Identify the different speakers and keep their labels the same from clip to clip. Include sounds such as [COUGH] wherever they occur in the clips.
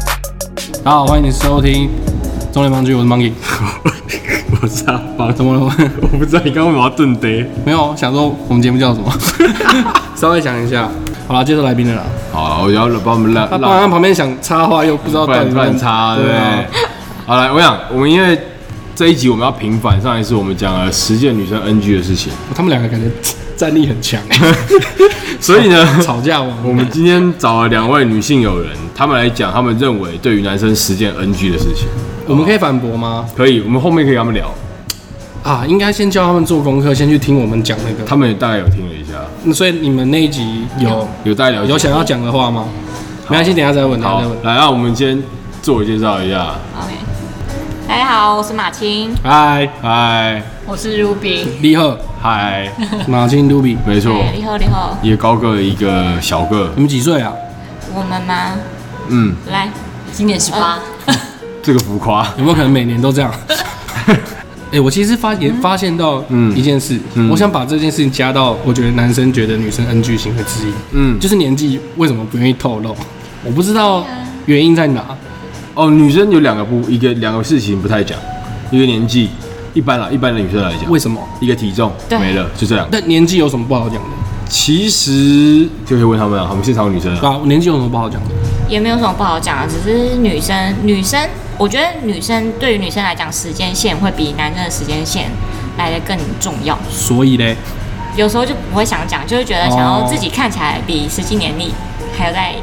Speaker 1: 大家好，欢迎你收听中联邦剧，我是
Speaker 2: [LAUGHS]
Speaker 1: Monkey。
Speaker 2: 我是阿邦，
Speaker 1: 怎么了？ [LAUGHS]
Speaker 2: 我不知道你刚刚为什么要顿呆。
Speaker 1: 没有，想说我们节目叫什么？ [LAUGHS] 稍微想一下。好啦，介绍来宾了啦。
Speaker 2: 好，我要把我们拉
Speaker 1: 他
Speaker 2: 拉
Speaker 1: 爸他旁边想插话，又不知道到底
Speaker 2: 乱乱插，对不
Speaker 1: 啊
Speaker 2: 对？好来，我想我们因为这一集我们要平反上一次我们讲了十件女生 NG 的事情，
Speaker 1: 他们两个
Speaker 2: [LAUGHS]
Speaker 1: 感觉 [LAUGHS] 战力很强，
Speaker 2: 所以呢，
Speaker 1: 吵架王。
Speaker 2: 我们今天找了两位女性友人，她们来讲她们认为对于男生十件 NG 的事情，
Speaker 1: 我们可以反驳吗？
Speaker 2: 可以，我们后面可以跟他们聊，
Speaker 1: 啊，应该先教他们做功课，先去听我们讲那个。
Speaker 2: 他们也大概有听了一下，
Speaker 1: 那所以你们那一集有
Speaker 2: 有大概了解
Speaker 1: 有想要讲的话吗？没关系，等一下再问，等一
Speaker 2: 好
Speaker 1: 下再问。，
Speaker 2: 来，让我们先自我介绍一下，
Speaker 3: OK，大家好，我是马青，
Speaker 1: 嗨，
Speaker 2: 嗨
Speaker 3: 我是 Ruby。
Speaker 1: 李贺、
Speaker 2: 嗨，
Speaker 1: 马金、卢比，
Speaker 2: 没错，
Speaker 3: 哎你好，你好，
Speaker 2: 一个高个一个小个，
Speaker 1: 你们几岁啊？
Speaker 3: 我们吗？
Speaker 2: 嗯，
Speaker 3: 来，呃
Speaker 4: 今年十八，
Speaker 2: 这个浮夸，
Speaker 1: 有没有可能每年都这样？哎、我其实发也发现到
Speaker 2: 嗯
Speaker 1: 一件事，
Speaker 2: 嗯
Speaker 1: 我想把这件事情加到我觉得男生觉得女生 NG 行为之一，
Speaker 2: 嗯，
Speaker 1: 就是年纪为什么不愿意透露？我不知道原因在哪。
Speaker 2: 哦，女生有两个不一个两个事情不太讲，一个年纪，一般啦，一般的女生来讲，
Speaker 1: 为什么？
Speaker 2: 一个体重
Speaker 3: 对
Speaker 2: 没了，就这两个。
Speaker 1: 但年纪有什么不好讲的？
Speaker 2: 其实就可以问他们啊，我们现场有女生
Speaker 1: 对
Speaker 2: 啊，
Speaker 1: 吧、年纪有什么不好讲的？
Speaker 3: 也没有什么不好讲的，只是女生，女生，我觉得女生对于女生来讲，时间线会比男生的时间线来的更重要。
Speaker 1: 所以嘞，
Speaker 3: 有时候就不会想讲，就会觉得想要自己看起来比实际年龄还要再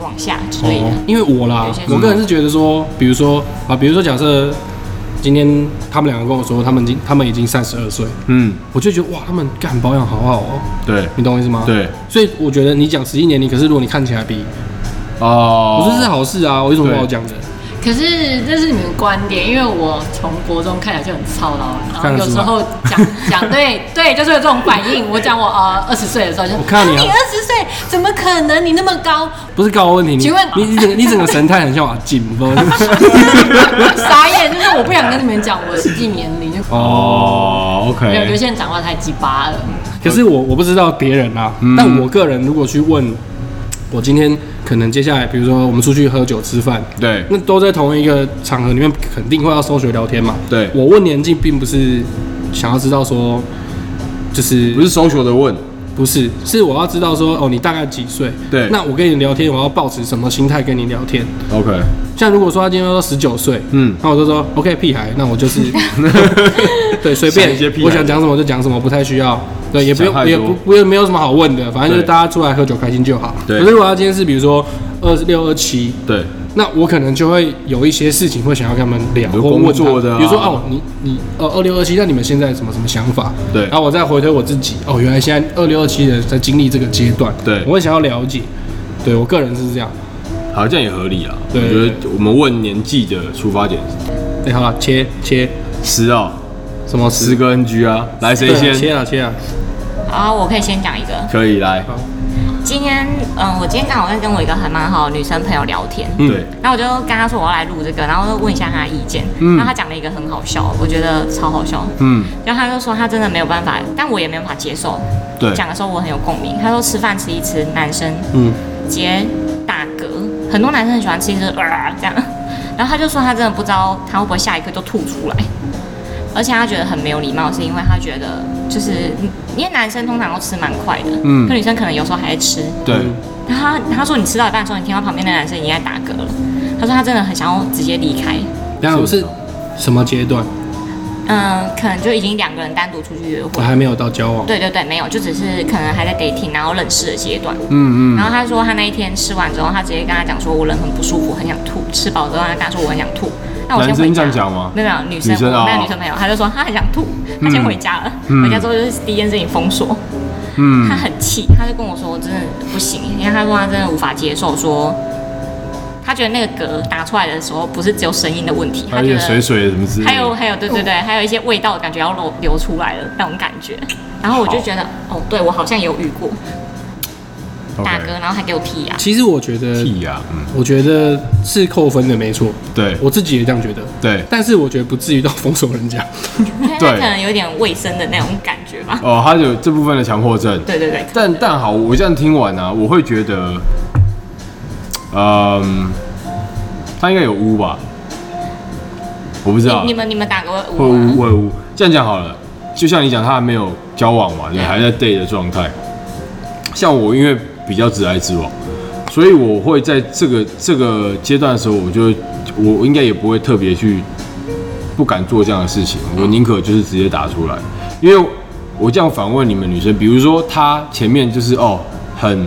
Speaker 3: 往下之类的。
Speaker 1: 哦因为我啦
Speaker 3: 有些，是
Speaker 1: 我个人是觉得说，比如说啊，比如说假设今天他们两个跟我说，他们已经他们已经三十二岁，
Speaker 2: 嗯，
Speaker 1: 我就觉得哇，他们干保养好好哦、
Speaker 2: 对
Speaker 1: 你懂我意思吗？。
Speaker 2: 对，
Speaker 1: 所以我觉得你讲实际年龄，可是如果你看起来比，
Speaker 2: 哦，
Speaker 1: 我说这是好事啊，我有什么不好讲的？
Speaker 4: 可是这是你们观点，因为我从国中看起来就很操劳，然后
Speaker 1: 看得
Speaker 4: 有
Speaker 1: 出来
Speaker 4: 时候讲
Speaker 1: [LAUGHS]
Speaker 4: 讲对对，就是有这种反应。我讲我呃二十岁的时候就，
Speaker 1: 我看你啊
Speaker 4: 你二十岁怎么可能？你那么高，
Speaker 1: 不是高的问题，你
Speaker 4: 请问
Speaker 1: 你你整
Speaker 4: [LAUGHS]
Speaker 1: 个你整个神态很像阿静，不知道为什么
Speaker 4: 傻眼，就是我不想跟你们讲我实际年龄，就
Speaker 1: 哦
Speaker 2: 哦
Speaker 4: 没
Speaker 1: 哎
Speaker 4: 有，就
Speaker 2: ，OK，
Speaker 4: 现在讲话太鸡巴了。
Speaker 1: [LAUGHS] 可是我我不知道别人啊，
Speaker 2: 嗯
Speaker 1: 但我个人如果去问，我今天可能接下来，比如说我们出去喝酒吃饭，
Speaker 2: 对
Speaker 1: 那都在同一个场合里面，肯定会要搜学聊天嘛。
Speaker 2: 对
Speaker 1: 我问年纪，并不是想要知道说，就是
Speaker 2: 不是 social 的问，
Speaker 1: 不是，是我要知道说，哦，你大概几岁？
Speaker 2: 对
Speaker 1: 那我跟你聊天，我要保持什么心态跟你聊天？
Speaker 2: ，OK，
Speaker 1: 像如果说他今天说十九岁，
Speaker 2: 嗯
Speaker 1: 那我就说 OK 屁孩，那我就是
Speaker 2: [LAUGHS]
Speaker 1: 对随
Speaker 2: 想一些
Speaker 1: 便
Speaker 2: 屁，孩
Speaker 1: 我想讲什么就讲什么，不太需要，对，也不
Speaker 2: 想
Speaker 1: 用
Speaker 2: 太多
Speaker 1: 也不不用没有什么好问的，反正就是
Speaker 2: 对
Speaker 1: 大家出来喝酒开心就好。
Speaker 2: 对
Speaker 1: 可是如果他今天是比如说二六二七，
Speaker 2: 对，
Speaker 1: 那我可能就会有一些事情会想要跟他们聊，
Speaker 2: 比如
Speaker 1: 或问他
Speaker 2: 工作的啊
Speaker 1: 比如说哦，你你呃二六二七，那你们现在什么什么想法？
Speaker 2: 对
Speaker 1: 然后我再回推我自己，哦，原来现在二六二七的在经历这个阶段，
Speaker 2: 对
Speaker 1: 我会想要了解，对我个人是这样。
Speaker 2: 好，这样也合理啊。我
Speaker 1: 对
Speaker 2: 觉得我们问年纪的出发点
Speaker 1: 哎，好了，切切
Speaker 2: 十啊，
Speaker 1: 什么
Speaker 2: 十个 NG 啊，来谁
Speaker 1: 对啊
Speaker 2: 先？
Speaker 1: 切啊切啊！
Speaker 3: 然后我可以先讲一个，
Speaker 2: 可以来，
Speaker 3: 今天，嗯，我今天刚好在跟我一个还蛮好的女生朋友聊天，
Speaker 1: 嗯
Speaker 2: 对，
Speaker 3: 然后我就跟她说我要来录这个，然后就问一下她的意见，
Speaker 1: 嗯
Speaker 3: 然后她讲了一个很好笑，我觉得超好笑，
Speaker 2: 嗯，
Speaker 3: 然后她就说她真的没有办法，但我也没有办法接受，
Speaker 2: 对，
Speaker 3: 讲的时候我很有共鸣。她说吃饭吃一吃，男生
Speaker 1: 嗯，
Speaker 3: 结打嗝，很多男生很喜欢吃一吃，啊、这样， [LAUGHS] 然后她就说她真的不知道她会不会下一刻就吐出来，而且她觉得很没有礼貌，是因为她觉得就是因为男生通常都吃蛮快的，
Speaker 2: 嗯
Speaker 3: 可女生可能有时候还在吃。
Speaker 2: 对，
Speaker 3: 然后他他说你吃到一半的时候，你听到旁边的男生已经在打嗝了。他说他真的很想要直接离开，
Speaker 1: 然后
Speaker 2: 是
Speaker 1: 是什么阶段？
Speaker 3: 嗯，可能就已经两个人单独出去约
Speaker 1: 我
Speaker 3: 会。
Speaker 1: 还没有到交往。
Speaker 3: 对对对，没有，就只是可能还在 dating，然后认识的阶段。
Speaker 2: 嗯
Speaker 3: 然后他说他那一天吃完之后，他直接跟他讲说，我人很不舒服，很想吐。吃饱之后，他跟他说我很想吐。那我先
Speaker 2: 男
Speaker 3: 回
Speaker 2: 生
Speaker 3: 家
Speaker 2: 这样。讲吗？
Speaker 3: 没有没有，女生
Speaker 2: 女生
Speaker 3: 我那
Speaker 2: 哦
Speaker 3: 个女生朋友，她就说她很想吐，她先回家了。
Speaker 2: 嗯
Speaker 3: 回家之后就是第一件事情封锁，
Speaker 2: 嗯
Speaker 3: [LAUGHS] 她很气，她就跟我说真的不行，因为她说她真的无法接受说。她觉得那个嗝打出来的时候，不是只有声音的问题，
Speaker 2: 还啊
Speaker 3: 她
Speaker 2: 有一
Speaker 3: 觉
Speaker 2: 点水
Speaker 3: 得
Speaker 2: 水的什么之类的。
Speaker 3: 还有还有对对对，
Speaker 2: 哦
Speaker 3: 还有一些味道感觉要流流出来了那种感觉。然后我就觉得，哦，对我好像有遇过打嗝，然后还给我剔牙。
Speaker 1: 其实我觉得，
Speaker 2: 屁呀，嗯，
Speaker 1: 我觉得是扣分的，没错，
Speaker 2: 对
Speaker 1: 我自己也这样觉得。
Speaker 2: 对。
Speaker 1: 但是我觉得不至于到封锁人家。
Speaker 3: 因为
Speaker 2: 对
Speaker 3: 他可能有点卫生的那种感觉吧。
Speaker 2: 哦，他有这部分的强迫症，
Speaker 3: 对对对，
Speaker 2: 但但好，我这样听完啊，我会觉得，嗯，他应该有污吧？我不知道，
Speaker 3: 你你们你们打个
Speaker 2: 啊会
Speaker 3: 五
Speaker 2: 污
Speaker 3: 吗？
Speaker 2: 会污。这样讲好了，就像你讲，他还没有交往嘛，你还在 day 的状态。像我，因为比较直来直往，所以我会在这个这个阶段的时候，我就我应该也不会特别去不敢做这样的事情，我宁可就是直接打出来，因为我这样反问你们女生，比如说她前面就是哦很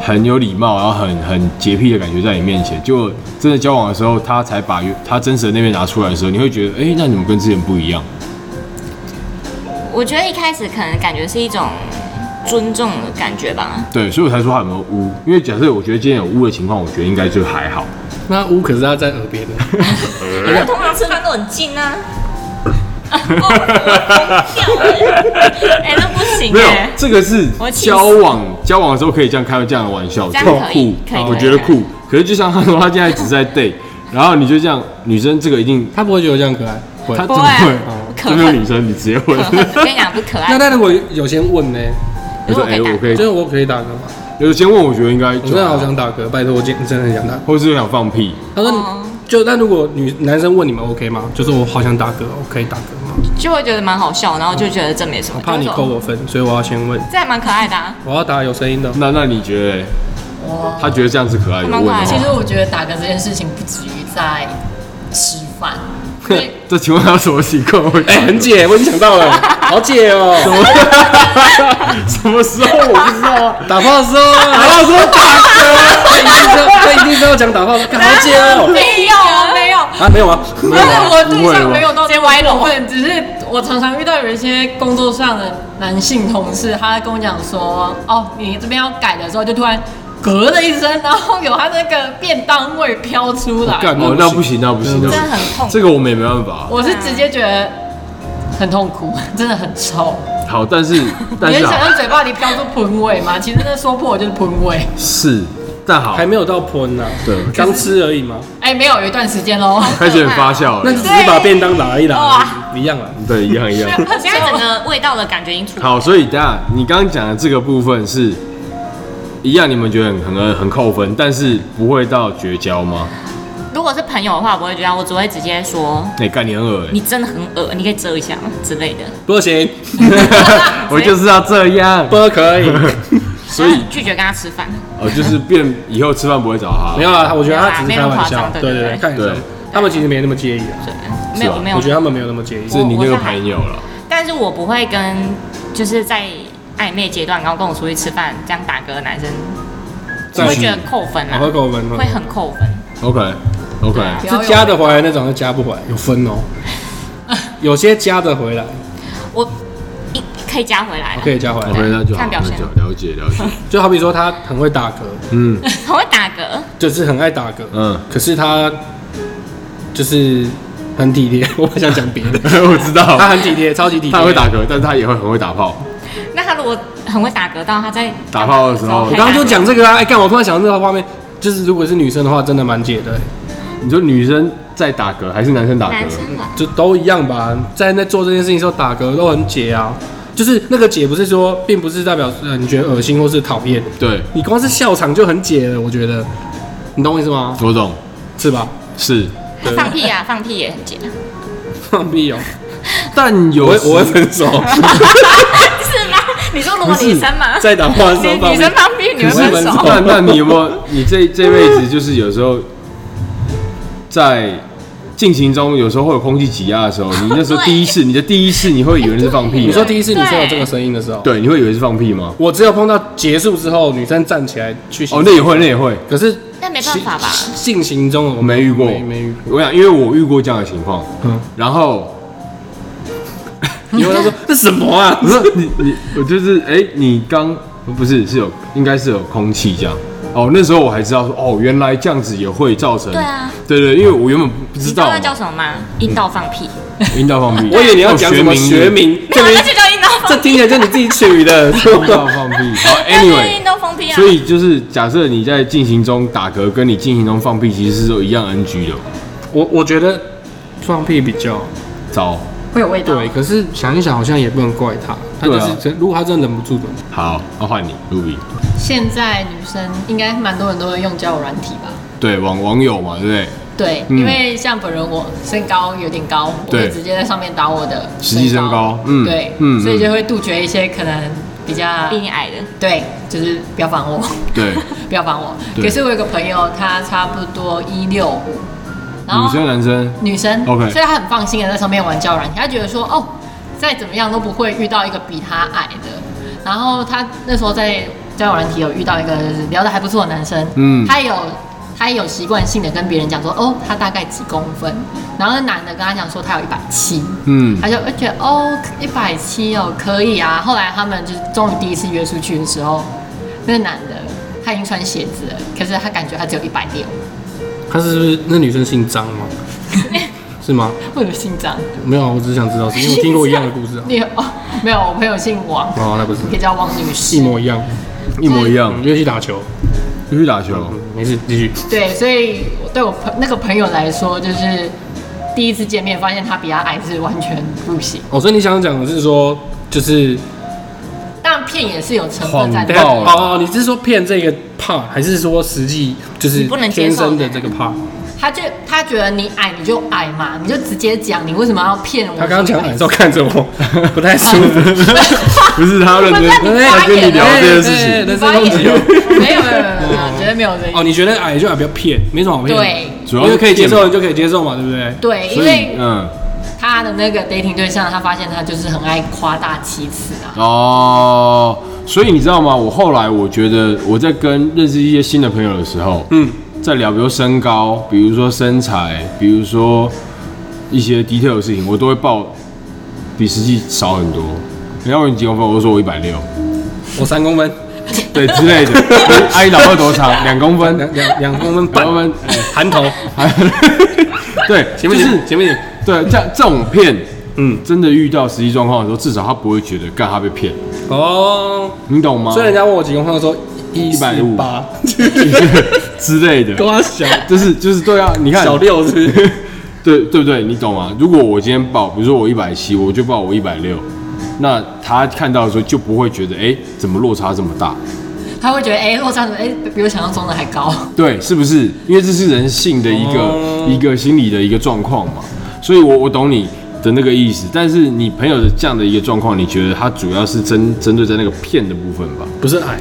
Speaker 2: 很有礼貌，然后很很洁癖的感觉在你面前，就真的交往的时候，她才把她真实的那面拿出来的时候，你会觉得哎、那你们跟之前不一样？
Speaker 3: 我觉得一开始可能感觉是一种尊重的感觉吧。
Speaker 2: 对，所以我才说她有没有污，因为假设我觉得今天有污的情况，我觉得应该就还
Speaker 3: [LAUGHS]
Speaker 2: 好。
Speaker 1: 那屋可是他在耳边的，
Speaker 3: 因为通常吃饭都很
Speaker 2: [LAUGHS]
Speaker 3: 近啊。哦我疯掉了哎，那不行
Speaker 2: 没有
Speaker 3: 哎，，
Speaker 2: 这个是
Speaker 3: 我气死
Speaker 2: 交往交往的时候可以这样开这样的玩笑，
Speaker 3: 这样
Speaker 2: 就
Speaker 3: 可以
Speaker 2: 酷
Speaker 3: 可以，
Speaker 2: 我
Speaker 3: 可以
Speaker 2: 觉得
Speaker 3: 可以
Speaker 2: 酷。可是就像他说，他现在只在
Speaker 3: [LAUGHS]
Speaker 2: date，然后你就这样，女生这个一定，
Speaker 1: 他不会觉得我这样可爱，不
Speaker 2: 他
Speaker 1: 会。
Speaker 2: 怎么
Speaker 3: 不会
Speaker 2: 会
Speaker 3: 啊？可
Speaker 2: 这没有女生，你直接问。 [LAUGHS]
Speaker 3: 跟你讲不是可
Speaker 1: 那
Speaker 3: 爱，
Speaker 1: 他如果有先问呢，
Speaker 2: 我说哎，我可以
Speaker 1: 就，是我可以打嗝吗？
Speaker 2: 有先问，我觉得应该
Speaker 1: 我
Speaker 2: 就
Speaker 1: 真的好
Speaker 2: 好
Speaker 1: 想，打嗝，拜托，我今天真的很想打嗝。
Speaker 2: 或是想放屁，
Speaker 1: 他说
Speaker 3: 哦
Speaker 1: 你就那如果女男生问你们 OK 吗？就是我好想打嗝，我可以打嗝吗？
Speaker 3: 就会觉得蛮好笑，然后就觉得这没什
Speaker 1: 我
Speaker 3: 么。
Speaker 1: 怕你
Speaker 3: 就
Speaker 1: 扣
Speaker 3: 说，
Speaker 1: 我分，所以我要先问。
Speaker 3: 这还蛮可爱的啊。
Speaker 1: 我要打有声音的，
Speaker 2: 那那你觉得嘞？
Speaker 4: 哇，
Speaker 2: 他觉得这样是可爱的，有
Speaker 3: 蛮
Speaker 2: 问啊
Speaker 3: 可爱
Speaker 2: 的
Speaker 3: 的
Speaker 4: 其
Speaker 2: 话
Speaker 4: 实我觉得打嗝这件事情不止于在吃饭，因为
Speaker 2: 这请问他什么情况？
Speaker 1: 哎、很姐，我已经想到 [LAUGHS] 了，好姐哦、
Speaker 2: 什么时候我不知道啊。
Speaker 1: 打炮的时候，打炮的时候打嗝，他一定是要，他一定是要讲打炮，干好姐哦、
Speaker 4: [LAUGHS] 没有没有，
Speaker 1: 啊，没有吗？
Speaker 4: 不是我对象没有到
Speaker 3: 直接歪楼啊
Speaker 4: 我问，只是我常常遇到有一些工作上的男性同事，他跟我讲说，哦，你这边要改的时候，就突然咯的一声，然后有他那个便当味飘出来，
Speaker 1: [LAUGHS] 干
Speaker 2: 哦，那不行，那不行，那不行，
Speaker 3: 真的很痛。
Speaker 2: 这个我们也没办法。
Speaker 4: 我是直接觉得很痛苦， [LAUGHS] 真的很臭。
Speaker 2: 好，但是但
Speaker 4: 你能
Speaker 2: 是啊
Speaker 4: 想
Speaker 2: 好
Speaker 4: 象嘴巴里飘出喷味吗？其实那说破就是喷味。
Speaker 2: 是，但好
Speaker 1: 还没有到喷呢、啊，
Speaker 2: 对
Speaker 1: 刚吃而已嘛，
Speaker 4: 哎、没有，有一段时间喽。
Speaker 2: 开始很发酵
Speaker 1: 那
Speaker 2: 了
Speaker 1: 只。是把便当打一打，一样啊了。
Speaker 2: 对，一样一样。
Speaker 3: 现在整个味道的感觉已经出来了。
Speaker 2: 好，所以等一下你刚刚讲的这个部分是一样，你们觉得很很很扣分，但是不会到绝交吗？
Speaker 3: 如果是朋友的话，我不会觉得，我只会直接说
Speaker 2: 哎、干你很恶
Speaker 3: 你真的很恶，你可以遮一下吗之类的。
Speaker 1: 不行，
Speaker 2: 欸， [LAUGHS] 我就是要这样。
Speaker 1: 不可以，
Speaker 2: 所以
Speaker 3: 拒绝跟他吃饭。
Speaker 2: 哦，就是变以后吃饭不会找他。
Speaker 1: 没有啦，我觉得他只是开玩
Speaker 3: 没有
Speaker 1: 笑
Speaker 3: 啦没那么夸张，对
Speaker 1: 对对
Speaker 3: 对
Speaker 1: 对，
Speaker 3: 对
Speaker 1: 看一下
Speaker 2: 对，
Speaker 1: 他们其实没那么介意啊。
Speaker 3: 对，没有没有
Speaker 1: 我觉，得他们没有那么介意。
Speaker 2: 是你那个朋友了，
Speaker 3: 但是我不会跟就是在暧昧阶段，然后跟我出去吃饭这样打嗝的男生，我会觉得扣分
Speaker 1: 好
Speaker 3: 啊，
Speaker 1: 会扣分吗
Speaker 3: 会？很扣分。
Speaker 2: OK OK，
Speaker 3: 对
Speaker 1: 是加得回来那种，又加不回来，有分哦。有些加得回来，
Speaker 3: 我一可以加回来了 [LAUGHS]
Speaker 1: 可，以加回
Speaker 2: OK，
Speaker 1: 来。
Speaker 2: 那就好，
Speaker 3: 看
Speaker 2: 那
Speaker 3: 表现
Speaker 2: 就好了解了
Speaker 3: [LAUGHS]
Speaker 2: 解。
Speaker 1: 就好比说他很会打嗝，
Speaker 2: 嗯
Speaker 3: 很会打嗝，
Speaker 1: 就是很爱打嗝，
Speaker 2: 嗯， [LAUGHS]
Speaker 1: 可是他就是很体贴。 [LAUGHS] 我想讲别的，
Speaker 2: 我知道，
Speaker 1: 他很体贴，超级体贴。
Speaker 2: 他会打嗝，但是他也会很会打炮。
Speaker 3: 那他如果很会打嗝到他在
Speaker 2: 打炮的时候
Speaker 1: 我刚刚就讲这个啊，哎，干，我突然想到这个画面，就是如果是女生的话，真的蛮解的、
Speaker 2: 你说女生在打嗝还是男生打嗝
Speaker 3: 男？生啊，
Speaker 1: 就都一样吧。在那做这件事情的时候打嗝都很解啊，就是那个解不是说，并不是代表呃你觉得恶心或是讨厌，
Speaker 2: 对，
Speaker 1: 你光是笑场就很解了，我觉得，你懂我意思吗？
Speaker 2: 我懂，
Speaker 1: 是吧？
Speaker 2: 是，
Speaker 3: 他放屁啊，放屁也很
Speaker 1: [LAUGHS]
Speaker 3: 简单，
Speaker 1: 放屁哦、
Speaker 2: 但有
Speaker 1: 我会
Speaker 2: 时
Speaker 1: 我会分手。
Speaker 3: 是吗？你说如果
Speaker 1: 不是
Speaker 3: 哦女生嘛，
Speaker 1: 在打话的时候
Speaker 3: 女
Speaker 1: 放
Speaker 3: 女
Speaker 1: 屁
Speaker 3: 生，放屁你
Speaker 1: 可
Speaker 3: 会
Speaker 1: 是
Speaker 3: 分
Speaker 1: 分
Speaker 3: 手
Speaker 1: 手？
Speaker 2: 那那你有没有？你这这辈子就是有时候在进行中，有时候会有空气挤压的时候，你那时候
Speaker 3: [LAUGHS] 对
Speaker 2: 第一次，你的第一次，你会以为那是放屁吗。
Speaker 1: 你说第一次女生有
Speaker 3: 对
Speaker 1: 这个声音的时候，
Speaker 2: 对，你会以为是放屁吗？
Speaker 1: 我只有碰到结束之后，女生站起来去洗
Speaker 2: 哦，那也会，那也会。
Speaker 1: 可是
Speaker 3: 那没办法吧
Speaker 1: 性性行中
Speaker 2: 我没遇过，
Speaker 1: 没没遇过，
Speaker 2: 我想，因为我遇过这样的情况，
Speaker 1: 嗯，
Speaker 2: 然后
Speaker 1: 因为他说这什么 [LAUGHS] 啊
Speaker 2: 不？是你你我就是哎、你刚不是是有应该是有空气这样。哦，那时候我还知道说，哦，原来这样子也会造成。
Speaker 3: 对啊，
Speaker 2: 对对，因为我原本不
Speaker 3: 你
Speaker 2: 知
Speaker 3: 知道
Speaker 2: 道嘛
Speaker 3: 那叫什么吗？阴道放屁，
Speaker 2: 阴道放屁。
Speaker 1: 我以为你要讲什么
Speaker 2: 哦
Speaker 1: 学名，
Speaker 3: 没
Speaker 1: 这
Speaker 3: [LAUGHS] 有，
Speaker 1: 明 [LAUGHS]
Speaker 3: 那就叫阴道放
Speaker 1: 这听起来就你自己取的，是
Speaker 2: 阴道
Speaker 1: 吧
Speaker 2: 放屁。好
Speaker 3: 那就是
Speaker 2: ，Anyway，
Speaker 3: 运动风屁啊。
Speaker 2: 所以就是假设你在进行中打嗝，跟你进行中放屁其实是有一样 NG 的。
Speaker 1: [LAUGHS] 我我觉得放屁比较
Speaker 2: 糟，
Speaker 4: 会有味道。
Speaker 1: 对，可是想一想好像也不能怪他，他就
Speaker 2: 对
Speaker 1: 是
Speaker 2: 啊
Speaker 1: 真，如果他真的忍不住的，
Speaker 2: 好，那换你，Ruby。
Speaker 4: 现在女生应该蛮多人都会用交友软体吧？
Speaker 2: 对网网友嘛，对不对？
Speaker 4: 对，
Speaker 2: 嗯
Speaker 4: 因为像本人我身高有点高，我
Speaker 2: 对
Speaker 4: 会直接在上面打我的
Speaker 2: 实际身高嗯
Speaker 4: 对，
Speaker 2: 嗯
Speaker 4: 所以就会杜绝一些可能比较
Speaker 3: 比你矮的，
Speaker 4: 对，就是不要烦我，
Speaker 2: 对，
Speaker 4: [LAUGHS] 不要烦我。
Speaker 2: 对
Speaker 4: 可是我有个朋友，他差不多一六五，然后
Speaker 2: 女生男生
Speaker 4: 女生
Speaker 2: OK
Speaker 4: 所以他很放心的在上面玩交友软体，他觉得说哦，再怎么样都不会遇到一个比他矮的。然后他那时候在交友软体有遇到一个就是聊得还不错的男生，
Speaker 2: 嗯
Speaker 4: 他有他也有习惯性的跟别人讲说哦，他大概几公分，然后那男的跟他讲说他有一百七，
Speaker 2: 嗯
Speaker 4: 他就呃觉得哦一百七哦可以啊。后来他们就是终于第一次约出去的时候，那个男的他已经穿鞋子了，可是他感觉他只有一百六，
Speaker 1: 他是不是那女生姓张 [LAUGHS] 吗？是吗？
Speaker 4: 我的心脏。
Speaker 1: 没有啊，我只是想知道，是因为我听过一样的故事 [LAUGHS] 啊。
Speaker 4: 你哦，没有，我朋友姓王，
Speaker 1: 哦，那不是
Speaker 4: 可以叫王女士。
Speaker 1: 一模一样，
Speaker 2: 一模一样
Speaker 1: 嗯，，约去打球，
Speaker 2: 就去打球
Speaker 1: [LAUGHS] 嗯，，没事，继续。
Speaker 4: 对，所以对我朋那个朋友来说，就是第一次见面发现他比他矮是完全不行。
Speaker 1: 哦，所以你想讲的是说，就是
Speaker 4: 但骗也是有成分在
Speaker 1: 等
Speaker 2: 谎
Speaker 4: 里
Speaker 1: 一下
Speaker 4: 面。
Speaker 2: 报
Speaker 1: 哦哦，你是说骗这个 part，还是说实际就是
Speaker 3: 你不能接
Speaker 1: 天
Speaker 3: 受
Speaker 1: 生的
Speaker 3: 的
Speaker 1: 这个 part？
Speaker 4: 他就他觉得你矮你就矮嘛，你就直接讲，你为什么要骗我？
Speaker 1: 他刚刚讲矮，照看 [LAUGHS] 着我，不太舒服。
Speaker 2: 不是他认真
Speaker 4: 不是你
Speaker 2: 他跟你聊
Speaker 4: 发
Speaker 2: 这
Speaker 4: 言
Speaker 2: 件
Speaker 4: 了
Speaker 2: 事情，
Speaker 1: 人
Speaker 4: 发
Speaker 1: 身攻
Speaker 4: 言
Speaker 1: 击哦。
Speaker 4: 没有没有没有
Speaker 2: [LAUGHS]
Speaker 4: 没有，绝对没有这
Speaker 1: 哦，
Speaker 4: 个。
Speaker 1: 你觉得矮就矮，不要骗，没什么好骗的。
Speaker 4: 对
Speaker 2: 主要
Speaker 1: 因为
Speaker 2: 是
Speaker 1: 可以接
Speaker 2: 骗
Speaker 1: 受的
Speaker 2: 嘛
Speaker 1: 人就可以接受嘛，对不对？
Speaker 4: 对，因
Speaker 2: 所以
Speaker 4: 为
Speaker 2: 嗯
Speaker 4: 他的那个 dating 对象，他发现他就是很爱夸大其词啊。
Speaker 2: 哦，所以你知道吗？我后来我觉得我在跟认识一些新的朋友的时候，
Speaker 1: 嗯，
Speaker 2: 在聊，比如身高，比如说身材，比如说一些 detail 的事情，我都会报比实际少很多。人家问你几公分，我就说我一百六，
Speaker 1: 我三公分，
Speaker 2: 对之类的。阿姨老二多长？两公分，
Speaker 1: 两两两公分
Speaker 2: [LAUGHS] 两
Speaker 1: 半，
Speaker 2: 公分。
Speaker 1: 含 [LAUGHS] 头，
Speaker 2: 对，
Speaker 1: 行不
Speaker 2: 就
Speaker 1: 行
Speaker 2: 是？
Speaker 1: 行不行？
Speaker 2: 对，这样这种骗，
Speaker 1: 嗯，
Speaker 2: 真的遇到实际状况的时候，至少他不会觉得干他被骗，
Speaker 1: 哦，
Speaker 2: 你懂吗？
Speaker 1: 所以人家问我几公分的时候，一
Speaker 2: 150
Speaker 1: 八，
Speaker 2: [LAUGHS] 之类的，
Speaker 1: 瓜小
Speaker 2: 就是就是对啊，你看
Speaker 1: 小六是不是
Speaker 2: 对对不对？你懂吗？如果我今天报，比如说我一百七，我就报我一百六，那他看到的时候就不会觉得，哎，怎么落差这么大？
Speaker 4: 他会觉得，哎、落差怎么，哎、比我想象中的还高。
Speaker 2: 对，是不是？因为这是人性的一个、
Speaker 1: 哦
Speaker 2: 一个心理的一个状况嘛，所以我我懂你的那个意思，但是你朋友的这样的一个状况，你觉得他主要是针针对在那个骗的部分吧？
Speaker 1: [LAUGHS] 不是矮，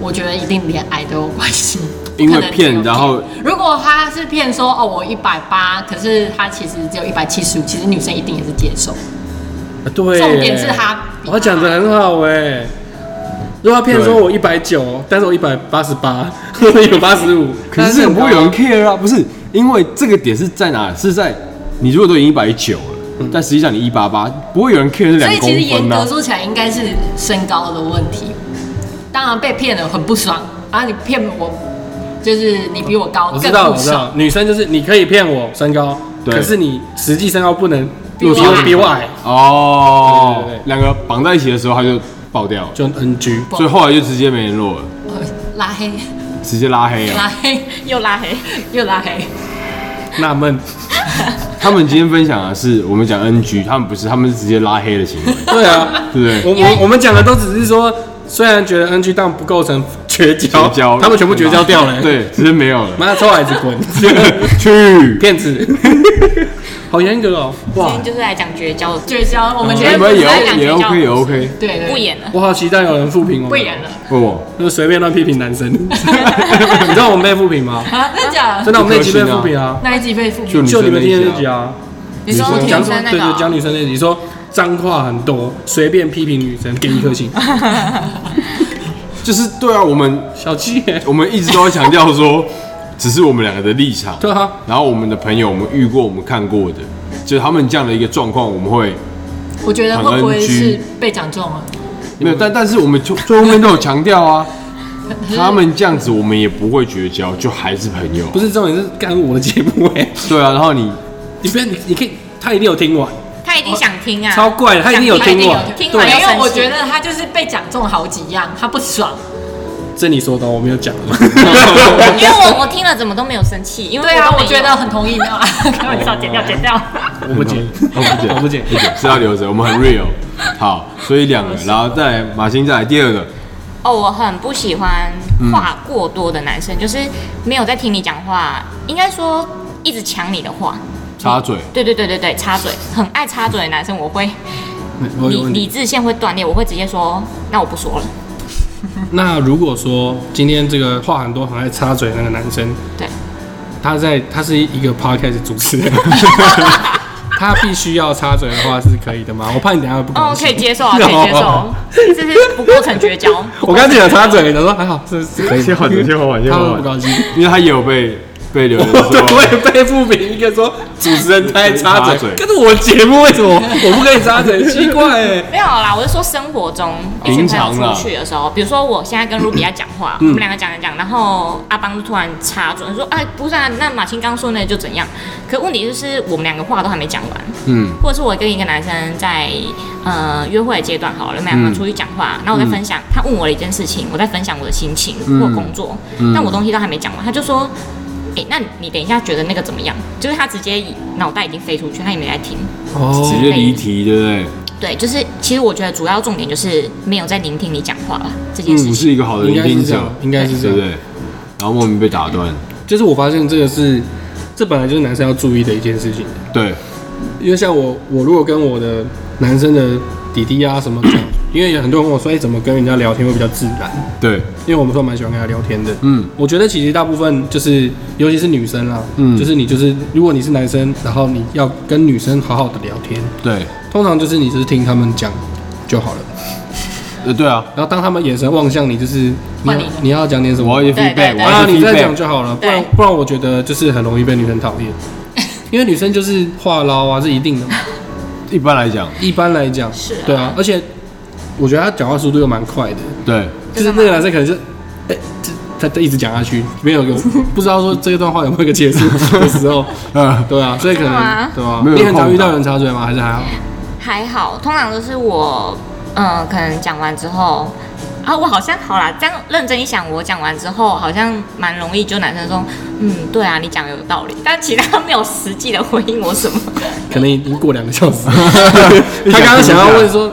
Speaker 4: 我觉得一定连矮都有关系，
Speaker 2: 因为
Speaker 4: 不可能只有
Speaker 2: 骗然后
Speaker 4: 如果他是骗说哦我一百八，可是他其实只有一百七十五，其实女生一定也是接受。
Speaker 1: 啊对耶。
Speaker 4: 重点是他比他
Speaker 1: 我讲的很好哎。如果他骗说我一百九，但是我一百八十八， [LAUGHS] 我有八十五，
Speaker 2: 可是这个不会有人 care 啊，不是？因为这个点是在哪？是在你如果都已经一百九了，但实际上你一八八，不会有人 care 这
Speaker 4: 嗯所
Speaker 2: 两
Speaker 4: 以
Speaker 2: 公
Speaker 4: 其实严
Speaker 2: 分
Speaker 4: 格
Speaker 2: 啊。
Speaker 4: 说起来，应该是身高的问题。当然被骗了很不爽啊！你骗我，就是你比我高
Speaker 1: 我
Speaker 4: 更
Speaker 1: 知道，我
Speaker 4: 不
Speaker 1: 知
Speaker 4: 爽。
Speaker 1: 道，女生就是你可以骗我身高，
Speaker 2: 对
Speaker 1: 可是你实际身高不能比
Speaker 4: 我
Speaker 1: 我
Speaker 4: 矮
Speaker 1: 比我矮，
Speaker 2: 哦
Speaker 1: 对对对，
Speaker 2: 两个绑在一起的时候，他就爆掉了，
Speaker 1: 就 NG。
Speaker 2: 所以后来就直接没联络了，
Speaker 4: 呃拉黑，
Speaker 2: 直接拉黑啊了。
Speaker 4: 拉黑，
Speaker 3: 又拉黑，
Speaker 4: 又拉黑。
Speaker 1: 纳闷，
Speaker 2: 他们今天分享的是我们讲 NG，他们不是，他们是直接拉黑的行
Speaker 4: [LAUGHS]
Speaker 2: 为，
Speaker 1: 对啊，
Speaker 2: [LAUGHS] 对不对？
Speaker 1: 我我我们讲的都只是说，虽然觉得 NG 但不构成绝交，
Speaker 2: 绝交，
Speaker 1: 他们全部绝交掉了、，
Speaker 2: 对，直接没有
Speaker 4: [LAUGHS]
Speaker 2: 了。
Speaker 1: 妈臭孩子
Speaker 2: [LAUGHS]
Speaker 1: 滚，
Speaker 2: 去，
Speaker 1: 骗子，好严格哦，
Speaker 3: 今
Speaker 1: 哇
Speaker 3: 天，就是来讲绝交的，
Speaker 4: 绝交，我们绝
Speaker 2: 你
Speaker 4: 对
Speaker 2: 们也
Speaker 4: 不是在
Speaker 2: O-
Speaker 4: 讲
Speaker 2: 也
Speaker 4: 绝交
Speaker 2: OK 也 OK，
Speaker 4: 对对对
Speaker 3: 不演了，
Speaker 1: 我好期待有人复评我，
Speaker 4: 不演了，
Speaker 2: 不，
Speaker 1: 就是随便乱批评男生， [LAUGHS] 你知道我们被复评吗？
Speaker 4: 啊！真的假的？
Speaker 1: 真的，我们那集被复评啊，
Speaker 4: 那一集被复
Speaker 2: 就
Speaker 4: 评，
Speaker 2: 女
Speaker 1: 就
Speaker 2: 生
Speaker 1: 你们
Speaker 2: 那
Speaker 1: 今天
Speaker 2: 一
Speaker 1: 那集
Speaker 2: 啊，
Speaker 1: 啊。
Speaker 3: 你说
Speaker 2: 女
Speaker 3: 女
Speaker 1: 讲
Speaker 3: 生
Speaker 1: 什么
Speaker 3: 那
Speaker 1: 对
Speaker 3: 个
Speaker 1: 对，讲
Speaker 3: 哦，
Speaker 1: 女生那集说脏话很多，随便批评女生，给一
Speaker 3: [LAUGHS]
Speaker 1: 颗星，
Speaker 2: 就是对啊，我们
Speaker 1: 小气耶。
Speaker 2: 我们一直都在强调说， [LAUGHS] 只是我们两个的立场。
Speaker 1: 对啊，
Speaker 2: 然后我们的朋友，我们遇过，我们看过的，就是他们这样的一个状况，我们会
Speaker 4: 我觉得会不会
Speaker 2: 很 NG
Speaker 4: 是被讲中了？
Speaker 2: 没有，但但是我们就最后面都有强调啊，他们这样子我们也不会绝交，就还是朋友。
Speaker 1: 不是重点是干我的节目哎，
Speaker 2: 对啊，然后你
Speaker 1: 你不要你你可以，他一定有听完，
Speaker 3: 他一定想听啊，
Speaker 1: 超怪的，他一定有
Speaker 3: 想
Speaker 1: 听
Speaker 3: 听
Speaker 1: 完，
Speaker 3: 听
Speaker 1: 对
Speaker 3: 完
Speaker 4: 没
Speaker 3: 要
Speaker 4: 有，我
Speaker 3: 生
Speaker 4: 觉
Speaker 3: 气，
Speaker 4: 得他就是被讲中好几样，他不爽。
Speaker 1: 这你说的，我没有
Speaker 3: [LAUGHS]
Speaker 1: 讲。
Speaker 3: 因为我我听了怎么都没有生气，因为
Speaker 4: 对啊，
Speaker 3: 都没
Speaker 4: 我
Speaker 3: 有
Speaker 4: 觉得
Speaker 3: [LAUGHS]
Speaker 4: 很同意啊。开玩笑，剪掉，剪掉。
Speaker 1: 我不剪，
Speaker 2: [LAUGHS] 我不剪，
Speaker 1: 我不剪
Speaker 2: 不剪是要留着，我们很 real。好，所以两个，然后再来马欣再来第二个，
Speaker 3: 哦，我很不喜欢
Speaker 1: 嗯
Speaker 3: 话过多的男生，就是没有在听你讲话，应该说一直抢你的话。
Speaker 2: 插嘴，
Speaker 3: 对对对对对，插嘴，很爱插嘴的男生，我会
Speaker 1: 我有
Speaker 3: 理
Speaker 1: 问题。
Speaker 3: 理智线会断裂，我会直接说，那我不说
Speaker 1: [LAUGHS]
Speaker 3: 了。
Speaker 1: 那如果说今天这个话很多、很爱插嘴的那个男生，
Speaker 3: 对，
Speaker 1: 他在他是一个 podcast 主
Speaker 3: [LAUGHS]
Speaker 1: 持人，他必须要插嘴的话是可以的吗？我怕你等一下不高
Speaker 3: 哦，可
Speaker 1: 兴。哦
Speaker 3: 以
Speaker 1: [LAUGHS]
Speaker 3: 接受啊，可以
Speaker 2: [LAUGHS]
Speaker 3: 接受，这是不构成绝交。
Speaker 1: 我刚才想插嘴，他说还好，是是可以的。
Speaker 2: 先缓着先缓缓先
Speaker 1: 他
Speaker 2: 缓
Speaker 1: 会
Speaker 2: 缓
Speaker 1: 不高兴。
Speaker 2: 因为他也有被被留言说，
Speaker 1: [LAUGHS] 对，我也被负评一个说主持人太插
Speaker 2: 插嘴
Speaker 1: 嘴，可是我节目为什么我不可以插嘴？奇怪哎、
Speaker 3: 没有啦，我是说生活中一群
Speaker 2: 平
Speaker 3: 朋
Speaker 2: 常
Speaker 3: 友
Speaker 2: 啦嗯
Speaker 3: 出去的时候，比如说我现在跟 Ruby 在讲话，我们两个讲一讲，然后阿邦就突然插嘴说：“哎，不是啊，那马青刚说那就怎样？”可问题就是我们两个话都还没讲完，
Speaker 2: 嗯，
Speaker 3: 或者是我跟一个男生在呃约会的阶段好了，我们两
Speaker 2: 嗯
Speaker 3: 个出去讲话，然后我在分享，他问我了一件事情，我在分享我的心情或工作，
Speaker 2: 嗯
Speaker 3: 但我东西都还没讲完，他就说。哎、那你等一下觉得那个怎么样？就是他直接脑袋已经飞出去，他也没在听。
Speaker 2: 直
Speaker 1: 哦，
Speaker 2: 接离题，对不对？
Speaker 3: 对，就是其实我觉得主要重点就是没有在聆听你讲话了这件事
Speaker 2: 嗯，不
Speaker 3: 情。
Speaker 2: 是一个好的
Speaker 1: 应
Speaker 2: 聆
Speaker 1: 该
Speaker 2: 听
Speaker 1: 是这
Speaker 2: 者
Speaker 1: 样，，应该是这
Speaker 2: 对不
Speaker 1: 样。
Speaker 2: 对？然后莫名被打断，
Speaker 1: 就是我发现这个是，这本来就是男生要注意的一件事情，
Speaker 2: 对，
Speaker 1: 因为像我，我如果跟我的男生的弟弟啊什么讲，因为有很多人问我说，哎、怎么跟人家聊天会比较自然？
Speaker 2: 对，
Speaker 1: 因为我们都蛮喜欢跟他聊天的。
Speaker 2: 嗯，
Speaker 1: 我觉得其实大部分就是，尤其是女生啦，
Speaker 2: 嗯
Speaker 1: 就是你就是，如果你是男生，然后你要跟女生好好的聊天，
Speaker 2: 对，
Speaker 1: 通常就是你只是听他们讲就好了。
Speaker 2: 呃，对啊，
Speaker 1: 然后当他们眼神望向你，就是你要
Speaker 4: 换你
Speaker 1: 你要讲点什么
Speaker 2: 我，要一些
Speaker 3: 对
Speaker 2: feedback，
Speaker 3: 对
Speaker 2: 我
Speaker 3: 对
Speaker 1: 然
Speaker 2: 要
Speaker 1: 后
Speaker 2: 一些
Speaker 1: 啊你再
Speaker 2: feedback
Speaker 1: 讲。就好了，不然
Speaker 3: 对
Speaker 1: 不然我觉得就是很容易被女生
Speaker 4: [LAUGHS]
Speaker 1: 讨厌，因为女生就是话唠啊，是一定的嘛。
Speaker 2: 一般来讲，
Speaker 1: 一般来讲
Speaker 3: 是啊
Speaker 1: 对啊，而且我觉得他讲话速度又蛮快的，
Speaker 2: 对，
Speaker 1: 就是那个男生可能是，哎、这他他一直讲下去，没
Speaker 3: [LAUGHS]
Speaker 1: 有个不知道说这段话有没有一个结束的时候，
Speaker 2: 嗯，
Speaker 1: 对啊，所以可能
Speaker 3: 真的吗
Speaker 1: 对啊，
Speaker 2: 没有
Speaker 1: 你很常遇
Speaker 2: 空
Speaker 1: 到
Speaker 2: 档
Speaker 1: 有人插嘴吗？还是还好？
Speaker 3: 还好，通常都是我，嗯，可能讲完之后，啊，我好像好啦，这样认真一想，我讲完之后好像蛮容易，就男生说，嗯，对啊，你讲的有道理，但其实他没有实际的回应我什么。
Speaker 1: 可能已经过两个小
Speaker 2: [LAUGHS]
Speaker 1: 时，他刚刚想要问说。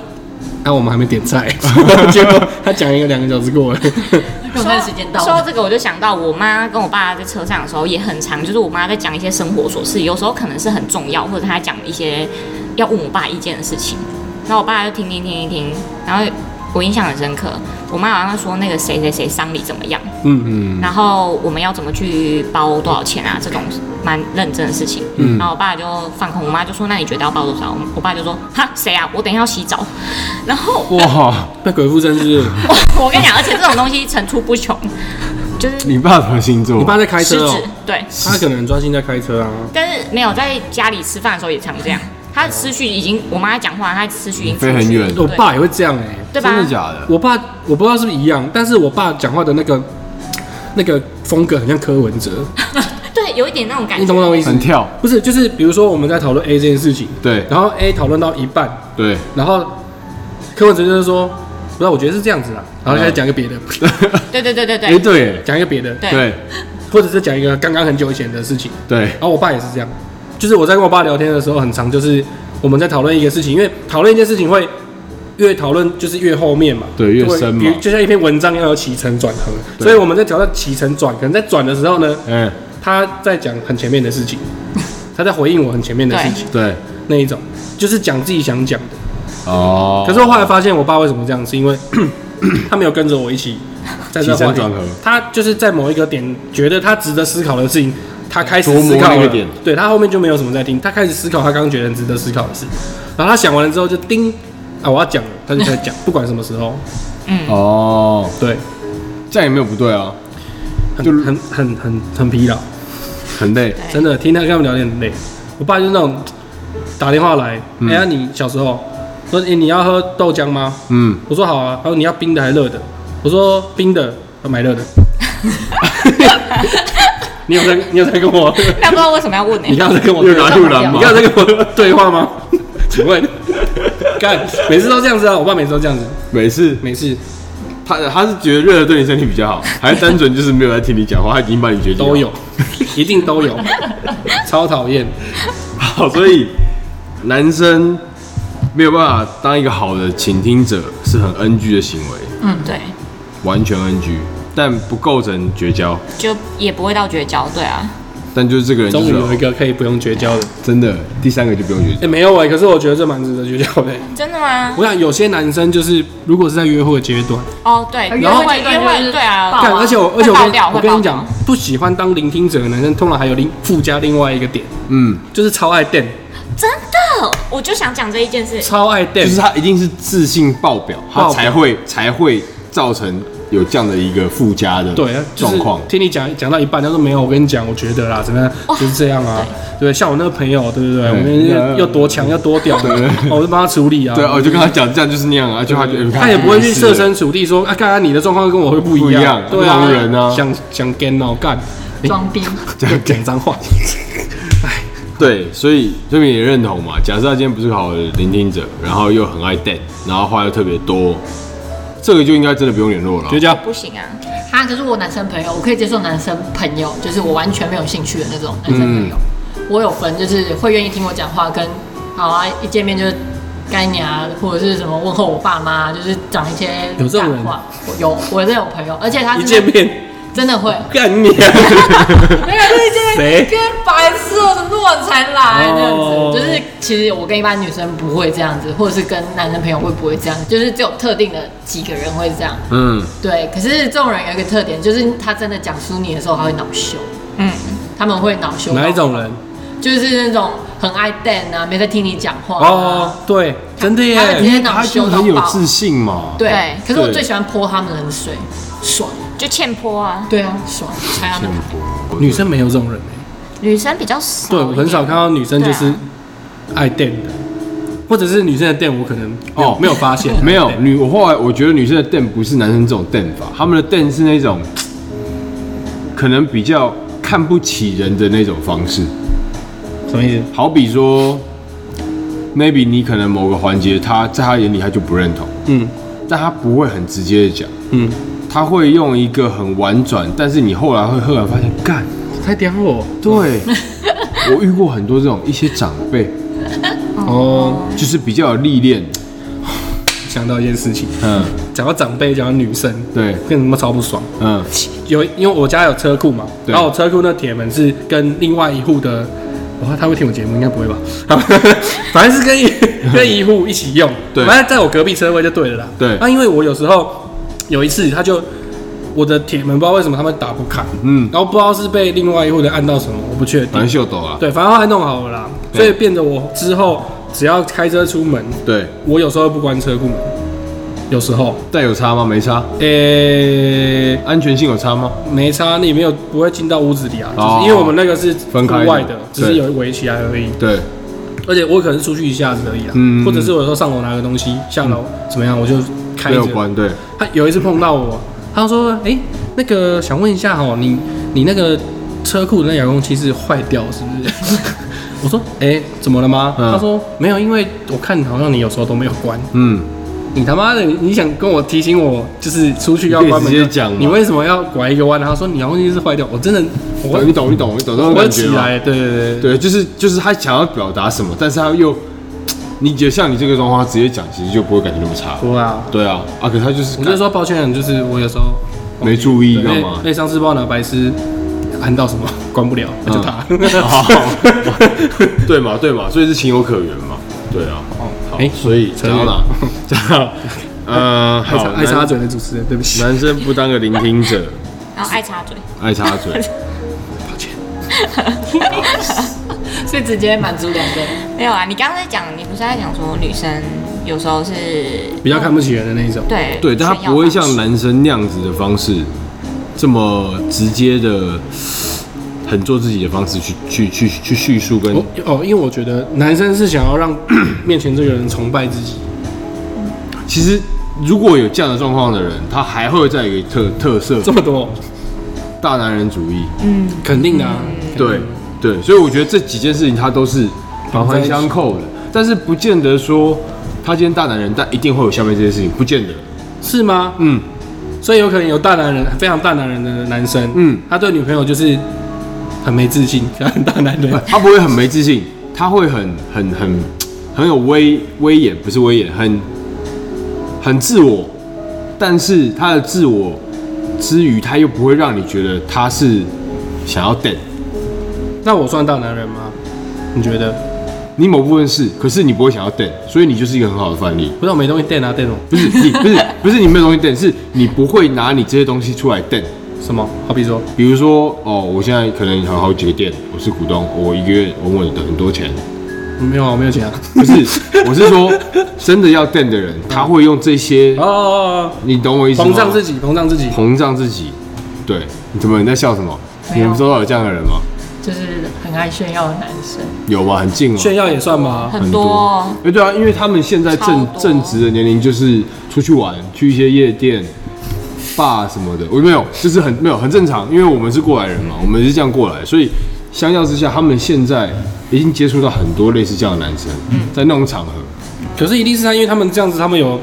Speaker 1: 那、我们还没点菜， [LAUGHS] 结果他讲一个两个小时过了，
Speaker 4: [LAUGHS]
Speaker 1: [LAUGHS]
Speaker 4: 用餐时间到
Speaker 3: 说到
Speaker 4: 了，
Speaker 3: 这个，我就想到我妈跟我爸在车上的时候也很长，就是我妈在讲一些生活琐事，有时候可能是很重要，或者她讲一些要问我爸意见的事情，然后我爸就听听听一听，然后我印象很深刻，我妈好像说那个谁谁谁丧礼怎么样，
Speaker 1: 嗯
Speaker 2: 嗯，
Speaker 3: 然后我们要怎么去包多少钱啊，这种蛮认真的事情，嗯，然后我爸就放空，我妈就说那你觉得要包多少？我爸就说哈谁啊，我等一下要洗澡，然后 [LAUGHS]
Speaker 2: 哇，
Speaker 1: 被鬼附身是不是？
Speaker 3: 我我跟你讲，而且这种东西层出不穷，就是。
Speaker 2: 你爸什么星座？
Speaker 1: 你爸在开
Speaker 3: 食
Speaker 1: 车哦、
Speaker 3: 指对，
Speaker 1: 他可能专心在开车啊。
Speaker 3: 但是没有在家里吃饭的时候也常
Speaker 1: [LAUGHS]
Speaker 3: 这样。他的思绪已经，我妈讲话，他的思绪已经出去
Speaker 2: 飞很远
Speaker 1: 我爸也会这样哎、
Speaker 3: 对吧？
Speaker 2: 真的假的？
Speaker 1: 我爸我不知道是不是一样，但是我爸讲话的那个那个风格很像柯文哲，
Speaker 3: [LAUGHS] 对，有一点那种感
Speaker 1: 你
Speaker 3: 觉
Speaker 1: 懂。不懂我意思
Speaker 2: 很？跳，
Speaker 1: 不是，就是比如说我们在讨论 A 这件事情，
Speaker 2: 对
Speaker 1: 然后 A 讨论到一半，
Speaker 2: 对， [LAUGHS]
Speaker 1: 然后柯文哲就是说，不知道，我觉得是这样子啦，然后再讲一个别的，
Speaker 3: 对对对对
Speaker 2: 哎
Speaker 3: 对
Speaker 2: 对耶，
Speaker 1: 讲一个别的，
Speaker 3: 对
Speaker 2: 对
Speaker 1: 或者是讲一个刚刚很久以前的事情。
Speaker 2: 对
Speaker 1: 然后我爸也是这样，就是我在跟我爸聊天的时候，很常就是我们在讨论一个事情，因为讨论一件事情会越讨论就是越后面嘛，
Speaker 2: 对越
Speaker 1: 就会
Speaker 2: 深嘛
Speaker 1: 比如就像一篇文章要有起承转合，
Speaker 2: 对
Speaker 1: 所以我们在调到起承转，可能在转的时候呢，
Speaker 2: 嗯，
Speaker 1: 他在讲很前面的事情，他在回应我很前面的事情
Speaker 2: 对，
Speaker 1: 那一种，就是讲自己想讲的。
Speaker 2: 哦，
Speaker 1: 可是我后来发现，我爸为什么这样，是因
Speaker 2: [COUGHS]
Speaker 1: 为他没有跟着我一起在这
Speaker 2: 起承
Speaker 1: 话题
Speaker 2: 转合
Speaker 1: 他就是在某一个点觉得他值得思考的事情，他开始
Speaker 2: 琢磨
Speaker 1: 思考
Speaker 2: 那个
Speaker 1: 了
Speaker 2: 点
Speaker 1: 对他后面就没有什么在听，他开始思考他刚刚觉得很值得思考的事，然后他想完了之后就叮啊我要讲了，他就开始
Speaker 2: [LAUGHS]
Speaker 1: 讲，不管什么时候，
Speaker 2: 哦，
Speaker 1: 对，
Speaker 2: 这样也没有不对啊，
Speaker 1: 很
Speaker 2: 就
Speaker 1: 很很很很疲劳，
Speaker 2: 很累，
Speaker 3: 对
Speaker 1: 真的听他跟他们聊天很累。我爸就是那种打电话来，哎、呀、你小时候说、哎你要喝豆浆吗？
Speaker 2: 嗯，
Speaker 1: 我说好啊，他说你要冰的还是热的？我说冰的，要买热的。 [LAUGHS] 你有在你有在跟我，
Speaker 3: 但不知道为什么要问呢、
Speaker 1: 你刚刚在跟我
Speaker 2: 又
Speaker 1: 对
Speaker 2: 来
Speaker 1: 话
Speaker 2: 又来
Speaker 1: 你
Speaker 2: 嘛
Speaker 1: 刚，刚在跟我对话吗？请问，干每次都这样子啊？我爸每次都这样子，
Speaker 2: 每次
Speaker 1: 每次
Speaker 2: 他他是觉得热的对你身体比较好，还是单纯就是没有在听你讲话，他已经把你决定好
Speaker 1: 都有，一定都有，超讨厌。
Speaker 2: 好，所以男生没有办法当一个好的倾听者是很 NG 的行为。
Speaker 3: 嗯对，
Speaker 2: 完全 NG，但不构成绝交，
Speaker 3: 就也不会到绝交，对啊，
Speaker 2: 但就是这个人就
Speaker 1: 终于
Speaker 2: 是
Speaker 1: 有一个可以不用绝交的。
Speaker 2: 真的第三个就不用绝交
Speaker 1: 哎、。没有哎、可是我觉得这蛮值得绝交的、
Speaker 3: 真的吗？
Speaker 1: 我想有些男生就是，如果是在约会阶段，
Speaker 3: 哦，对，
Speaker 4: 然后
Speaker 3: 约会约会，对啊，
Speaker 4: 好
Speaker 1: 干，
Speaker 4: 啊
Speaker 1: 而且我而且我
Speaker 3: 会爆
Speaker 1: 跟
Speaker 3: 掉
Speaker 1: 我
Speaker 3: 会爆
Speaker 1: 跟你
Speaker 3: 掉
Speaker 1: 讲，不喜欢当聆听者的男生，通常还有另附加另外一个点，
Speaker 2: 嗯，
Speaker 1: 就是超爱电，
Speaker 3: 真的，我就想讲这一件事， [LAUGHS]
Speaker 1: 超爱电
Speaker 2: 就是，他一定是自信爆表，他
Speaker 1: 爆表
Speaker 2: 才会才会造成有这样的一个附加的
Speaker 1: 对，啊就是
Speaker 2: 状况。
Speaker 1: 听你讲讲到一半，他说没有，我跟你讲，我觉得啦，怎么样，就是这样啊。对，像我那个朋友，对不
Speaker 2: 嗯
Speaker 1: 对？我们又多强又多
Speaker 2: [LAUGHS]
Speaker 1: 屌，哦我就帮他处理啊。
Speaker 2: 对，我就跟他讲，这样就是那样啊，就他就
Speaker 1: 他也不会去设
Speaker 2: 身。
Speaker 1: 身处地说啊，刚刚你的状况跟我会不一
Speaker 2: 不一样
Speaker 1: 对
Speaker 2: 不
Speaker 1: 啊，
Speaker 2: 同人啊
Speaker 1: 想想 g 哦，干，
Speaker 4: 装逼，
Speaker 1: 又讲脏
Speaker 2: [LAUGHS]
Speaker 1: 话，
Speaker 2: 对，所以这边也认同嘛。假设他今天不是个好的聆听者，然后又很爱 date，然后话又特别多，这个就应该真的不用联络了。
Speaker 1: 绝交。
Speaker 3: 不行啊，
Speaker 4: 哈，可是我男生朋友，我可以接受男生朋友，就是我完全没有兴趣的那种男生朋友。
Speaker 1: 嗯
Speaker 4: 我有分，就是会愿意听我讲话，跟好啊，一见面就是该你啊，或者是什么问候我爸妈，就是讲一些
Speaker 1: 有这种人
Speaker 4: 干话。我有，我这种朋友，而且他
Speaker 1: 一
Speaker 4: 是
Speaker 1: 见面
Speaker 4: 真
Speaker 1: [LAUGHS]
Speaker 4: 的会，
Speaker 1: 干
Speaker 2: [LAUGHS]
Speaker 1: 你啊！
Speaker 4: 没有，就是
Speaker 1: 谁
Speaker 4: 见面跟白痴哦，怎么那么晚才来这样子？
Speaker 1: 哦
Speaker 4: 就是其实我跟一般女生不会这样子，或者是跟男生朋友会不会这样？就是只有特定的几个人会这样。
Speaker 2: 嗯，
Speaker 4: 对，可是这种人有一个特点，就是他真的讲出你的时候，他会恼羞，
Speaker 3: 嗯，
Speaker 4: 他们会恼羞。
Speaker 1: 哪一？种人？
Speaker 4: 就是那种很爱 Dan 啊，没在听你讲话、啊。
Speaker 1: 哦，对，真的
Speaker 4: 他直接
Speaker 1: 耶。
Speaker 4: 恼
Speaker 2: 他就
Speaker 4: 羞
Speaker 2: 很有
Speaker 4: 到爆
Speaker 2: 自信嘛。
Speaker 4: 对，啊
Speaker 3: 对
Speaker 4: 可是我
Speaker 2: 对
Speaker 4: 最喜欢泼他们冷水，爽。
Speaker 3: 就欠坡啊，
Speaker 4: 对啊，爽，还有
Speaker 2: 羡
Speaker 4: 那
Speaker 2: 慕
Speaker 4: 个
Speaker 1: 女生没有这种人耶，欸
Speaker 3: 女生比较少，
Speaker 1: 对我很少看。到女生就是
Speaker 3: 对啊
Speaker 1: 爱电的，或者是女生的电我可能
Speaker 2: 哦
Speaker 1: 哦 [LAUGHS] 没有发现，
Speaker 2: [LAUGHS] 没有女，我后来我觉得女生的 date 不是男生这种 date 法，他们的 date 是那种可能比较看不起人的那种方式。
Speaker 1: 什么意思？
Speaker 2: 好比说，maybe 你可能某个环节，他在他眼里他就不认同，
Speaker 1: 嗯
Speaker 2: 但他不会很直接的讲，
Speaker 1: 嗯，
Speaker 2: 他会用一个很婉转，但是你后来会赫然发现，干，
Speaker 1: 太点我
Speaker 2: 对我遇过很多这种一些长辈，
Speaker 1: 哦，
Speaker 2: 就是比较有历练，
Speaker 1: 想到一件事情，
Speaker 2: 嗯，
Speaker 1: 讲到长辈，讲到女生，
Speaker 2: 对，
Speaker 1: 跟你们超不爽。
Speaker 2: 嗯，
Speaker 1: 有，因为我家有车库嘛，
Speaker 2: 对
Speaker 1: 然后我车库那铁门是跟另外一户的，哇，他会听我节目应该不会吧？反正是
Speaker 2: [LAUGHS]
Speaker 1: 跟一跟一户一起用，
Speaker 2: 对
Speaker 1: 反正在我隔壁车位就对了啦。
Speaker 2: 对
Speaker 1: 那、因为我有时候有一次，他就我的铁门不知道为什么他们打不开，
Speaker 2: 嗯，
Speaker 1: 然后不知道是被另外一户的按到什么，我不确
Speaker 2: 反正
Speaker 1: 定。
Speaker 2: 秀啊抖了，
Speaker 1: 对，反正他弄好了啦，
Speaker 2: 对
Speaker 1: 所以变得我之后只要开车出门，
Speaker 2: 对，
Speaker 1: 我有时候不关车库门，有时候，
Speaker 2: 但有差吗？没差，
Speaker 1: 诶、
Speaker 2: 安全性有差吗？
Speaker 1: 没差，你没有不会进到屋子里啊，
Speaker 2: 哦
Speaker 1: 就是因为我们那个是
Speaker 2: 分开的
Speaker 1: 户外的，只是
Speaker 2: 对
Speaker 1: 有围起来而已。
Speaker 2: 对，
Speaker 1: 而且我可能是出去一下子而已
Speaker 2: 嗯
Speaker 1: 啊，或者是我有时候上楼拿个东西，下楼怎么样，我就开
Speaker 2: 没有
Speaker 1: 着。
Speaker 2: 关，对，
Speaker 1: 他有一次碰到我，他说：“哎，那个想问一下哦，你你那个车库的那遥控器是坏掉是不是？”
Speaker 2: [LAUGHS]
Speaker 1: 我说：“哎，怎么了吗？”
Speaker 2: 嗯
Speaker 1: 他说：“没有，因为我看好像你有时候都没有关。”
Speaker 2: 嗯，
Speaker 1: 你他妈的，你你想跟我提醒我，就是出去要关门
Speaker 2: 你可以
Speaker 1: 的，
Speaker 2: 直接讲嘛
Speaker 1: 你为什么要拐一个弯？然后说你遥控器是坏掉，我真的，我
Speaker 2: 你懂，你懂，你懂这种
Speaker 1: 我
Speaker 2: 感觉
Speaker 1: 起
Speaker 2: 吗？
Speaker 1: 来，对对对，
Speaker 2: 对，就是就是他想要表达什么，但是他又，你觉得像你这个状况，他直接讲，其实就不会感觉那么差。
Speaker 1: 不会啊，
Speaker 2: 对啊，啊，可是他就是
Speaker 1: 我就说抱歉，就是我有时候
Speaker 2: 没注意，
Speaker 1: 对
Speaker 2: 知道
Speaker 1: 因为
Speaker 2: 吗
Speaker 1: 因？为上次不知道哪白痴按到什么 [LAUGHS] 关不了，
Speaker 2: 啊
Speaker 1: 那就他。
Speaker 2: [LAUGHS] 好，哦
Speaker 1: [LAUGHS]
Speaker 2: 对嘛，对嘛，所以是情有可原嘛。对啊，
Speaker 1: [LAUGHS]
Speaker 2: 好，
Speaker 1: 哎
Speaker 2: 所以
Speaker 1: 扯
Speaker 2: 讲到
Speaker 1: 远 [LAUGHS]
Speaker 2: 哪？讲到 [LAUGHS]
Speaker 1: 爱
Speaker 2: 呃，好
Speaker 1: 插，爱
Speaker 2: 男
Speaker 1: 插嘴的主持人，对不起。
Speaker 2: [LAUGHS] 男生不当个聆听者，
Speaker 1: [LAUGHS]
Speaker 3: 然后爱插嘴，
Speaker 2: 爱插嘴，
Speaker 4: 所以直接满足两个人。
Speaker 3: 没有啊？你刚刚在讲，你不是在讲说女生有时候是
Speaker 1: 比较看不起人的那一种，
Speaker 3: 对
Speaker 2: 对，但他不会像男生那样子的方式，这么直接的， [SNIFFS] 很做自己的方式去去去去叙述跟
Speaker 1: 我哦，因为我觉得男生是想要让 [COUGHS] 面前这个人崇拜自己，
Speaker 2: 其实如果有这样的状况的人，他还会再有一个特特色，
Speaker 1: 这么多，
Speaker 2: 大男人主义。
Speaker 1: 肯定的啊，
Speaker 2: 对对，所以我觉得这几件事情它都是环环相扣的，但是不见得说他今天大男人，但一定会有下面这些事情，不见得。
Speaker 1: 是吗？
Speaker 2: 嗯，
Speaker 1: 所以有可能有大男人，非常大男人的男生，
Speaker 2: 嗯
Speaker 1: 嗯，他对女朋友就是很没自信， [LAUGHS] 很大男人，
Speaker 2: 他不会很没自信，他会很很很很有威威严，不是威严，很很自我，但是他的自我之余，他又不会让你觉得他是想要 date
Speaker 1: 那我算大男人吗？你觉得？
Speaker 2: 你某部分是，可是你不会想要 date，所以你就是一个很好的范例。
Speaker 1: 不是我没东西电啊电哦，
Speaker 2: 不是你，不是不是你没有东西 date，是你不会拿你这些东西出来 date。
Speaker 1: 什么？好比说，
Speaker 2: 比如说，哦，我现在可能有好几个店，我是股东，我一个月稳稳的很多钱。
Speaker 1: 没有啊，我没有钱啊。
Speaker 2: 不是，我是说，真的要 date 的人，他会用这些，
Speaker 1: 哦哦
Speaker 2: 你懂我意
Speaker 1: 哦，
Speaker 2: 思吗？
Speaker 1: 膨胀自己，膨胀自己。
Speaker 2: 膨胀自己。对，你怎么你在笑什么？
Speaker 4: 没
Speaker 2: 你
Speaker 4: 有
Speaker 2: 们周遭有这样的人吗？
Speaker 4: 就是很爱炫耀的男生。
Speaker 2: 有吗？很近哦。
Speaker 1: 炫耀也算吗？
Speaker 3: 很多哦，
Speaker 2: 哎，对啊，因为他们现在正
Speaker 3: 超多
Speaker 2: 正值的年龄就是出去玩，去一些夜店、吧什么的。我没有，就是很没有很正常，因为我们是过来人嘛，我们是这样过来，所以相较之下，他们现在已经接触到很多类似这样的男生，在那种场合，
Speaker 1: 可是一定是他，因为他们这样子，他们有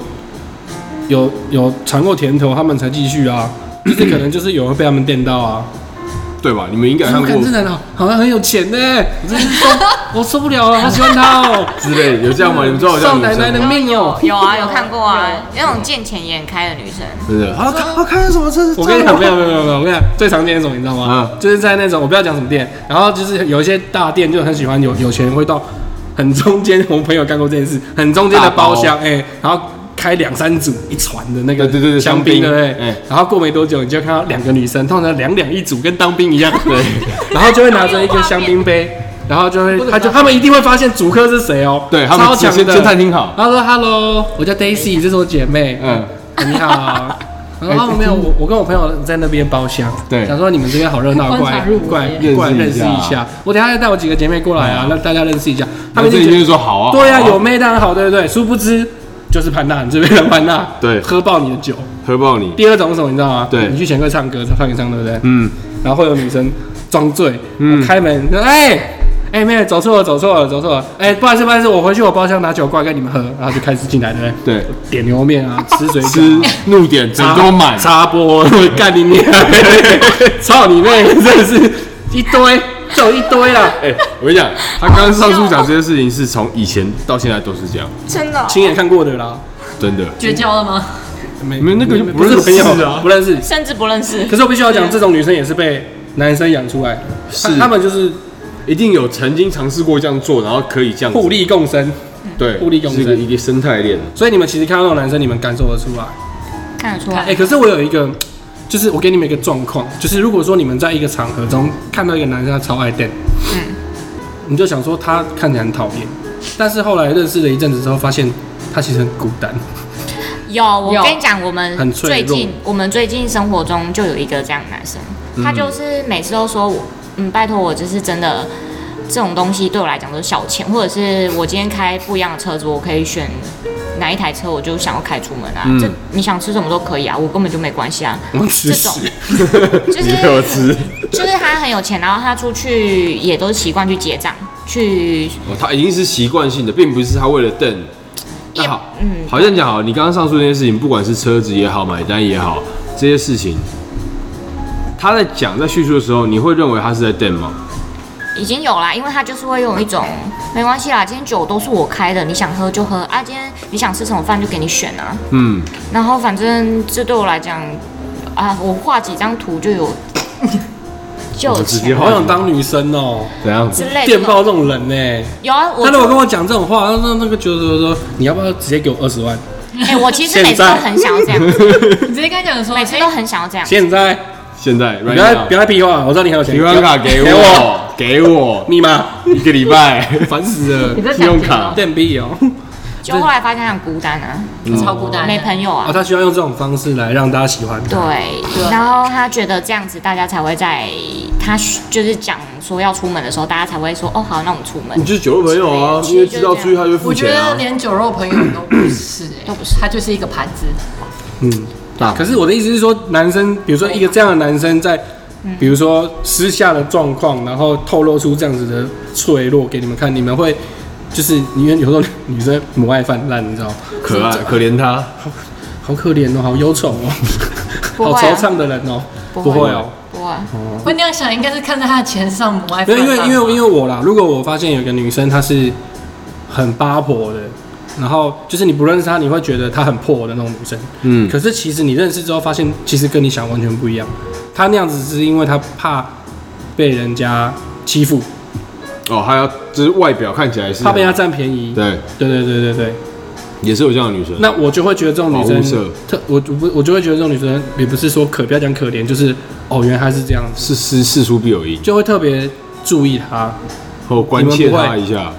Speaker 1: 有有尝过甜头，他们才继续啊。就是可能就是有人被他们电到啊。
Speaker 2: 对吧？你们应该看
Speaker 1: 他们看
Speaker 2: 过
Speaker 1: 这男的好像很有钱呢，我真是受我受不了了，好喜欢他哦。
Speaker 2: 之类的，有这样吗？你们知道有这样
Speaker 1: 少
Speaker 2: 的
Speaker 1: 奶
Speaker 2: 女
Speaker 1: 奶
Speaker 2: 生
Speaker 1: 的
Speaker 2: 吗？
Speaker 1: 命哦。
Speaker 3: 有啊，有看过
Speaker 2: [LAUGHS]
Speaker 3: 啊，那种见钱眼开的女生，
Speaker 2: 真的，好看，好看什么车？
Speaker 1: 我跟你讲，没有没有没有没有，我跟你讲，最常见的是什么，你知道吗？
Speaker 2: 嗯
Speaker 1: 就是在那种我不要讲什么店，然后就是有一些大店就很喜欢有有钱人会到很中间，我朋友干过这件事，很中间的包厢，哎、然后开两三组一船的那个
Speaker 2: 对对对对
Speaker 1: 香
Speaker 2: 香槟
Speaker 1: 槟，对不对？
Speaker 2: 哎
Speaker 1: 然后过没多久，你就看到两个女生，通常两两一组，跟当兵一
Speaker 2: [LAUGHS]
Speaker 1: 样，对，然后就会拿着一个香槟杯。然后就会，他就他们一定会发现主客是谁哦，
Speaker 2: 对他们
Speaker 1: 超强
Speaker 2: 先
Speaker 1: 的
Speaker 2: 先探听好
Speaker 1: 然后说 “Hello，我叫 Daisy，这是我姐妹。”嗯
Speaker 2: 嗯，
Speaker 1: 你
Speaker 2: [LAUGHS] 哎
Speaker 1: 好。然后没有，我我跟我朋友在那边包厢，
Speaker 2: 对
Speaker 1: 想说你们这边好热闹，过来
Speaker 4: 观察入微
Speaker 1: 过来
Speaker 4: 认
Speaker 2: 识一
Speaker 1: 过来认识
Speaker 2: 下
Speaker 1: 一下。我等一下再带我几个姐妹过来啊，让大家认识一下。他
Speaker 2: 他们
Speaker 1: 们就
Speaker 2: 这里
Speaker 1: 觉
Speaker 2: 面
Speaker 1: 得，
Speaker 2: 说好啊，
Speaker 1: 对呀，
Speaker 2: 好
Speaker 1: 有妹当然好，对不对？殊不知就是潘娜，你这边的潘娜，
Speaker 2: 对
Speaker 1: 喝爆你的酒。
Speaker 2: 喝爆你，
Speaker 1: 第二种是什么，你知道吗？
Speaker 2: 对
Speaker 1: 你去前柜唱歌，唱一唱，对不对？
Speaker 2: 嗯，
Speaker 1: 然后会有女生装醉，
Speaker 2: 嗯
Speaker 1: 开门，说哎哎妹，走错了，走错了，走错了，哎，不好意思，不好意思，我回去我包厢拿酒过来跟你们喝，然后就开始进来，对不对？
Speaker 2: 对，
Speaker 1: 点牛肉面啊，吃水
Speaker 2: 吃
Speaker 1: 饺啊、
Speaker 2: 怒点整
Speaker 1: 插
Speaker 2: 都满，
Speaker 1: 插播，我干你娘！啊 [LAUGHS] 操你妹！真的是一堆，就一堆啦。
Speaker 2: 哎、我跟你讲，他刚刚上述讲这件事情是从以前到现在都是这样，
Speaker 3: 真的哦
Speaker 1: 亲眼看过的啦，
Speaker 2: 真的。
Speaker 4: 绝交了吗？
Speaker 1: 没
Speaker 2: 没那个就不
Speaker 1: 不是朋
Speaker 2: 认识
Speaker 1: 友
Speaker 2: 啊
Speaker 1: 不认识。
Speaker 3: 甚至不认识，
Speaker 1: 可是我必须要讲，这种女生也是被男生养出来的，
Speaker 2: 是
Speaker 1: 她她们就是
Speaker 2: 一定有曾经尝试过这样做，然后可以这样子
Speaker 1: 互利共生，
Speaker 2: 对
Speaker 1: 互利共生
Speaker 2: 是一个一个生态链。
Speaker 1: 所以你们其实看到那种男生，你们感受得出来。
Speaker 3: 看得出
Speaker 1: [LAUGHS] 哎、
Speaker 3: 来，
Speaker 1: 可是我有一个，就是我给你们一个状况，就是如果说你们在一个场合中看到一个男生他超爱 d
Speaker 3: 嗯
Speaker 1: 你就想说他看起来很讨厌，但是后来认识了一阵子之后，发现他其实很孤单。
Speaker 3: 有，我
Speaker 4: 有
Speaker 3: 跟你讲，我
Speaker 1: 很
Speaker 3: 们
Speaker 1: 脆
Speaker 3: 最
Speaker 1: 弱
Speaker 3: 近我们最近生活中就有一个这样的男生，
Speaker 2: 嗯
Speaker 3: 他就是每次都说我，嗯，拜托我，就是真的这种东西对我来讲都是小钱，或者是我今天开不一样的车子，我可以选哪一台车，我就想要开出门啊，
Speaker 2: 嗯
Speaker 3: 这你想吃什么都可以啊，我根本就没关系啊，
Speaker 1: 我们吃
Speaker 3: 这种
Speaker 1: 屎，
Speaker 3: 就是
Speaker 2: 你给我吃，
Speaker 3: 就是他很有钱，然后他出去也都习惯去结账，去
Speaker 2: 哦他已经是习惯性的，并不是他为了瞪。那
Speaker 3: 也
Speaker 2: 好，
Speaker 3: 嗯
Speaker 2: 好像讲好，你刚刚上述那些事情，不管是车子也好，买单也好，这些事情，他在讲在叙述的时候，你会认为他是在瞪吗？
Speaker 3: 已经有啦，因为他就是会用一种没关系啦，今天酒都是我开的，你想喝就喝啊，今天你想吃什么饭就给你选啊。
Speaker 2: 嗯，
Speaker 3: 然后反正这对我来讲，啊，我画几张图就
Speaker 1: [LAUGHS]
Speaker 3: 有就
Speaker 2: 我
Speaker 3: 有
Speaker 2: 直接
Speaker 1: [LAUGHS]
Speaker 3: 钱
Speaker 1: 好想当女生哦、
Speaker 2: 怎样子？
Speaker 3: 之类
Speaker 1: 电
Speaker 3: 的。
Speaker 1: 报这种人呢、
Speaker 3: 有啊，我
Speaker 1: 他如果跟我讲这种话，他说那个九九说你要不要直接给我二十万？
Speaker 3: 哎、我其实
Speaker 1: 现
Speaker 3: 每次都
Speaker 1: 在
Speaker 3: 很想要这样
Speaker 1: [LAUGHS]
Speaker 3: 子，
Speaker 4: 你直接跟他讲说，哎
Speaker 3: 每次都很想要这样。
Speaker 1: 现在
Speaker 2: 现在
Speaker 1: 你
Speaker 2: right
Speaker 1: 不要
Speaker 2: now，
Speaker 1: 不要再屁话，我知道你很有钱。
Speaker 2: 提款卡给
Speaker 1: 给我
Speaker 2: 我，给我
Speaker 1: 密码， [LAUGHS]
Speaker 2: 一个礼拜，
Speaker 1: 烦死了
Speaker 4: 你。在
Speaker 2: 信
Speaker 4: 讲
Speaker 2: 用
Speaker 4: 什
Speaker 2: 卡
Speaker 4: 么？
Speaker 1: 电币哦，
Speaker 3: 就后来发现他很孤单啊，
Speaker 4: 超孤单的，
Speaker 3: 没朋友啊
Speaker 1: 哦，。他需要用这种方式来让大家喜欢他。
Speaker 3: 对，
Speaker 4: 对
Speaker 3: 然后他觉得这样子大家才会在他就是讲说要出门的时候，大家才会说哦好，那我们出门
Speaker 2: 你。就是酒肉朋友啊，因为知道出去他就会付
Speaker 4: 我觉
Speaker 2: 钱
Speaker 4: 得
Speaker 2: 啊。
Speaker 4: 连酒肉朋友都不是、哎，
Speaker 3: 都不是
Speaker 4: 他就是一个盘子。
Speaker 1: 嗯，
Speaker 2: 大
Speaker 1: 可是我的意思是说，男生，比如说一个这样的男生在，比如说私下的状况，然后透露出这样子的脆弱给你们看，你们会就是因为有时候女生母爱泛滥，你知道吗？
Speaker 2: 可爱，可怜他，
Speaker 1: 好可怜哦，好忧愁哦，
Speaker 3: 不会
Speaker 1: 好
Speaker 3: 啊
Speaker 1: 惆�怅的人哦，
Speaker 3: 不
Speaker 1: 不
Speaker 3: 会啊
Speaker 1: 会哦。
Speaker 3: 不会，
Speaker 4: 我那样想，应该是看在他的钱上母爱
Speaker 1: [LAUGHS]
Speaker 2: [LAUGHS]
Speaker 4: 泛
Speaker 1: 没有，
Speaker 4: 滥。
Speaker 1: 因为因为因为我啦，如果我发现有一个女生她是很八婆的，然后就是你不认识她，你会觉得她很破的那种女生。
Speaker 2: 嗯
Speaker 1: 可是其实你认识之后，发现其实跟你想完全不一样。她那样子是因为她怕被人家欺负，
Speaker 2: 哦，还有就是外表看起来是
Speaker 1: 怕被人家占便宜。
Speaker 2: 对，
Speaker 1: 对对对对对。
Speaker 2: 也是有这样的女生。
Speaker 1: 那我就会觉得这种女
Speaker 2: 保护色
Speaker 1: 生特，我我不我就会觉得这种女生也不是说可不要讲可怜，就是哦，原来她是这样子，
Speaker 2: 是是事出必有因，
Speaker 1: 就会特别注意她。
Speaker 2: 我关切她一下。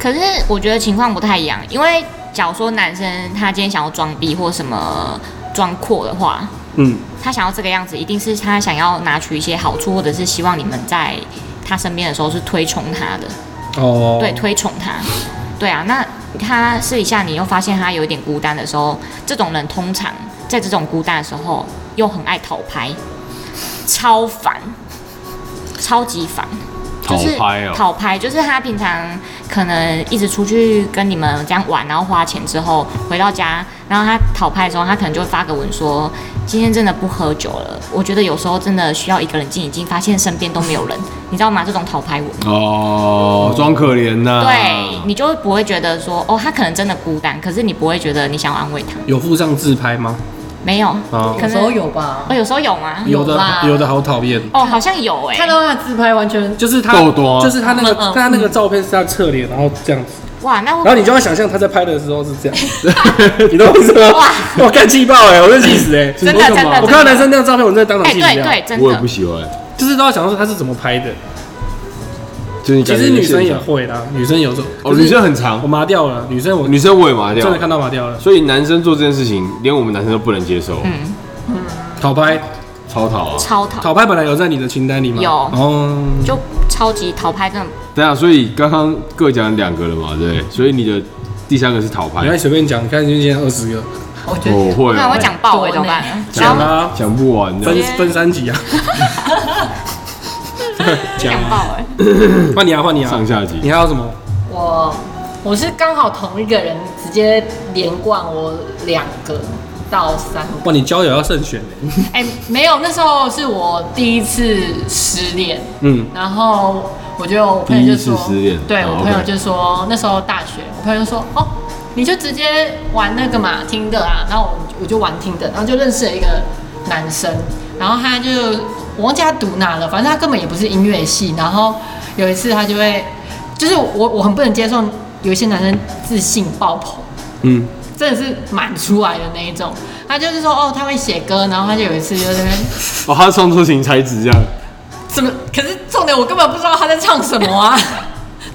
Speaker 3: 可是我觉得情况不太一样，因为假如说男生他今天想要装逼或什么装阔的话，
Speaker 1: 嗯，
Speaker 3: 他想要这个样子，一定是他想要拿取一些好处，或者是希望你们在他身边的时候是推崇他的，
Speaker 1: 哦，
Speaker 3: 对，推崇他，对啊。那他私底下你又发现他有一点孤单的时候，这种人通常在这种孤单的时候又很爱讨拍，超烦，超级烦。就是
Speaker 2: 讨拍哦
Speaker 3: 讨拍就是他平常可能一直出去跟你们这样玩，然后花钱之后回到家，然后他讨拍的时候，他可能就会发个文说，今天真的不喝酒了。我觉得有时候真的需要一个人静一静，发现身边都没有人，你知道吗？这种讨拍文，
Speaker 2: 哦，装可怜
Speaker 1: 嗯
Speaker 2: 呐、
Speaker 3: 对你就会不会觉得说，哦，他可能真的孤单，可是你不会觉得你想要安慰他，
Speaker 1: 有附上自拍吗？
Speaker 3: 没有，
Speaker 1: 啊，
Speaker 3: 可
Speaker 4: 有
Speaker 3: 能
Speaker 4: 时候有吧
Speaker 3: 哦，。有时候有吗？
Speaker 1: 有的
Speaker 4: 有啦
Speaker 1: 有的好讨厌，
Speaker 3: 哦，好像有哎、
Speaker 4: 看到他的自拍，完全
Speaker 1: 就是他
Speaker 2: 够多啊
Speaker 1: 就是他那个
Speaker 4: 嗯嗯
Speaker 1: 他那个照片是他侧脸，然后这样子，
Speaker 3: 哇，那会
Speaker 1: 然
Speaker 3: 不会
Speaker 1: 后你就会想象他在拍的时候是这样，
Speaker 2: [LAUGHS]
Speaker 1: 你懂我意思吗
Speaker 3: 哇？
Speaker 1: 我干气爆哎，我就气死哎！
Speaker 3: 真的真的，
Speaker 1: 我看到男生那张照片，我真的当场
Speaker 3: 哎、
Speaker 1: 气死
Speaker 3: 对
Speaker 1: 掉，
Speaker 3: 对，真
Speaker 2: 我也
Speaker 3: 的
Speaker 2: 不，喜欢。
Speaker 1: 就是都要想说他是怎么拍的。
Speaker 2: 就是你
Speaker 1: 其
Speaker 2: 感觉
Speaker 1: 实女
Speaker 2: 现
Speaker 1: 生也
Speaker 2: 场
Speaker 1: 会啦，女生有时候
Speaker 2: 哦，女生很长
Speaker 1: 我，麻掉了，女生我
Speaker 2: 女生我也麻掉
Speaker 1: 真的看到麻掉了，
Speaker 2: 所以男生做这件事情，连我们男生都不能接受，
Speaker 3: 嗯，
Speaker 1: 讨拍
Speaker 2: 超讨啊！
Speaker 3: 超讨。
Speaker 1: 讨拍本来有在你的清单里吗？
Speaker 3: 哦有
Speaker 1: 哦，
Speaker 3: 就超级淘拍，真的
Speaker 2: 对啊，所以刚刚各讲两个了嘛，对，所以你的第三个是讨
Speaker 1: 你来
Speaker 2: 拍，
Speaker 1: 随便讲，你看今天二十个，
Speaker 4: 我觉
Speaker 2: 我
Speaker 4: 得
Speaker 3: 不
Speaker 2: 会
Speaker 3: 然
Speaker 2: 啊
Speaker 3: 我讲爆哎、
Speaker 4: 多
Speaker 3: 怎么办
Speaker 4: 呢？
Speaker 1: 讲啊
Speaker 3: 然后
Speaker 1: 啦，
Speaker 2: 讲不完的
Speaker 1: 分
Speaker 3: 直接
Speaker 1: 分三集啊，讲
Speaker 3: [LAUGHS] 讲
Speaker 1: 啊，
Speaker 3: 爆哎、
Speaker 1: [LAUGHS] 换你啊，换你啊，
Speaker 2: 上下集
Speaker 1: 你还有什么？
Speaker 4: 我我是刚好同一个人直接连贯我两个到三个。
Speaker 1: 哇，你交友要慎选欸
Speaker 4: 哎、没有，那时候是我第一次失恋，
Speaker 1: 嗯，
Speaker 4: 然后我就我朋友就
Speaker 2: 第
Speaker 4: 说，
Speaker 2: 一次失恋
Speaker 4: 对
Speaker 2: 哦
Speaker 4: 我朋友
Speaker 2: OK
Speaker 4: 就说那时候大学，我朋友就说哦，你就直接玩那个嘛听的啊，然后我我就玩听的，然后就认识了一个男生，然后他就我忘记他读哪了，反正他根本也不是音乐系，然后有一次他就会，就是我我很不能接受有一些男生自信爆棚。
Speaker 1: 嗯，
Speaker 4: 真的是满出来的那一种，他就是说哦，他会写歌，然后他就有一次就在那边
Speaker 2: 哦，他是创作型才子这样，
Speaker 4: 什么？可是重点我根本不知道他在唱什
Speaker 1: [LAUGHS]
Speaker 4: 么啊，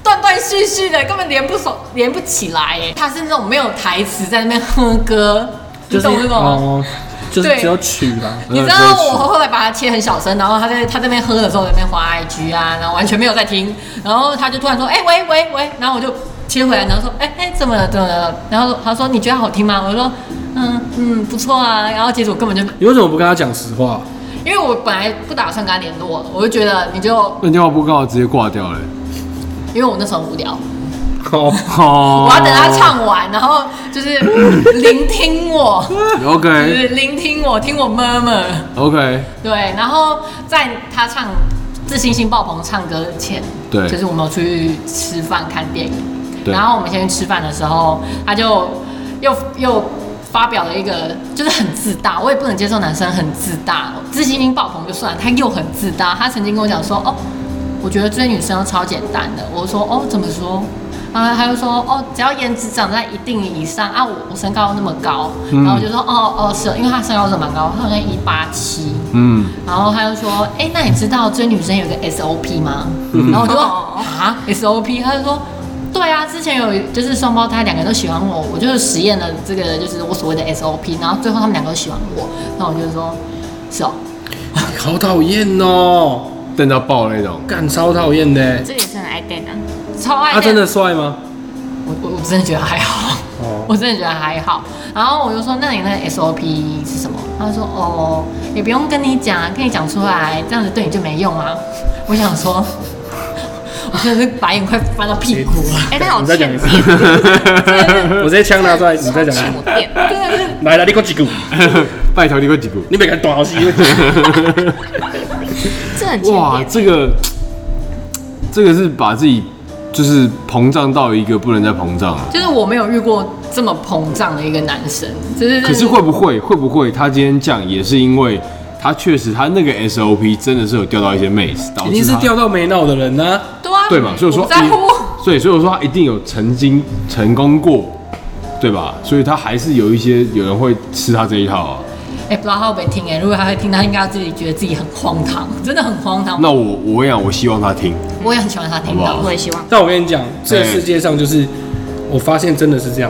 Speaker 4: 断断续续的，根本连不熟，连不起来耶。他是那种没有台词在那边哼歌，你懂那种吗？
Speaker 1: 哦，就是
Speaker 4: 对
Speaker 1: 只有曲啦，
Speaker 4: 你知道我后来把它切很小声，然后他在他这边喝的时候，在那边滑 IG 啊，然后完全没有在听，然后他就突然说：“哎、喂喂喂！”然后我就切回来，然后说：“哎、哎、怎么了怎么了？”然后他说：“你觉得好听吗？”我就说：“嗯嗯，不错啊。”然后接着我根本就
Speaker 1: 你为什么不跟他讲实话？
Speaker 4: 因为我本来不打算跟他联络，我就觉得你就
Speaker 2: 那电话不刚好直接挂掉了。
Speaker 4: 因为我那时候很无聊，
Speaker 1: 哦，
Speaker 2: 哦
Speaker 4: 我要等他。唱完，然后就是 [COUGHS] 聆听我，就
Speaker 2: 哦 OK
Speaker 4: 是聆听我，听我 murmur。
Speaker 2: OK，
Speaker 4: 对，然后在他唱自信心爆棚唱歌前，
Speaker 2: 对
Speaker 4: 就是我们有出去吃饭看电影，
Speaker 2: 对
Speaker 4: 然后我们先去吃饭的时候，他就又又发表了一个，就是很自大，我也不能接受男生很自大，自信心爆棚就算了，他又很自大。他曾经跟我讲说，哦，我觉得追女生都超简单的。我说，哦，怎么说？然后他就说，哦，只要颜值长在一定以上啊，我我身高那么高，
Speaker 2: 嗯
Speaker 4: 然后我就说，哦哦是，因为他身高真的蛮高，他好像一八七，
Speaker 2: 嗯，
Speaker 4: 然后他就说：“哎、那你知道追女生有个 SOP 吗？”
Speaker 1: 嗯
Speaker 4: 然后我就说：“啊，SOP？” 他就说：“对啊，之前有就是双胞胎两个人都喜欢我，我就是实验了这个就是我所谓的 SOP，然后最后他们两个都喜欢我，那我就说：是哦，
Speaker 1: [LAUGHS] 好讨厌哦，
Speaker 2: 瞪到爆那 [LAUGHS] 种。
Speaker 1: 干超讨厌的。
Speaker 3: 这也是很爱 d 啊。
Speaker 4: 超爱
Speaker 1: 他真的帅吗？
Speaker 4: 我我我真的觉得还好，
Speaker 1: 哦
Speaker 4: [LAUGHS] 我真的觉得还好。然后我就说，那你那个 SOP 是什么？他说，哦，也不用跟你讲啊，跟你讲出来，这样子对你就没用啊。我想说， [LAUGHS] 我真的是白眼快翻到屁股了，
Speaker 3: 哎、他好
Speaker 1: 你再
Speaker 3: 欠
Speaker 1: 讲一
Speaker 3: 电，
Speaker 1: 次，
Speaker 4: 真
Speaker 1: [LAUGHS] 我直接枪拿出来，你再
Speaker 3: 好
Speaker 1: 讲一
Speaker 3: 欠我
Speaker 1: 次。
Speaker 3: 电。
Speaker 4: 的是
Speaker 1: 来来，你给我几个，
Speaker 2: 拜托你给我几股。
Speaker 1: 你别敢短好 [LAUGHS] 戏。
Speaker 3: 这很欠
Speaker 2: 哇，
Speaker 3: 电。
Speaker 2: 这个这个是把自己就是膨胀到一个不能再膨胀了。
Speaker 4: 就是我没有遇过这么膨胀的一个男生，就是
Speaker 2: 可是会不会会不会他今天降也是因为他确实他那个 SOP 真的是有钓到一些妹子，导
Speaker 1: 肯
Speaker 2: 致
Speaker 1: 定是
Speaker 2: 他
Speaker 1: 钓到没脑的人呢、
Speaker 4: 对啊，
Speaker 2: 对嘛？所以我说
Speaker 4: 我不在乎，
Speaker 2: 一对，所以我说他一定有曾经成功过，对吧？所以他还是有一些有人会吃他这一套啊。
Speaker 4: 哎、不知道他会不会听哎、如果他会听，他应该自己觉得自己很荒唐，真的很荒唐。
Speaker 2: 那我我跟你讲，我希望他听，
Speaker 4: 我也很喜欢他听
Speaker 2: 好不
Speaker 4: 到
Speaker 2: 好，
Speaker 3: 我也希望。
Speaker 1: 但我跟你讲，这个世界上就是我发现真的是这样，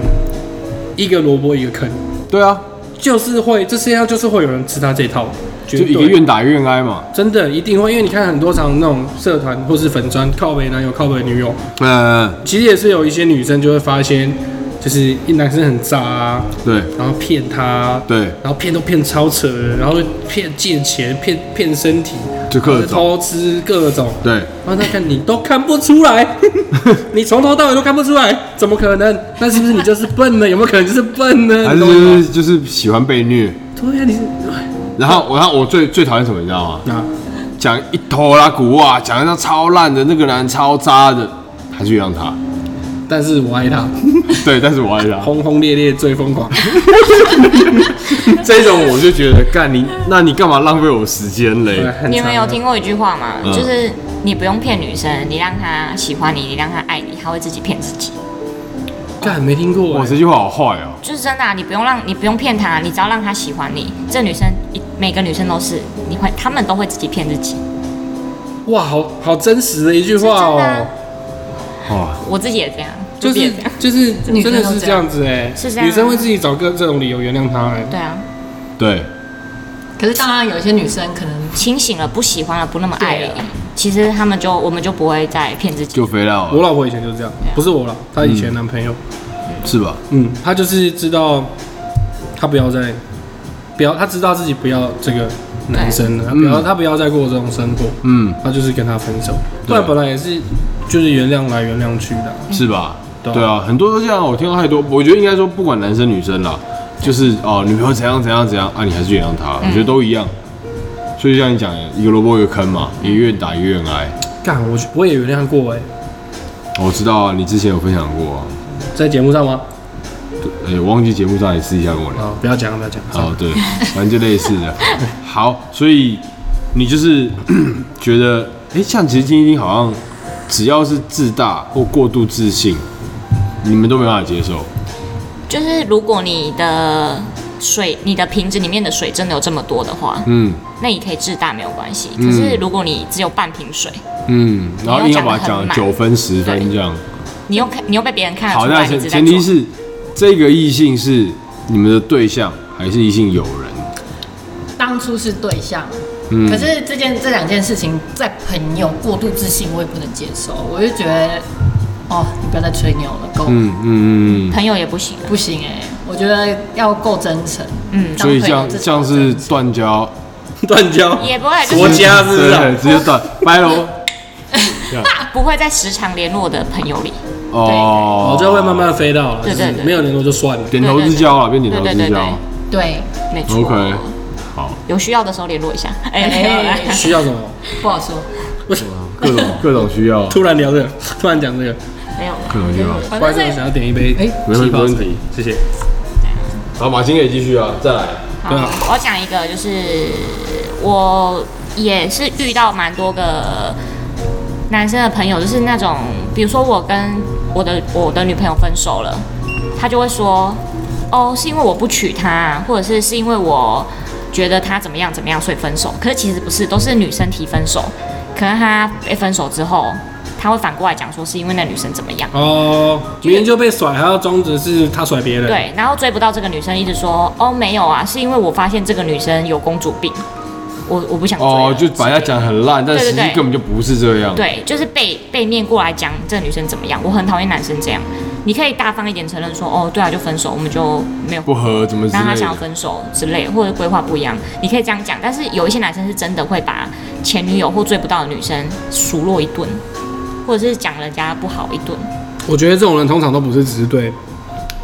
Speaker 1: 一个萝卜一个坑，
Speaker 2: 对啊，
Speaker 1: 就是会这世界上就是会有人吃他这套，绝
Speaker 2: 就
Speaker 1: 对
Speaker 2: 一个愿打一个愿挨嘛。
Speaker 1: 真的一定会，因为你看很多场那种社团或是粉砖靠北男友靠北女友，
Speaker 2: 嗯，
Speaker 1: 其实也是有一些女生就会发现，就是一男生很渣、啊，
Speaker 2: 对
Speaker 1: 然后骗她啊，
Speaker 2: 对，
Speaker 1: 然后骗都骗超扯的，然后骗借钱，骗骗身体，
Speaker 2: 就各种
Speaker 1: 偷吃各种，
Speaker 2: 对，
Speaker 1: 然后他看你都看不出来，你从头到尾都看不出来，怎么可能？那是不是你就是笨呢？有没有可能就是笨呢？
Speaker 2: 还
Speaker 1: 你
Speaker 2: 是就
Speaker 1: 懂吗
Speaker 2: 是就是喜欢被虐。
Speaker 1: 对呀、啊，你是
Speaker 2: 然后我，然后我最最讨厌什么，你知道吗？
Speaker 1: 啊，
Speaker 2: 讲一头拉古哇，讲一张超烂的，那个男超渣的，还是原谅 [LAUGHS] 他。
Speaker 1: 但是我爱他，
Speaker 2: 对，但是我爱他。
Speaker 1: 轰轰烈烈最疯狂。
Speaker 2: 这种我就觉 [LAUGHS] 得，干你，那你干嘛浪费我时间
Speaker 1: 对
Speaker 2: 嘞？
Speaker 1: 很
Speaker 3: 你们有
Speaker 1: 长啊
Speaker 3: 听过一句话吗？
Speaker 2: 嗯
Speaker 3: 就是你不用骗女生，你让她喜欢你，你让她爱你，她会自己骗自己。
Speaker 1: 干没听过、
Speaker 2: 哇，
Speaker 1: 欸
Speaker 2: 这？句话好坏哦。
Speaker 3: 就是真的、啊，你不用让你不用骗她，你只要让她喜欢你。这女生一每个女生都是，你会她们都会自己骗自己。
Speaker 1: 欸哇，好好真实的一句话
Speaker 3: 是真的
Speaker 1: 哦
Speaker 3: 啊、
Speaker 2: 哇，
Speaker 3: 我自己也这样，
Speaker 1: 就
Speaker 3: 我自己也
Speaker 1: 是
Speaker 3: 这样
Speaker 1: 就是
Speaker 4: 女
Speaker 1: 真
Speaker 4: 生
Speaker 1: 的
Speaker 4: 都
Speaker 1: 是
Speaker 4: 这
Speaker 1: 这样子哎、
Speaker 3: 是这样啊
Speaker 1: 女生会自己找各这种理由原谅他哎、
Speaker 3: 对啊，
Speaker 2: 对，
Speaker 4: 可是当然有一些女生可能
Speaker 3: 清醒了，不喜欢了，不那么爱
Speaker 4: 对
Speaker 3: 了
Speaker 4: 啊，
Speaker 3: 其实她们就我们就不会再骗自己。
Speaker 2: 就肥料
Speaker 1: 我
Speaker 2: 了，
Speaker 1: 老婆以前就是这样，不是我了，她以前男朋友，
Speaker 2: 是吧？
Speaker 1: 嗯，她就是知道她不要再不要，她知道自己不要这个男生了，她不要
Speaker 2: 嗯
Speaker 1: 她不要再过这种生活，
Speaker 2: 嗯，
Speaker 1: 她就是跟他分手，不
Speaker 2: 对
Speaker 1: 然本来也是就是原谅来原谅去的，
Speaker 2: 是吧？
Speaker 1: 对啊
Speaker 2: 对啊，很多都这样，我听到太多。我觉得应该说，不管男生女生啦，就是哦，女朋友怎样怎样怎样啊，你还是原谅
Speaker 1: 嗯
Speaker 2: 她，我觉得都一样。所以就像你讲的，一个萝卜一个坑嘛，
Speaker 1: 嗯
Speaker 2: 一个愿打一个愿挨。
Speaker 1: 干我我也原谅过哎、
Speaker 2: 我知道啊，你之前有分享过啊，
Speaker 1: 在节目上吗？
Speaker 2: 哎、我忘记节目上也私底下跟我聊。
Speaker 1: 啊，不要讲了不要讲了， [LAUGHS]
Speaker 2: 哦，对，反正就类似的。好，所以你就是 [COUGHS] 觉得，哎、像其实金晶好像只要是自大或过度自信，你们都没办法接受。
Speaker 3: 就是如果你的水、你的瓶子里面的水真的有这么多的话，
Speaker 2: 嗯
Speaker 3: 那你可以自大没有关系。可是如果你只有半瓶水，
Speaker 2: 嗯，然后硬要把它讲
Speaker 3: 你要讲得很满
Speaker 2: 九分十分这样。
Speaker 3: 你又看你又被别人看得
Speaker 2: 好，
Speaker 3: 出
Speaker 2: 那
Speaker 3: 来
Speaker 2: 前
Speaker 3: 你是在
Speaker 2: 前提
Speaker 3: 做。
Speaker 2: 是这个异性是你们的对象还是异性友人？
Speaker 4: 当初是对象，
Speaker 2: 嗯
Speaker 4: 可是这件这两件事情在朋友过度自信，我也不能接受。我就觉得，哦，你不要再吹牛了，够了、
Speaker 2: 嗯嗯嗯嗯，
Speaker 3: 朋友也不行啊，
Speaker 4: 不行哎、我觉得要够真诚。
Speaker 3: 嗯，
Speaker 2: 所以这样
Speaker 4: 当朋友
Speaker 2: 这样是断交，
Speaker 1: 断交
Speaker 3: 也不会
Speaker 1: 国
Speaker 3: 就是
Speaker 1: 家是不是啊
Speaker 2: 对，直接断，拜喽。
Speaker 3: 不会在时常联络的朋友里。
Speaker 2: 哦
Speaker 1: 我就会慢慢飞到了，
Speaker 3: 对对
Speaker 1: 就是
Speaker 3: 对
Speaker 1: 没有联络就算
Speaker 3: [LAUGHS]
Speaker 1: 了。
Speaker 2: 点头之交了，变点头
Speaker 3: 对
Speaker 2: 之
Speaker 3: 对对
Speaker 2: 交。
Speaker 3: 对，
Speaker 4: 对，
Speaker 3: 没错。
Speaker 2: OK，好，
Speaker 3: 有需要的时候联络一下。哎、没有啦
Speaker 4: 哎、
Speaker 1: 需要什么？
Speaker 4: 不好说。
Speaker 1: 不是，
Speaker 2: 各种各种需 [LAUGHS] 要，
Speaker 1: 突然聊这个，突然讲这个，
Speaker 3: 没有啦。
Speaker 2: 各种需要。
Speaker 4: 反
Speaker 1: 观
Speaker 4: 正
Speaker 1: 众
Speaker 4: 是
Speaker 1: 想要点一杯
Speaker 4: 哎
Speaker 2: 没
Speaker 1: 气
Speaker 2: 问
Speaker 1: 泡
Speaker 2: 没问
Speaker 1: 水
Speaker 2: 题，
Speaker 1: 谢谢。
Speaker 2: 好，马青可以继续啊，再来。
Speaker 1: 对啊
Speaker 3: 好，我讲一个，就是我也是遇到蛮多个男生的朋友，就是那种，比如说我跟我的我的女朋友分手了，他就会说，哦，是因为我不娶她，或者是是因为我觉得她怎么样怎么样，所以分手。可是其实不是，都是女生提分手，可能他被分手之后，他会反过来讲说是因为那女生怎么样。
Speaker 1: 哦，明明就被甩，还要装着是他甩别人。，
Speaker 3: 对，然后追不到这个女生，一直说哦没有啊，是因为我发现这个女生有公主病，我我不想追了。
Speaker 2: 哦，就把人家讲得很烂，但
Speaker 3: 对
Speaker 2: 实
Speaker 3: 对
Speaker 2: 际
Speaker 3: 对
Speaker 2: 根本就不是这样。
Speaker 3: 对，就是背背面过来讲这个女生怎么样，我很讨厌男生这样。你可以大方一点承认说哦对啊就分手，我们就没有
Speaker 2: 不合怎么之
Speaker 3: 让他
Speaker 2: 类
Speaker 3: 想要
Speaker 2: 的。
Speaker 3: 分手之类，或者规划不一样，你可以这样讲。但是有一些男生是真的会把前女友或追不到的女生数落一顿，或者是讲人家不好一顿。
Speaker 1: 我觉得这种人通常都不是只是对，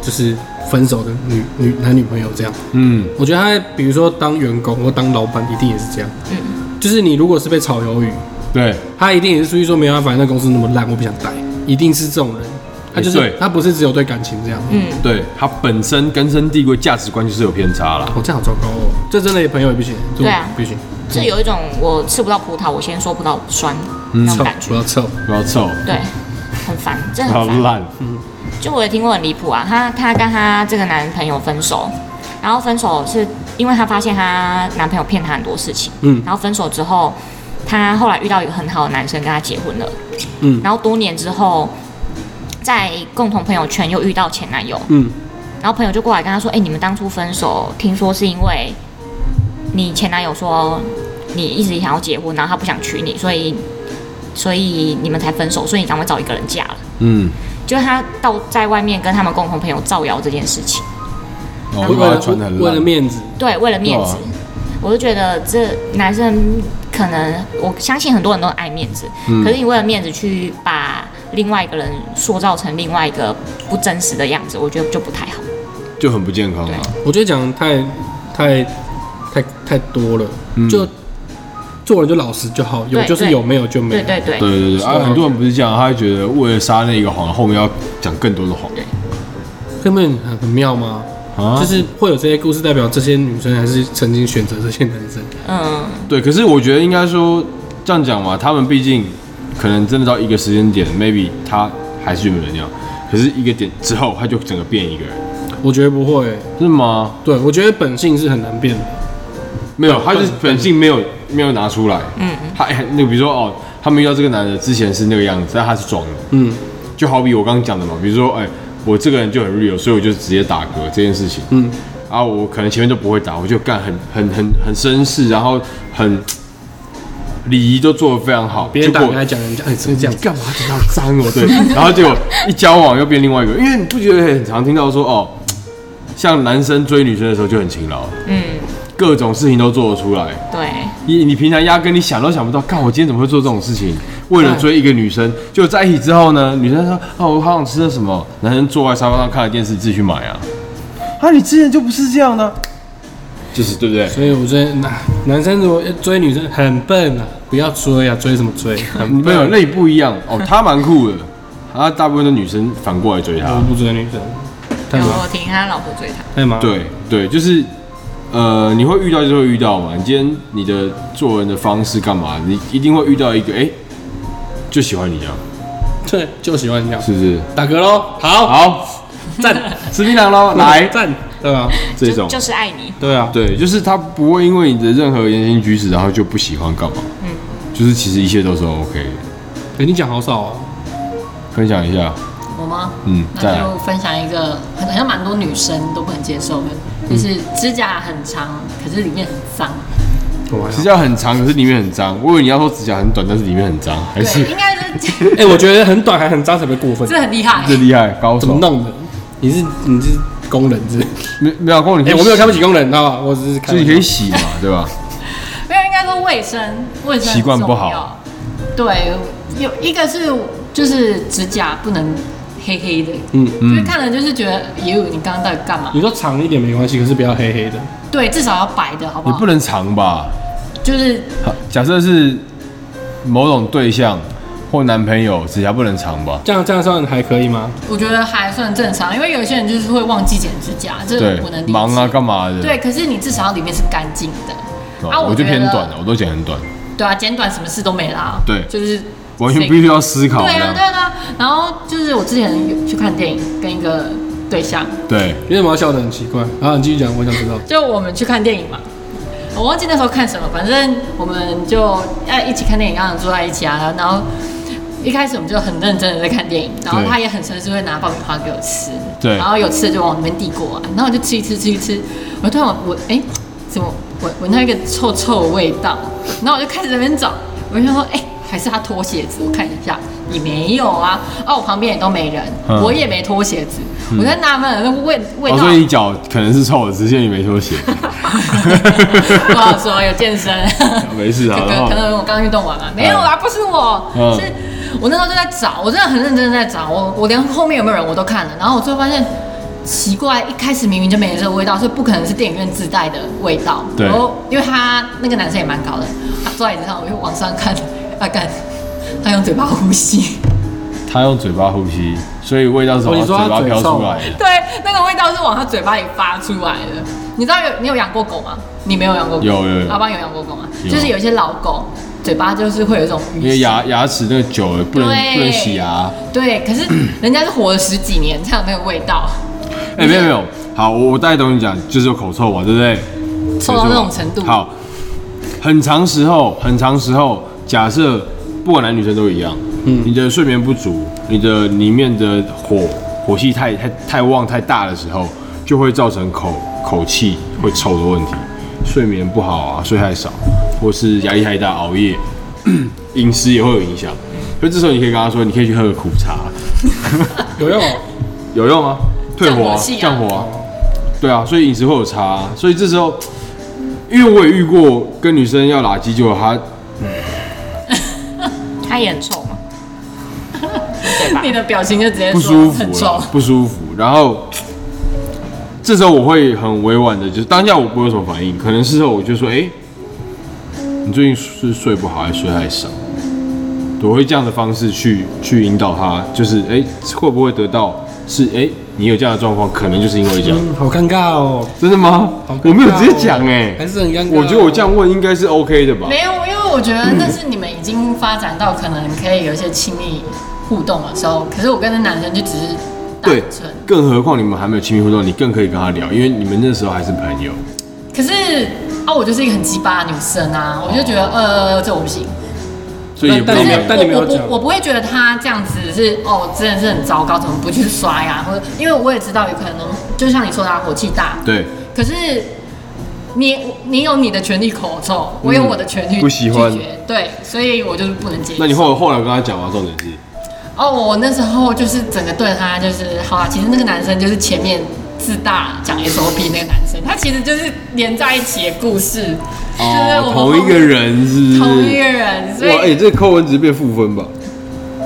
Speaker 1: 就是分手的女女男女朋友这样。
Speaker 2: 嗯，
Speaker 1: 我觉得他比如说当员工或当老板，一定也是这样。
Speaker 3: 嗯，
Speaker 1: 就是你如果是被炒鱿鱼，
Speaker 2: 对，
Speaker 1: 他一定也是出去说没办法，那公司那么烂，我不想待。一定是这种人，他就
Speaker 2: 哎对
Speaker 1: 是他不是只有对感情这样。
Speaker 3: 嗯，
Speaker 2: 对他本身根深蒂固价值观就是有偏差啦。
Speaker 1: 哦，这样好糟糕哦，这真的也朋友也不行，这
Speaker 3: 对啊
Speaker 1: 不行，
Speaker 3: 是有一种我吃不到葡萄，我先说葡萄酸那
Speaker 2: 嗯
Speaker 1: 臭
Speaker 3: 种感，
Speaker 1: 嗯不
Speaker 3: 觉
Speaker 1: 要，臭。
Speaker 2: 不要臭，
Speaker 3: 对，很烦，真的
Speaker 2: 好
Speaker 3: 很烦。
Speaker 2: 烂，
Speaker 3: 就我也听过很离谱啊，她她跟她这个男朋友分手，然后分手是因为她发现她男朋友骗她很多事情，
Speaker 1: 嗯
Speaker 3: 然后分手之后，她后来遇到一个很好的男生跟她结婚了，
Speaker 1: 嗯
Speaker 3: 然后多年之后，在共同朋友圈又遇到前男友，
Speaker 1: 嗯，
Speaker 3: 然后朋友就过来跟她说，哎、你们当初分手，听说是因为你前男友说你一直想要结婚，然后他不想娶你，所以所以你们才分手，所以你赶快找一个人嫁了。
Speaker 2: 嗯，
Speaker 3: 就是他到在外面跟他们共同朋友造谣这件事情，
Speaker 2: 然后
Speaker 1: 嗯为
Speaker 2: 又把它
Speaker 1: 了
Speaker 2: 传的很
Speaker 1: 为了
Speaker 2: 烂，
Speaker 1: 面子，
Speaker 3: 对，为了面子，
Speaker 2: 哦
Speaker 3: 我就觉得这男生可能我相信很多人都很爱面子，
Speaker 2: 嗯
Speaker 3: 可是你为了面子去把另外一个人塑造成另外一个不真实的样子，我觉得就不太好。
Speaker 2: 就很不健康啊。
Speaker 1: 我觉得讲得太太太太多了，
Speaker 2: 嗯
Speaker 1: 就做人就老实就好，有
Speaker 3: 对
Speaker 1: 就是
Speaker 3: 对
Speaker 1: 有，没有就没
Speaker 3: 对
Speaker 1: 有。
Speaker 3: 对对，
Speaker 2: 对对对，
Speaker 1: 是
Speaker 2: 啊，
Speaker 1: 啊
Speaker 2: 很多人不是这样，他会觉得为了杀那一个谎，后面要讲更多的谎
Speaker 1: 根本很很妙吗？
Speaker 2: 啊，
Speaker 1: 就是会有这些故事，代表这些女生还是曾经选择这些男生。
Speaker 3: 嗯，
Speaker 2: 对，可是我觉得应该说这样讲嘛，他们毕竟可能真的到一个时间点，maybe 他还是原本那样，可是一个点之后，他就整个变一个人，
Speaker 1: 我觉得不会、
Speaker 2: 是吗？
Speaker 1: 对我觉得本性是很难变的。
Speaker 2: 没有，他就是本性没有没有拿出来。嗯，他哎那个比如说哦，他们遇到这个男的之前是那个样子，但他是装的，
Speaker 1: 嗯
Speaker 2: 就好比我刚刚讲的嘛，比如说哎，我这个人就很 real，所以我就直接打嗝这件事情。
Speaker 1: 嗯，
Speaker 2: 啊，我可能前面都不会打，我就干很很很很绅士，然后很礼仪都做得非常好，
Speaker 1: 别人
Speaker 2: 结
Speaker 1: 打
Speaker 2: 果
Speaker 1: 开来讲人家，哎、真的这样子。
Speaker 2: 干嘛你好脏哦？
Speaker 1: [LAUGHS]
Speaker 2: 对，然后结果一交往又变另外一个，因为你不觉得很常听到说哦，像男生追女生的时候就很勤劳，
Speaker 3: 嗯，
Speaker 2: 各种事情都做得出来。
Speaker 3: 对，
Speaker 2: 你你平常压根你想都想不到，看我今天怎么会做这种事情？为了追一个女生，就在一起之后呢，女生说哦，我好想吃那什么，男生坐在沙发上看了电视，自己去买啊。啊，你之前就不是这样的啊，就是对不对？
Speaker 1: 所以我觉得男男生如果要追女生很笨啊，不要追啊，追什么 [LAUGHS] 追？很
Speaker 2: 没
Speaker 1: 笨
Speaker 2: 有，那你不一样哦，他蛮酷的，啊，大部分的女生反过来追他。
Speaker 1: 我不追女生，太
Speaker 3: 然
Speaker 1: 麻
Speaker 3: 后我听他老婆追他，
Speaker 1: 太麻烦。
Speaker 2: 对对，就是呃，你会遇到就会遇到嘛。你今天你的做人的方式干嘛，你一定会遇到一个哎、就喜欢你啊，
Speaker 1: 对，就喜欢这样。
Speaker 2: 是不是？
Speaker 1: 打嗝喽，好，
Speaker 2: 好，
Speaker 1: 赞，
Speaker 2: 吃槟榔喽， [LAUGHS] 来
Speaker 1: 赞，嗯对吧？
Speaker 2: 这
Speaker 3: 就
Speaker 2: 种。
Speaker 3: 就是爱你，
Speaker 1: 对啊，
Speaker 2: 对，就是他不会因为你的任何言行举止，然后就不喜欢干嘛。
Speaker 1: 嗯
Speaker 2: 就是其实一切都是 OK 的。
Speaker 1: 哎，你讲好少哦。
Speaker 2: 分享一下，
Speaker 4: 我吗？
Speaker 2: 嗯再
Speaker 4: 那
Speaker 2: 来
Speaker 4: 就分享一个，很好像蛮多女生都不能接受的，
Speaker 2: 嗯
Speaker 4: 就是指甲很长，可是里面很脏。
Speaker 1: 我还好
Speaker 2: 指甲很长，可是里面很脏。我以为你要说指甲很短，但是里面很脏，还是
Speaker 4: 对，
Speaker 2: [LAUGHS]
Speaker 4: 应该是
Speaker 1: 哎，我觉得很短还很脏才不会过分
Speaker 4: 这，很厉害。
Speaker 2: 这厉害高
Speaker 1: 怎么
Speaker 2: 手。
Speaker 1: 弄的？你是你是工人是不是？
Speaker 2: 没没有过你可
Speaker 1: [LAUGHS] 哎，
Speaker 2: 以
Speaker 1: 我没有看不
Speaker 2: 洗，
Speaker 1: 起工人，知道吧？我只是看
Speaker 2: 就。你可以洗嘛，
Speaker 1: [LAUGHS]
Speaker 2: 对吧？
Speaker 4: 没有，应该说卫生，卫生很
Speaker 2: 习惯不
Speaker 4: 重
Speaker 2: 好
Speaker 4: 要。对，有一个是就是指甲不能黑黑的，
Speaker 1: 嗯
Speaker 4: 就是看了就是觉得，也有你刚刚到底干
Speaker 2: 嗯
Speaker 4: 嘛？
Speaker 1: 你说长一点没关系，可是不要黑黑的。
Speaker 4: 对，至少要白的，好不
Speaker 1: 哦
Speaker 2: 也
Speaker 4: 好？
Speaker 2: 不能长吧？
Speaker 4: 就是
Speaker 2: 好，假设是某种对象或男朋友，指甲不能长吧？
Speaker 1: 这样这样算还可以吗？
Speaker 4: 我觉得还算正常，因为有些人就是会忘记剪指甲，这
Speaker 2: 对
Speaker 4: 我能理，解。
Speaker 2: 忙啊，干嘛的？
Speaker 4: 对，可是你至少里面是干净的，
Speaker 2: 哦，
Speaker 4: 啊我
Speaker 2: 我就
Speaker 4: 觉得
Speaker 2: 偏短了，我都剪很短，
Speaker 4: 对啊，剪短什么事都没啦。
Speaker 2: 对
Speaker 4: 就是
Speaker 2: 完全必须要思考
Speaker 4: 对
Speaker 2: 这
Speaker 4: 啊，
Speaker 2: 样
Speaker 4: 对。啊。然后就是我之前有去看电影，跟一个对象，
Speaker 2: 对，
Speaker 1: 你怎么要笑得很奇怪？然后你继续讲，我想知道。
Speaker 4: 就我们去看电影嘛，我忘记那时候看什么，反正我们就哎一起看电影，然后坐在一起啊，然后一开始我们就很认真的在看电影，然后
Speaker 2: 对
Speaker 4: 他也很绅士，会拿爆米花给我吃，
Speaker 2: 对
Speaker 4: 然后有吃的就往里面递过来，然后我就吃一吃吃一吃，我突然我哎、怎么闻闻到一个臭臭的味道，然后我就开始在那边找，我就想说哎、还是他脱鞋子，我看一下也没有啊，哦我旁边也都没人，
Speaker 2: 嗯哦
Speaker 4: 我也没脱鞋子，我在纳闷那个味味
Speaker 2: 我
Speaker 4: 道。
Speaker 2: 说你脚可能是臭的，只是你没
Speaker 4: [LAUGHS]
Speaker 2: 脱鞋，
Speaker 4: 不好说，有
Speaker 2: [LAUGHS]
Speaker 4: 健身。
Speaker 2: 没事
Speaker 4: 可
Speaker 2: 啊。
Speaker 4: 可
Speaker 2: 然后
Speaker 4: 可能我刚刚运动完了，没有啦，不是我，
Speaker 2: 嗯
Speaker 4: 是我那时候就在找，我真的很认真的在找，我我连后面有没有人我都看了，然后我最后发现奇怪，一开始明明就没有这个味道，所以不可能是电影院自带的味道。
Speaker 2: 对
Speaker 4: 然后因为他那个男生也蛮高的，他坐在椅子上，我就往上看，他干，他用嘴巴呼吸，
Speaker 2: 他用嘴巴呼吸，所以味道是
Speaker 1: 哦
Speaker 2: 从
Speaker 1: 你说
Speaker 2: 嘴
Speaker 1: 他
Speaker 2: 巴
Speaker 1: 嘴
Speaker 2: 飘
Speaker 1: 臭啊
Speaker 2: 出来的。
Speaker 4: [LAUGHS] 对，那个味道是往他嘴巴里发出来的。你知道有你有养过狗吗？你没有养过狗，
Speaker 2: 有有有
Speaker 4: 阿邦有养过狗吗？
Speaker 2: 有
Speaker 4: 就是有一些老狗嘴巴就是会有一种鱼
Speaker 2: 因为牙牙齿那个久了不能
Speaker 4: 对
Speaker 2: 不能洗啊牙。
Speaker 4: 对，
Speaker 2: [CLEARS THROAT]
Speaker 4: 可是人家是活了十几年才有那个味道，
Speaker 2: 哎、没有没有，好，我我大概懂你讲，就是有口臭嘛，对不对？
Speaker 4: 臭到那种程度。
Speaker 2: 好，很长时候，很长时候，假设不管男女生都一样，嗯，你的睡眠不足，你的里面的火火气太太太旺太大的时候，就会造成口口气会臭的问题，睡眠不好啊，睡太少，或是压力太大，熬夜，饮食也会有影响。所以这时候你可以跟他说，你可以去喝个苦茶，
Speaker 1: [LAUGHS] 有用哦，
Speaker 2: 有用吗？退火、
Speaker 4: 降火
Speaker 2: 啊
Speaker 4: 气啊，
Speaker 2: 降火、啊。对啊，所以饮食会有差、啊，所以这时候，因为我也遇过跟女生要拉鸡，结果她
Speaker 3: 他也很臭嘛，
Speaker 4: [LAUGHS] 你的表情就直接
Speaker 2: 不
Speaker 4: 说
Speaker 2: 舒服啊
Speaker 4: 很
Speaker 2: 了
Speaker 4: 臭，，
Speaker 2: 不舒服。然后这时候我会很委婉的，就是当下我不会有什么反应，可能事后我就说，哎、你最近是睡不好还是睡太少？我会这样的方式去去引导她，就是哎、诶会不会得到是哎、诶你有这样的状况，可能就是因为这样。
Speaker 1: 嗯，好尴尬哦。
Speaker 2: [LAUGHS] 真的吗
Speaker 1: 好尴尬？哦
Speaker 2: 我没有直接讲哎、
Speaker 1: 还是很尴尬哦。
Speaker 2: 我觉得我这样问应该是 OK 的吧？
Speaker 4: 没有，因为我觉得那是你们已经发展到可能可以有一些亲密互动的时
Speaker 2: [LAUGHS]
Speaker 4: 候，可是我跟那男生就只是单
Speaker 2: 对
Speaker 4: 纯。，
Speaker 2: 更何况你们还没有亲密互动，你更可以跟他聊，因为你们那时候还是朋友。
Speaker 4: 可是啊，我就是一个很鸡巴的女生啊，我就觉得呃，这我不行。
Speaker 2: 所以也不
Speaker 1: 但
Speaker 2: 能
Speaker 4: 可是
Speaker 1: 没有但你没有
Speaker 4: 我我
Speaker 1: 讲
Speaker 4: 不我不会觉得他这样子是哦，真的是很糟糕，怎么不去刷呀？或者因为我也知道有可能，就像你说的、啊，火气大。
Speaker 2: 对，
Speaker 4: 可是你你有你的权利口臭，我有我的权利
Speaker 2: 嗯不喜欢
Speaker 4: 拒绝对，所以我就是不能接受。
Speaker 2: 那你后后来有跟他讲吗？重点是，
Speaker 4: 哦，我那时候就是整个对他就是好啊，其实那个男生就是前面自大讲 SOP 那个男生，他其实就是连在一起的故事，就是我
Speaker 2: 哦
Speaker 4: 们
Speaker 2: 同一个人是不是？
Speaker 4: 同一个人，所以
Speaker 2: 哇，哎、这扣文只变负分吧？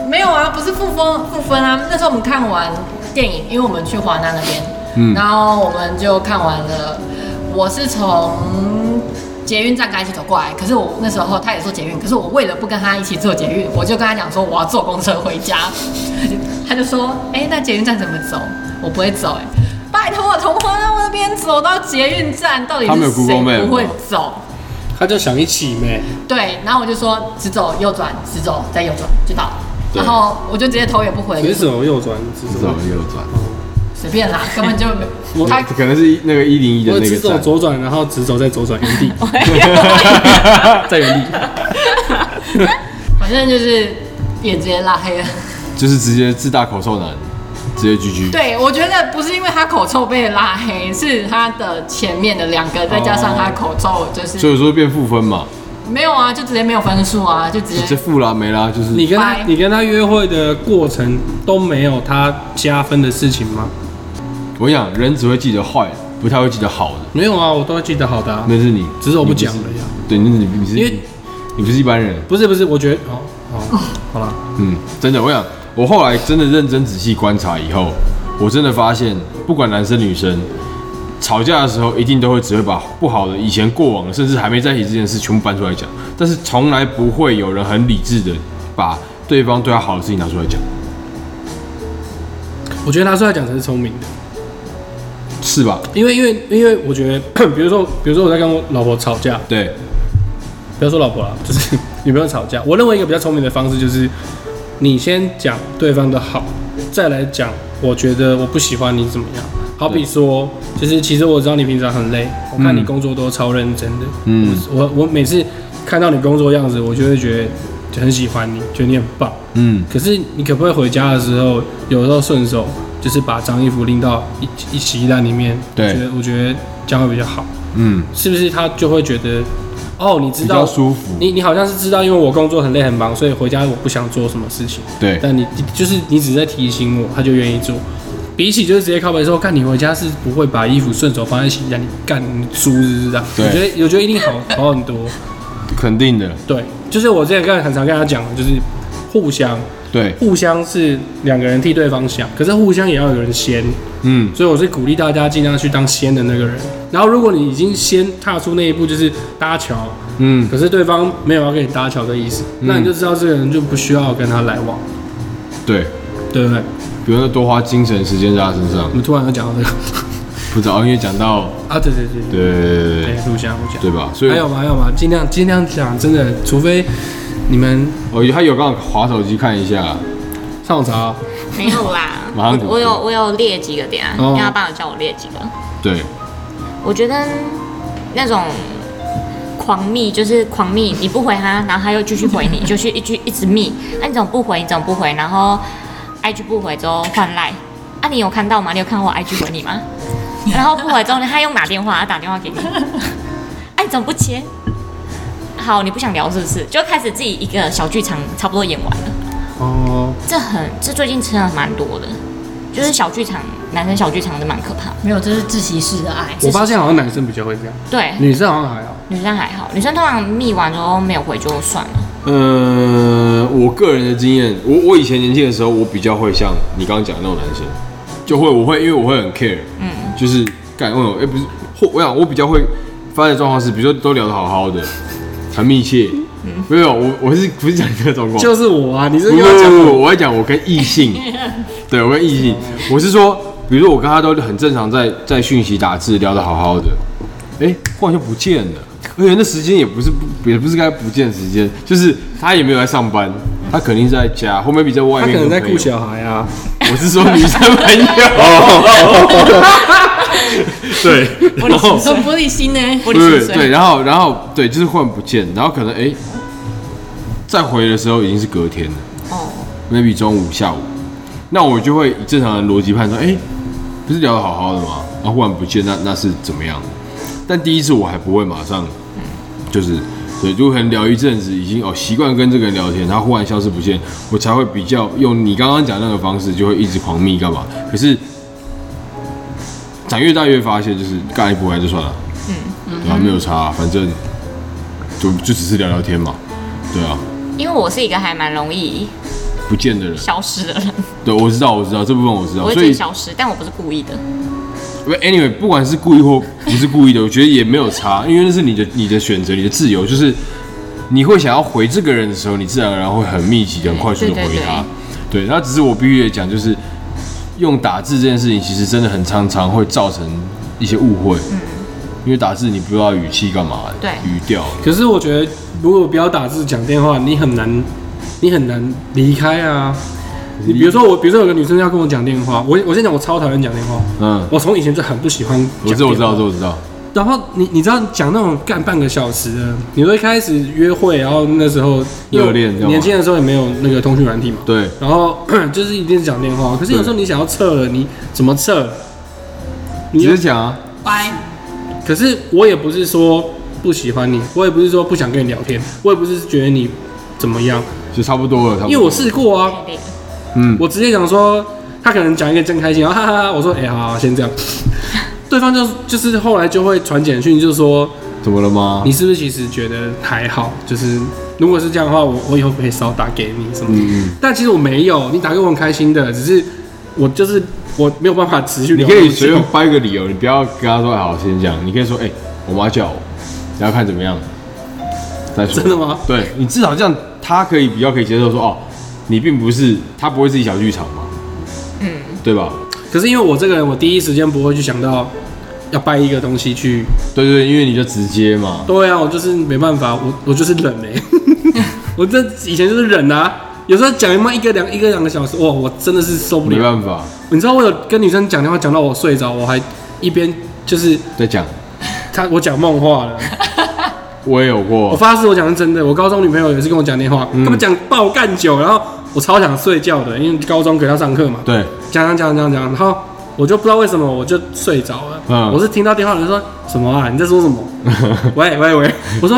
Speaker 4: 没有啊，不是复分复分啊。那时候我们看完电影，因为我们去华南那边，
Speaker 2: 嗯
Speaker 4: 然后我们就看完了。我是从捷运站跟他一起走过来，可是我那时候他也坐捷运，可是我为了不跟他一起坐捷运，我就跟他讲说我要坐公车回家。 [LAUGHS] 他就说：“哎、那捷运站怎么走？我不会走、哎，拜托我从华南那边走到捷运站，到底
Speaker 2: 他们有
Speaker 4: 是
Speaker 2: Google
Speaker 4: 谁
Speaker 2: Map 哦
Speaker 4: 不会
Speaker 2: 吗
Speaker 4: 走？”
Speaker 1: 他就想一起呗，
Speaker 4: 对，然后我就说直走右转，直走再右转就到了。
Speaker 2: 对
Speaker 4: 然后我就直接头也不回，
Speaker 1: 直手右转，直
Speaker 2: 是
Speaker 1: 手
Speaker 2: 左右转，
Speaker 4: 随便
Speaker 2: [LAUGHS]
Speaker 4: 啦，根本就没
Speaker 1: 我啊
Speaker 4: 他
Speaker 2: 可能是那个一零一的
Speaker 1: 我
Speaker 2: 那
Speaker 1: 直
Speaker 2: 个
Speaker 1: 走
Speaker 2: 站。 [LAUGHS]
Speaker 1: 左转，然后直走再左转原地，在原地。
Speaker 4: 反正就是也直接拉
Speaker 2: [LAUGHS]
Speaker 4: 黑了。
Speaker 2: [LAUGHS] 就是直接自大口臭男，直接 GG。
Speaker 4: 对，我觉得不是因为他口臭被拉黑，是他的前面的两个，再加上他口臭，就是
Speaker 2: 所以说变负分嘛，
Speaker 4: 没有啊，就直接没有分数啊，就直
Speaker 2: 直
Speaker 4: [LAUGHS]
Speaker 2: 接
Speaker 4: 接
Speaker 2: 负啦没啦，就是
Speaker 1: 你跟他
Speaker 4: 拜
Speaker 1: 你跟他约会的过程都没有他加分的事情吗？
Speaker 2: 我想人只会记得坏，不太会记得好的。
Speaker 1: 没有啊，我都会记得好的、啊。
Speaker 2: 那是你，
Speaker 1: 只是我不讲
Speaker 2: 你
Speaker 1: 而已啊
Speaker 2: 是对，那是你你是
Speaker 1: 因为
Speaker 2: 你不是一般人，
Speaker 1: 不是不是，我觉得哦哦，好啦，
Speaker 2: 嗯，真的，我想我后来真的认真仔细观察以后，我真的发现，不管男生女生吵架的时候，一定都会只会把不好的以前过往的，甚至还没在一起之前的事全部搬出来讲，但是从来不会有人很理智的把对方对他好的事情拿出来讲，
Speaker 1: 我觉得拿出来讲才是聪明的，
Speaker 2: 是吧？
Speaker 1: 因为因为因为我觉得， [CLEARS THROAT] 比如说比如说我在跟我老婆吵架，
Speaker 2: 对，
Speaker 1: 不要说老婆了，就是 [LAUGHS] 女朋友吵架，我认为一个比较聪明的方式就是，你先讲对方的好，再来讲我觉得我不喜欢你怎么样。好比说，就是其实我知道你平常很累，我看你工作都超认真的，
Speaker 2: 嗯
Speaker 1: 我我每次看到你工作样子，我就会觉得就很喜欢你，觉得你很棒。
Speaker 2: 嗯，
Speaker 1: 可是你可不可以回家的时候，有时候顺手就是把脏衣服拎到一一洗衣篮里面？
Speaker 2: 对
Speaker 1: 我觉得我觉得这样会比较好，
Speaker 2: 嗯，
Speaker 1: 是不是？他就会觉得，哦，你知
Speaker 2: 比较
Speaker 1: 道，
Speaker 2: 舒服，
Speaker 1: 你你好像是知道，因为我工作很累很忙，所以回家我不想做什么事情。
Speaker 2: 对，
Speaker 1: 但你就是你只是在提醒我，他就愿意做。比起就是直接靠背说，看你回家是不会把衣服顺手放在洗衣篮里干，你猪是不是啊？
Speaker 2: 对
Speaker 1: 我觉得我觉得一定好好很多。
Speaker 2: 肯定的，
Speaker 1: 对，就是我之前跟很常跟他讲，就是互相
Speaker 2: 对，
Speaker 1: 互相是两个人替对方想，可是互相也要有人先，
Speaker 2: 嗯，
Speaker 1: 所以我是鼓励大家尽量去当先的那个人。然后，如果你已经先踏出那一步，就是搭桥，
Speaker 2: 嗯，
Speaker 1: 可是对方没有要跟你搭桥的意思，那你就知道这个人就不需要跟他来往。
Speaker 2: 对，
Speaker 1: 对不对？
Speaker 2: 比如说多花精神时间在他身上
Speaker 1: 我，们突然要讲到这个
Speaker 2: 不知道哦因为讲到
Speaker 1: 啊，对对对对
Speaker 2: 嗯对对
Speaker 1: 对，
Speaker 2: 对
Speaker 1: 互相互相。
Speaker 2: 对吧？所以
Speaker 1: 还有吗？还有吗？尽量尽量讲，真的，除非你们
Speaker 2: 哦，他有刚好划手机看一下，
Speaker 1: 上啊网查，
Speaker 3: 没有啦，
Speaker 2: [LAUGHS] 马上吐
Speaker 3: 我我有我有列几个点啊，
Speaker 1: 哦
Speaker 3: 让他帮我叫我列几个。
Speaker 2: 对，
Speaker 3: 我觉得那种狂密就是狂密，你不回他，然后他又继续回
Speaker 5: [LAUGHS]
Speaker 3: 你，就去一句一直密，那、你怎么不回？你怎么不回？然后 IG 不回之后换赖，啊，你有看到吗？你有看我 IG 回你
Speaker 5: [LAUGHS]
Speaker 3: 吗？然后不回之后呢，他用打电话，他打电话给你，哎、你怎么不接？好，你不想聊是不是？就开始自己一个小剧场，差不多演完了。
Speaker 1: 哦，
Speaker 3: 这很，这最近吃的蛮多的，就是小剧场，男生小剧场真蛮可怕的。
Speaker 5: 没有，这是自习室的爱。
Speaker 1: 我发现好像男生比较会这样，
Speaker 2: 哦
Speaker 3: 对，
Speaker 1: 女生好像还好。
Speaker 3: 女生还好，女生通常密完之后没有回就算了。
Speaker 2: 呃，我个人的经验，我我以前年轻的时候，我比较会像你刚刚讲的那种男生，就会我会因为我会很 care，嗯，就是干问我，哎、不是，或我想我比较会发现的状况是，比如说都聊得好好的，很密切，没有，我我是不是讲这个状况？
Speaker 1: 就是我啊，你是
Speaker 2: 不
Speaker 1: 跟我讲
Speaker 2: 不不，
Speaker 1: 我，
Speaker 2: 我在讲我跟
Speaker 1: [LAUGHS]
Speaker 2: 异性，对我跟异性，我是说，比如说我跟他都很正常在，在讯息打字聊得好好的，哎、忽然就不见了，而且那时间也不是不也不是该不见的时间，就是他也没有在上班，他肯定是在家，后面比在外
Speaker 1: 他可
Speaker 2: 面
Speaker 1: 能
Speaker 2: 跟朋友。
Speaker 1: 在顾小孩啊。
Speaker 2: 我是说女生
Speaker 1: [LAUGHS]
Speaker 2: 朋友。对，然后
Speaker 4: 很玻璃心呢。
Speaker 3: 玻璃
Speaker 2: 哦对
Speaker 3: 心
Speaker 2: 对，
Speaker 3: 碎，
Speaker 2: 然后然后对，就是忽然不见，然后可能哎、再回的时候已经是隔天了。
Speaker 3: 哦，
Speaker 2: maybe 中午、下午，那我就会以正常的逻辑判断，哎、不是聊得好好的吗？然后忽然不见，那那是怎么样？但第一次我还不会马上，就是对，如果可能聊一阵子，已经哦习惯跟这个人聊天，他忽然消失不见，我才会比较用你刚刚讲那个方式，就会一直狂密干嘛？可是长越大越发现，就是干一不回来就算了，嗯，然后没有差、反正就就只是聊聊天嘛，对啊，
Speaker 3: 因为我是一个还蛮容易
Speaker 2: 不见的人。
Speaker 3: 消失的人，
Speaker 1: 哦
Speaker 2: 对，我知道，我知道这部分我知
Speaker 3: 我
Speaker 2: 道，
Speaker 3: 会
Speaker 2: 所
Speaker 3: 自己
Speaker 2: 以
Speaker 3: 消失，但我不是故意的。
Speaker 2: 不 anyway，不管是故意或不是故意的，我觉得也没有差，因为那是你的你的选择，你的自由，就是你会想要回这个人的时候，你自然而然会很密集的、很快速的
Speaker 3: 对
Speaker 2: 回
Speaker 3: 对
Speaker 2: 他。对，那只是我必须得讲，就是用打字这件事情，其实真的很常常会造成一些误会，因为打字你不知道语气干嘛，
Speaker 3: 对
Speaker 2: 语调，
Speaker 1: 可是我觉得，如果不要打字讲电话，你很难，你很难离开啊。你比如说我，比如说有个女生要跟我讲电话，我我先讲，我超讨厌讲电话。
Speaker 2: 嗯，
Speaker 1: 我从以前就很不喜欢
Speaker 2: 我
Speaker 1: 讲
Speaker 2: 知道，
Speaker 1: 电话。
Speaker 2: 我知道，我知道我知道，
Speaker 1: 然后你你知道讲那种干半个小时的，你说一开始约会，然后那时候
Speaker 2: 热恋这样吗
Speaker 1: 年轻的时候也没有那个通讯软体嘛，
Speaker 2: 对，
Speaker 1: 然后 [CLEARS THROAT] 就是一定是讲电话。可是有时候你想要撤了，你怎么撤？你
Speaker 2: 直接讲啊，
Speaker 4: 拜，
Speaker 1: 可是我也不是说不喜欢你，我也不是说不想跟你聊天，我也不是觉得你怎么样，
Speaker 2: 就差不多了，差不多了。
Speaker 1: 因为我试过啊，
Speaker 3: 太累了
Speaker 2: 嗯，
Speaker 1: 我直接讲说，他可能讲一个真开心，然后哈哈哈，我说哎、好好先这样。 [LAUGHS] 对方就就是后来就会传简讯，就说
Speaker 2: 怎么了吗？
Speaker 1: 你是不是其实觉得还好？就是如果是这样的话，我我以后可以少打给你什么的？
Speaker 2: 嗯嗯
Speaker 1: 但其实我没有，你打给我很开心的，只是我就是我没有办法持续
Speaker 2: 你
Speaker 1: 聊
Speaker 2: 可
Speaker 1: 下去。
Speaker 2: 以随便掰个理由，你不要跟他说哎好先这样，你可以说哎、我妈叫我，然后看怎么样再说。
Speaker 1: [LAUGHS] 真的吗？
Speaker 2: 对你至少这样，他可以比较可以接受说哦，你并不是他不会自己小剧场嘛，嗯，对吧？
Speaker 1: 可是因为我这个人，我第一时间不会去想到要掰一个东西去。
Speaker 2: 对对，对因为你就直接嘛，
Speaker 1: 对啊，我就是没办法，我我就是忍没、我这以前就是忍啊，有时候讲一妈一个两一个两个小时，哇，我真的是受不
Speaker 2: 没
Speaker 1: 了。
Speaker 2: 办法，
Speaker 1: 你知道我有跟女生讲电话讲到我睡着，我还一边就是
Speaker 2: 再讲。
Speaker 1: 她我讲梦话了。
Speaker 2: 哦我也有
Speaker 1: 我
Speaker 2: 过，
Speaker 1: 发誓，我讲是真的。我高中女朋友也是跟我讲电话，
Speaker 2: 嗯
Speaker 1: 他们讲爆干久，然后我超想睡觉的，因为高中给她上课嘛，
Speaker 2: 对，
Speaker 1: 讲讲讲讲讲，然后我就不知道为什么我就睡着了。
Speaker 2: 嗯
Speaker 1: 我是听到电话，我就说什么啊？你在说什么？ [LAUGHS] 喂喂喂！我说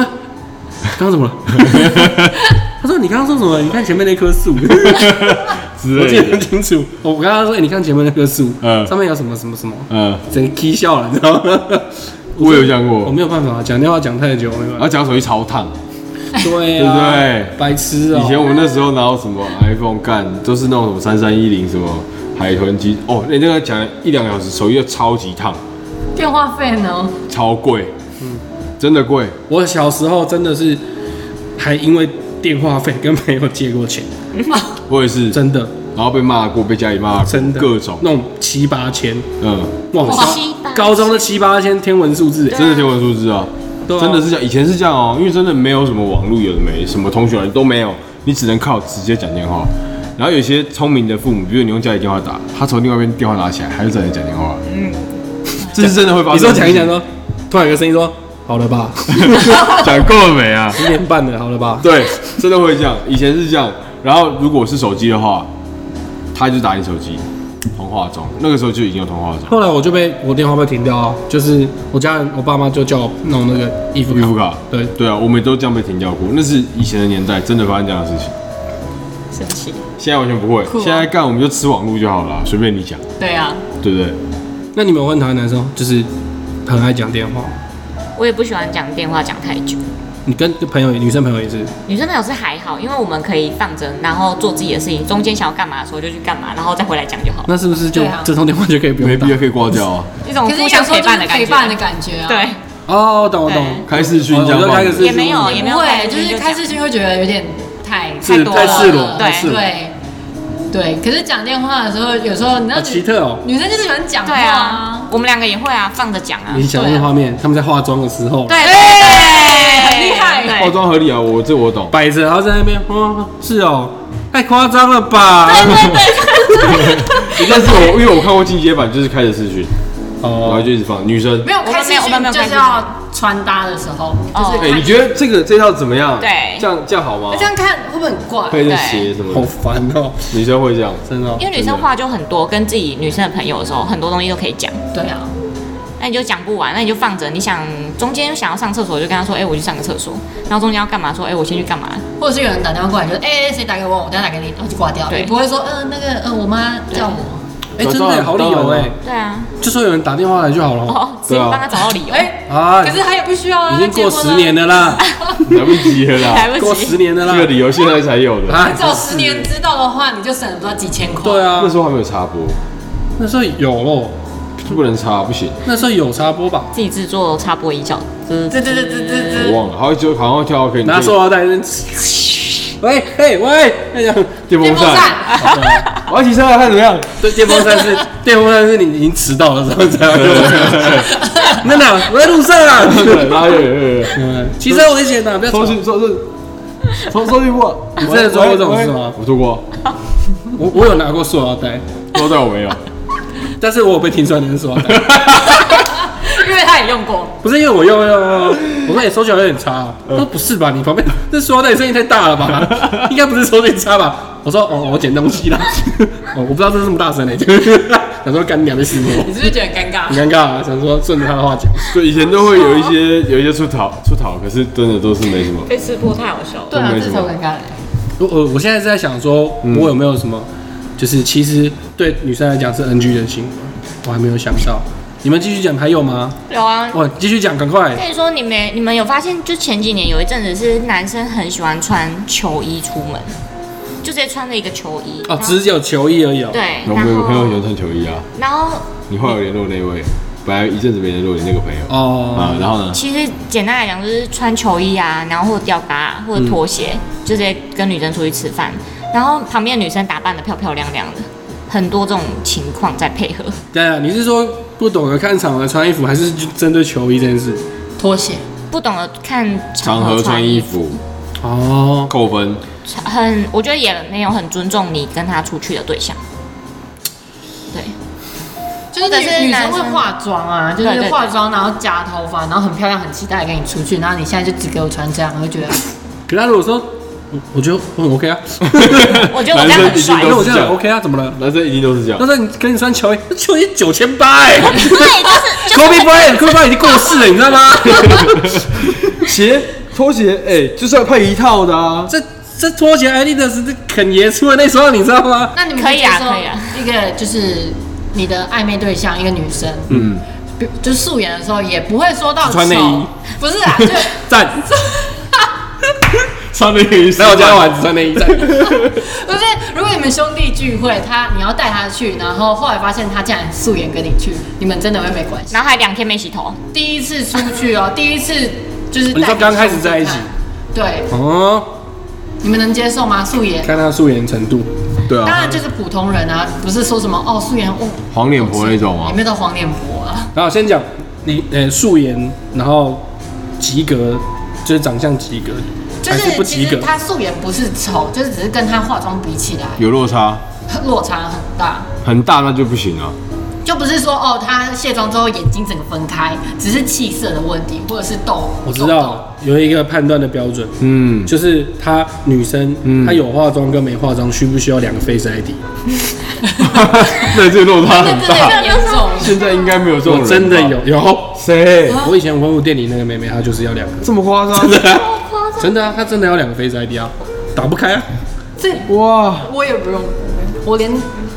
Speaker 1: 刚刚怎么了？ [LAUGHS] 他说你刚刚说什么？你看前面那棵
Speaker 2: [LAUGHS]
Speaker 1: 树， [LAUGHS] 我
Speaker 2: 之
Speaker 1: 记得很
Speaker 2: 类 [LAUGHS] 的，
Speaker 1: 清楚。我刚刚说，哎、你看前面那棵树，
Speaker 2: 嗯
Speaker 1: 上面有什么什么什么， [LAUGHS]
Speaker 2: 嗯，
Speaker 1: 整个 K 笑了，你知道吗？
Speaker 2: 我有讲
Speaker 1: 我
Speaker 2: 过，
Speaker 1: 没有办法讲电话讲太久，没办
Speaker 2: 然
Speaker 1: 法。
Speaker 2: 后讲手机超烫，
Speaker 1: 对
Speaker 2: 对不
Speaker 1: 啊，
Speaker 2: 啊对？
Speaker 1: 白痴啊、
Speaker 2: 以前我们那时候哪有什么 iPhone 干，都是那种什么三三一零什么海豚机哦，那那个讲了一两个小时，手机就超级烫，
Speaker 4: 电话费呢？
Speaker 2: 超贵，真的贵，
Speaker 1: 我小时候真的是还因为电话费跟朋友借过钱，
Speaker 2: 我也是，
Speaker 1: 真的。
Speaker 2: 然后被骂过，被家里骂过，
Speaker 1: 真的
Speaker 2: 各种，
Speaker 1: 那种七八千，
Speaker 2: 嗯，
Speaker 1: 哇，我高
Speaker 3: 七八千
Speaker 1: 高中的七八千天文数字，
Speaker 2: 真的天文数字啊，
Speaker 1: 对啊
Speaker 2: 真的是这样，以前是这样哦，因为真的没有什么网络，有的没，什么通讯软件都没有，你只能靠直接讲电话。然后有些聪明的父母，比如你用家里电话打，他从另外一边电话拿起来，还是在那里讲电话，嗯，这是真的会发
Speaker 1: 你
Speaker 2: 生。
Speaker 1: 说讲一讲，说，突然有个声音说，好了吧，
Speaker 2: [LAUGHS] 讲够了没啊？
Speaker 1: 一年半了，好了吧，
Speaker 2: [LAUGHS] 对，真的会这样。以前是这样，然后如果是手机的话，他就打你手机通话中，那个时候就已经有通话中。
Speaker 1: 后来我就被我电话被停掉啊，就是我家人我爸妈就叫我弄那个衣服
Speaker 2: 预付卡，
Speaker 1: 对
Speaker 2: 对啊，我们都这样被停掉过，那是以前的年代，真的发生这样的事情。
Speaker 3: 生气。
Speaker 2: 现在完全不会，
Speaker 4: 酷哦
Speaker 2: 现在干我们就吃网络就好了，随便你讲，
Speaker 4: 对啊，
Speaker 2: 对不对？
Speaker 1: 那你们有问台湾男生就是很爱讲电话，
Speaker 3: 我也不喜欢讲电话讲太久，
Speaker 1: 你跟朋友女生朋友也是，
Speaker 3: 女生朋友是还好，因为我们可以放着，然后做自己的事情，中间想要干嘛的时候就去干嘛，然后再回来讲就好了，
Speaker 1: 那是不是就
Speaker 4: 对啊
Speaker 1: 这通电话就可以不
Speaker 2: 没
Speaker 1: 用打
Speaker 2: 必要？可以挂掉啊，
Speaker 3: 一种
Speaker 4: 可是
Speaker 3: 互
Speaker 4: 有
Speaker 3: 相
Speaker 4: 时候
Speaker 3: 陪
Speaker 4: 就
Speaker 3: 伴
Speaker 4: 是
Speaker 3: 的感
Speaker 4: 陪
Speaker 3: 觉。
Speaker 4: 伴的感觉啊。
Speaker 3: 对，
Speaker 1: 哦，我懂我懂，
Speaker 2: 开视讯这样
Speaker 1: 我就
Speaker 2: 放
Speaker 1: 开
Speaker 2: 着
Speaker 1: 个视
Speaker 3: 也没有，也没有
Speaker 4: 不
Speaker 3: 感
Speaker 4: 会，
Speaker 3: 觉
Speaker 4: 就是开视讯会觉得有点太
Speaker 3: 太多
Speaker 1: 太
Speaker 3: 了
Speaker 1: 赤裸，
Speaker 3: 对
Speaker 1: 太赤裸，
Speaker 4: 哦对对。可是讲电话的时候，有时候你知道
Speaker 1: 好奇特哦。
Speaker 4: 女生就是喜欢讲话
Speaker 3: 对啊，，我们两个也会啊，放着讲啊，
Speaker 1: 你想那个画面，他们在化妆的时候，
Speaker 3: 对对对，
Speaker 4: 很厉害
Speaker 3: 对
Speaker 2: 包装合理啊，我这我懂。
Speaker 1: 摆着，然后在那边，哦，是哦，太夸张了吧？
Speaker 2: 但是我因为我看过进阶版，就是开着视讯，然后
Speaker 1: 哦，
Speaker 2: 就一直放女生
Speaker 4: 没。有
Speaker 3: 我们
Speaker 4: 开视
Speaker 3: 没有我们没
Speaker 4: 讯
Speaker 3: 有开
Speaker 4: 就
Speaker 3: 视讯
Speaker 4: 是要穿搭的时候，就是
Speaker 3: 哦
Speaker 2: 哎，
Speaker 4: 看
Speaker 2: 你觉得这个这套怎么样？
Speaker 3: 对
Speaker 2: 这样这样好吗
Speaker 4: 那？这样看会不会很怪？
Speaker 2: 配着
Speaker 3: 对
Speaker 2: 鞋什么
Speaker 1: 好
Speaker 2: 的，
Speaker 1: 烦哦，
Speaker 2: 女生会这样。
Speaker 1: 真的哦。
Speaker 3: 因为女生话就很多，跟自己女生的朋友的时候，很多东西都可以讲，
Speaker 4: 对啊，
Speaker 3: 那你就讲不完，那你就放着。你想中间想要上厕所，就跟她说：“哎、我去上个厕所。”然后中间要干嘛，说：“哎、我先去干嘛。
Speaker 4: 或者是有人打电话过来，就说哎谁打给我，我等下打给你，然后就挂掉，
Speaker 3: 对
Speaker 4: 也不会说嗯那个嗯我妈叫我。
Speaker 1: 哎，真的好理由哎，”
Speaker 3: 对啊，
Speaker 1: 就说有人打电话来就好了哦。
Speaker 3: 哦，自己
Speaker 2: 对啊
Speaker 3: 帮她找到理由，
Speaker 4: 哎、
Speaker 1: 啊，
Speaker 4: 可是他也不需要啊，
Speaker 1: 已经过
Speaker 4: 他结婚
Speaker 1: 十年
Speaker 4: 了，
Speaker 1: 了 [LAUGHS] 啦，
Speaker 2: 来不及了
Speaker 3: 哎 [LAUGHS] 来
Speaker 2: 啦，
Speaker 3: 不
Speaker 1: 过
Speaker 3: 及
Speaker 1: 十。年了
Speaker 2: 这个
Speaker 1: 啦。
Speaker 2: 理由现在才有的。
Speaker 1: 啊
Speaker 4: 你早十年知道的话，你就省了不知道几千块。
Speaker 1: 对啊
Speaker 2: 那，时候还没有插播，
Speaker 1: 那时候有哦，
Speaker 2: 就不能插，不行，
Speaker 1: 那时候有插播吧？
Speaker 3: 自己制作插播一角， [LAUGHS] 对
Speaker 4: 对对对对对
Speaker 2: 我
Speaker 4: 对，
Speaker 2: 忘了。好像就好像跳到可以
Speaker 1: 拿塑啊料袋在那边，喂嘿哎喂，那样
Speaker 2: 电风
Speaker 4: 电风
Speaker 2: 扇，
Speaker 4: 扇，
Speaker 2: 我要骑车了，看怎么样？
Speaker 1: 对，电风扇是 [LAUGHS] 电风扇是你已经迟到 [LAUGHS] 的时候才会用的。那哪？我在路上啊。
Speaker 2: 对，然后有有有有
Speaker 1: [LAUGHS] 嗯，骑车危险呐，不要吵
Speaker 2: 收。去收去收收去过。
Speaker 1: 你真的做过这种事吗
Speaker 2: 我做过，啊
Speaker 1: 我我有拿过塑料袋，
Speaker 2: 说对我没有。
Speaker 1: 但是我有被听说你是塑 [LAUGHS] 料袋，
Speaker 4: 因为他也用过，
Speaker 1: 不是因为我用用用用，我说你哎手脚有点差，啊他说不是吧？你旁边这塑料袋声音太大了吧？应该不是手脚差吧？我说哦，我捡东西啦。 [LAUGHS] 哦，我不知道这是这么大声嘞，就是 [LAUGHS] 想说干娘的事我，
Speaker 4: 你是不是觉得很尴尬
Speaker 3: 嗯
Speaker 1: 很？尴尬啊，想说顺着他的话讲。
Speaker 2: 对，以前都会有一些有一些出逃出逃，可是真的都是没什么。
Speaker 3: 被识破太好笑了。
Speaker 4: 对啊，
Speaker 2: 没
Speaker 4: 这
Speaker 2: 什么
Speaker 4: 超尴尬的。
Speaker 1: 我我我现在是在想说，我有没有什么，就是其实对女生来讲是 NG 的行为，我还没有想到。你们继续讲，还有吗？
Speaker 3: 有啊，
Speaker 1: 哇，继续讲，赶快！
Speaker 3: 跟你说，你们你们有发现，就前几年有一阵子是男生很喜欢穿球衣出门，就直接穿了一个球衣。
Speaker 1: 哦
Speaker 3: 然，后
Speaker 1: 只有球衣而已、哦。
Speaker 3: 对，
Speaker 2: 我
Speaker 3: 然
Speaker 2: 们有个朋友喜
Speaker 3: 后
Speaker 2: 欢穿球衣啊，
Speaker 3: 然后
Speaker 2: 你后来有联络那一位，本来一阵子没联络你那个朋友啊
Speaker 1: 哦，，
Speaker 2: 然后呢？
Speaker 3: 其实简单来讲，就是穿球衣啊，然后或者吊嘎、啊、或者拖鞋，
Speaker 1: 嗯
Speaker 3: 就直接跟女生出去吃饭，然后旁边的女生打扮的漂漂亮亮的，很多这种情况在配合。
Speaker 1: 对啊，你是说不懂得看场合穿衣服，还是就针对球衣这件事？
Speaker 4: 拖鞋，
Speaker 3: 不懂得看
Speaker 2: 场
Speaker 3: 场
Speaker 2: 合
Speaker 3: 合
Speaker 2: 穿
Speaker 3: 穿
Speaker 2: 衣
Speaker 3: 衣服，
Speaker 2: 服
Speaker 1: 哦，
Speaker 2: 扣分，
Speaker 3: 很我觉得也没有很尊重你跟他出去的对象。对，
Speaker 4: 就是
Speaker 3: 或者是
Speaker 4: 女女
Speaker 3: 男
Speaker 4: 生
Speaker 3: 生
Speaker 4: 会化妆啊，就
Speaker 3: 对对
Speaker 4: 是
Speaker 3: 对
Speaker 4: 化妆，然后夹头发，然后很漂亮，很期待跟你出去，然后你现在就只给我穿这样，我就
Speaker 3: [LAUGHS]
Speaker 4: 觉得
Speaker 1: 可是他如果说，我我觉得我很 [LAUGHS] OK 啊，
Speaker 3: 我觉得我这样很
Speaker 2: 男
Speaker 3: 帅
Speaker 2: 生一定
Speaker 1: 那
Speaker 2: 都
Speaker 1: 我
Speaker 2: 是
Speaker 1: 这
Speaker 2: 这样
Speaker 1: 样很 OK 啊，怎么了？
Speaker 2: 男生一定都是这样
Speaker 1: 那。时候你跟你穿球衣，那球衣九千八哎
Speaker 3: 对，就是就是
Speaker 1: ，Kobe Bryant，Kobe Bryant 已经过世了，你知道吗？
Speaker 2: 鞋拖鞋，哎，就是要配一套的啊。
Speaker 1: 这这拖鞋 Adidas 这肯爷出的那双，你知道吗？
Speaker 4: 那你们
Speaker 3: 可以啊
Speaker 4: 接受
Speaker 3: 可以啊
Speaker 4: 一个就是你的暧昧对象，一个女生，
Speaker 2: 嗯，
Speaker 4: 比就是素颜的时候也不会说到
Speaker 1: 穿内衣
Speaker 4: 丑，不是啊，就 [LAUGHS]
Speaker 1: 赞，
Speaker 2: 穿的雨
Speaker 1: 来我家玩只穿内衣赞。
Speaker 4: 不是，如果你们兄弟聚会，他你要带他去，然后后来发现他竟然素颜跟你去，你们真的会没关系。
Speaker 3: 然后还两天没洗头，
Speaker 4: 第一次出去哦，第一次就是
Speaker 1: 哦你说
Speaker 4: 带
Speaker 1: 刚开始在一起
Speaker 4: 兄弟看，对，
Speaker 1: [LAUGHS] 哦，
Speaker 4: 你们能接受吗？素颜
Speaker 1: 看他素颜程度，
Speaker 2: 对
Speaker 4: 当
Speaker 2: 啊
Speaker 4: 然，就是普通人啊，不是说什么哦素颜哦
Speaker 2: 黄脸婆那种啊
Speaker 4: 也没有到黄脸婆啊，
Speaker 1: 然后先讲你呃素颜，然后及格，就是长相及格，
Speaker 4: 就
Speaker 1: 还是
Speaker 4: 是
Speaker 1: 不
Speaker 4: 其
Speaker 1: 及
Speaker 4: 实
Speaker 1: 格？
Speaker 4: 她素颜不是丑，就是只是跟她化妆比起来
Speaker 2: 有落差
Speaker 4: 落差很大。
Speaker 2: 很大，那就不行啊。
Speaker 4: 就不是说哦，她卸妆之后眼睛整个分开，只是气色的问题，或者是痘。
Speaker 1: 我知
Speaker 4: 痘痘
Speaker 1: 道有一个判断的标准，
Speaker 2: 嗯，
Speaker 1: 就是她女生
Speaker 2: 嗯
Speaker 1: 她有化妆跟没化妆需不需要两个 Face ID？
Speaker 2: [LAUGHS] 对，这个落差
Speaker 4: 那
Speaker 2: 很
Speaker 4: 真的
Speaker 1: [LAUGHS]
Speaker 2: 大。
Speaker 4: 很严重。
Speaker 2: 现在应该没有这种
Speaker 1: 我
Speaker 2: 人吧
Speaker 1: 真的有有，
Speaker 2: 啊谁
Speaker 1: 我以前文物店里那个妹妹她就是要两个，
Speaker 2: 这么夸张？
Speaker 1: 真的啊，她真的要两个 Face ID 啊，打不开啊。
Speaker 4: 这
Speaker 2: 哇，
Speaker 4: 我也不用，我连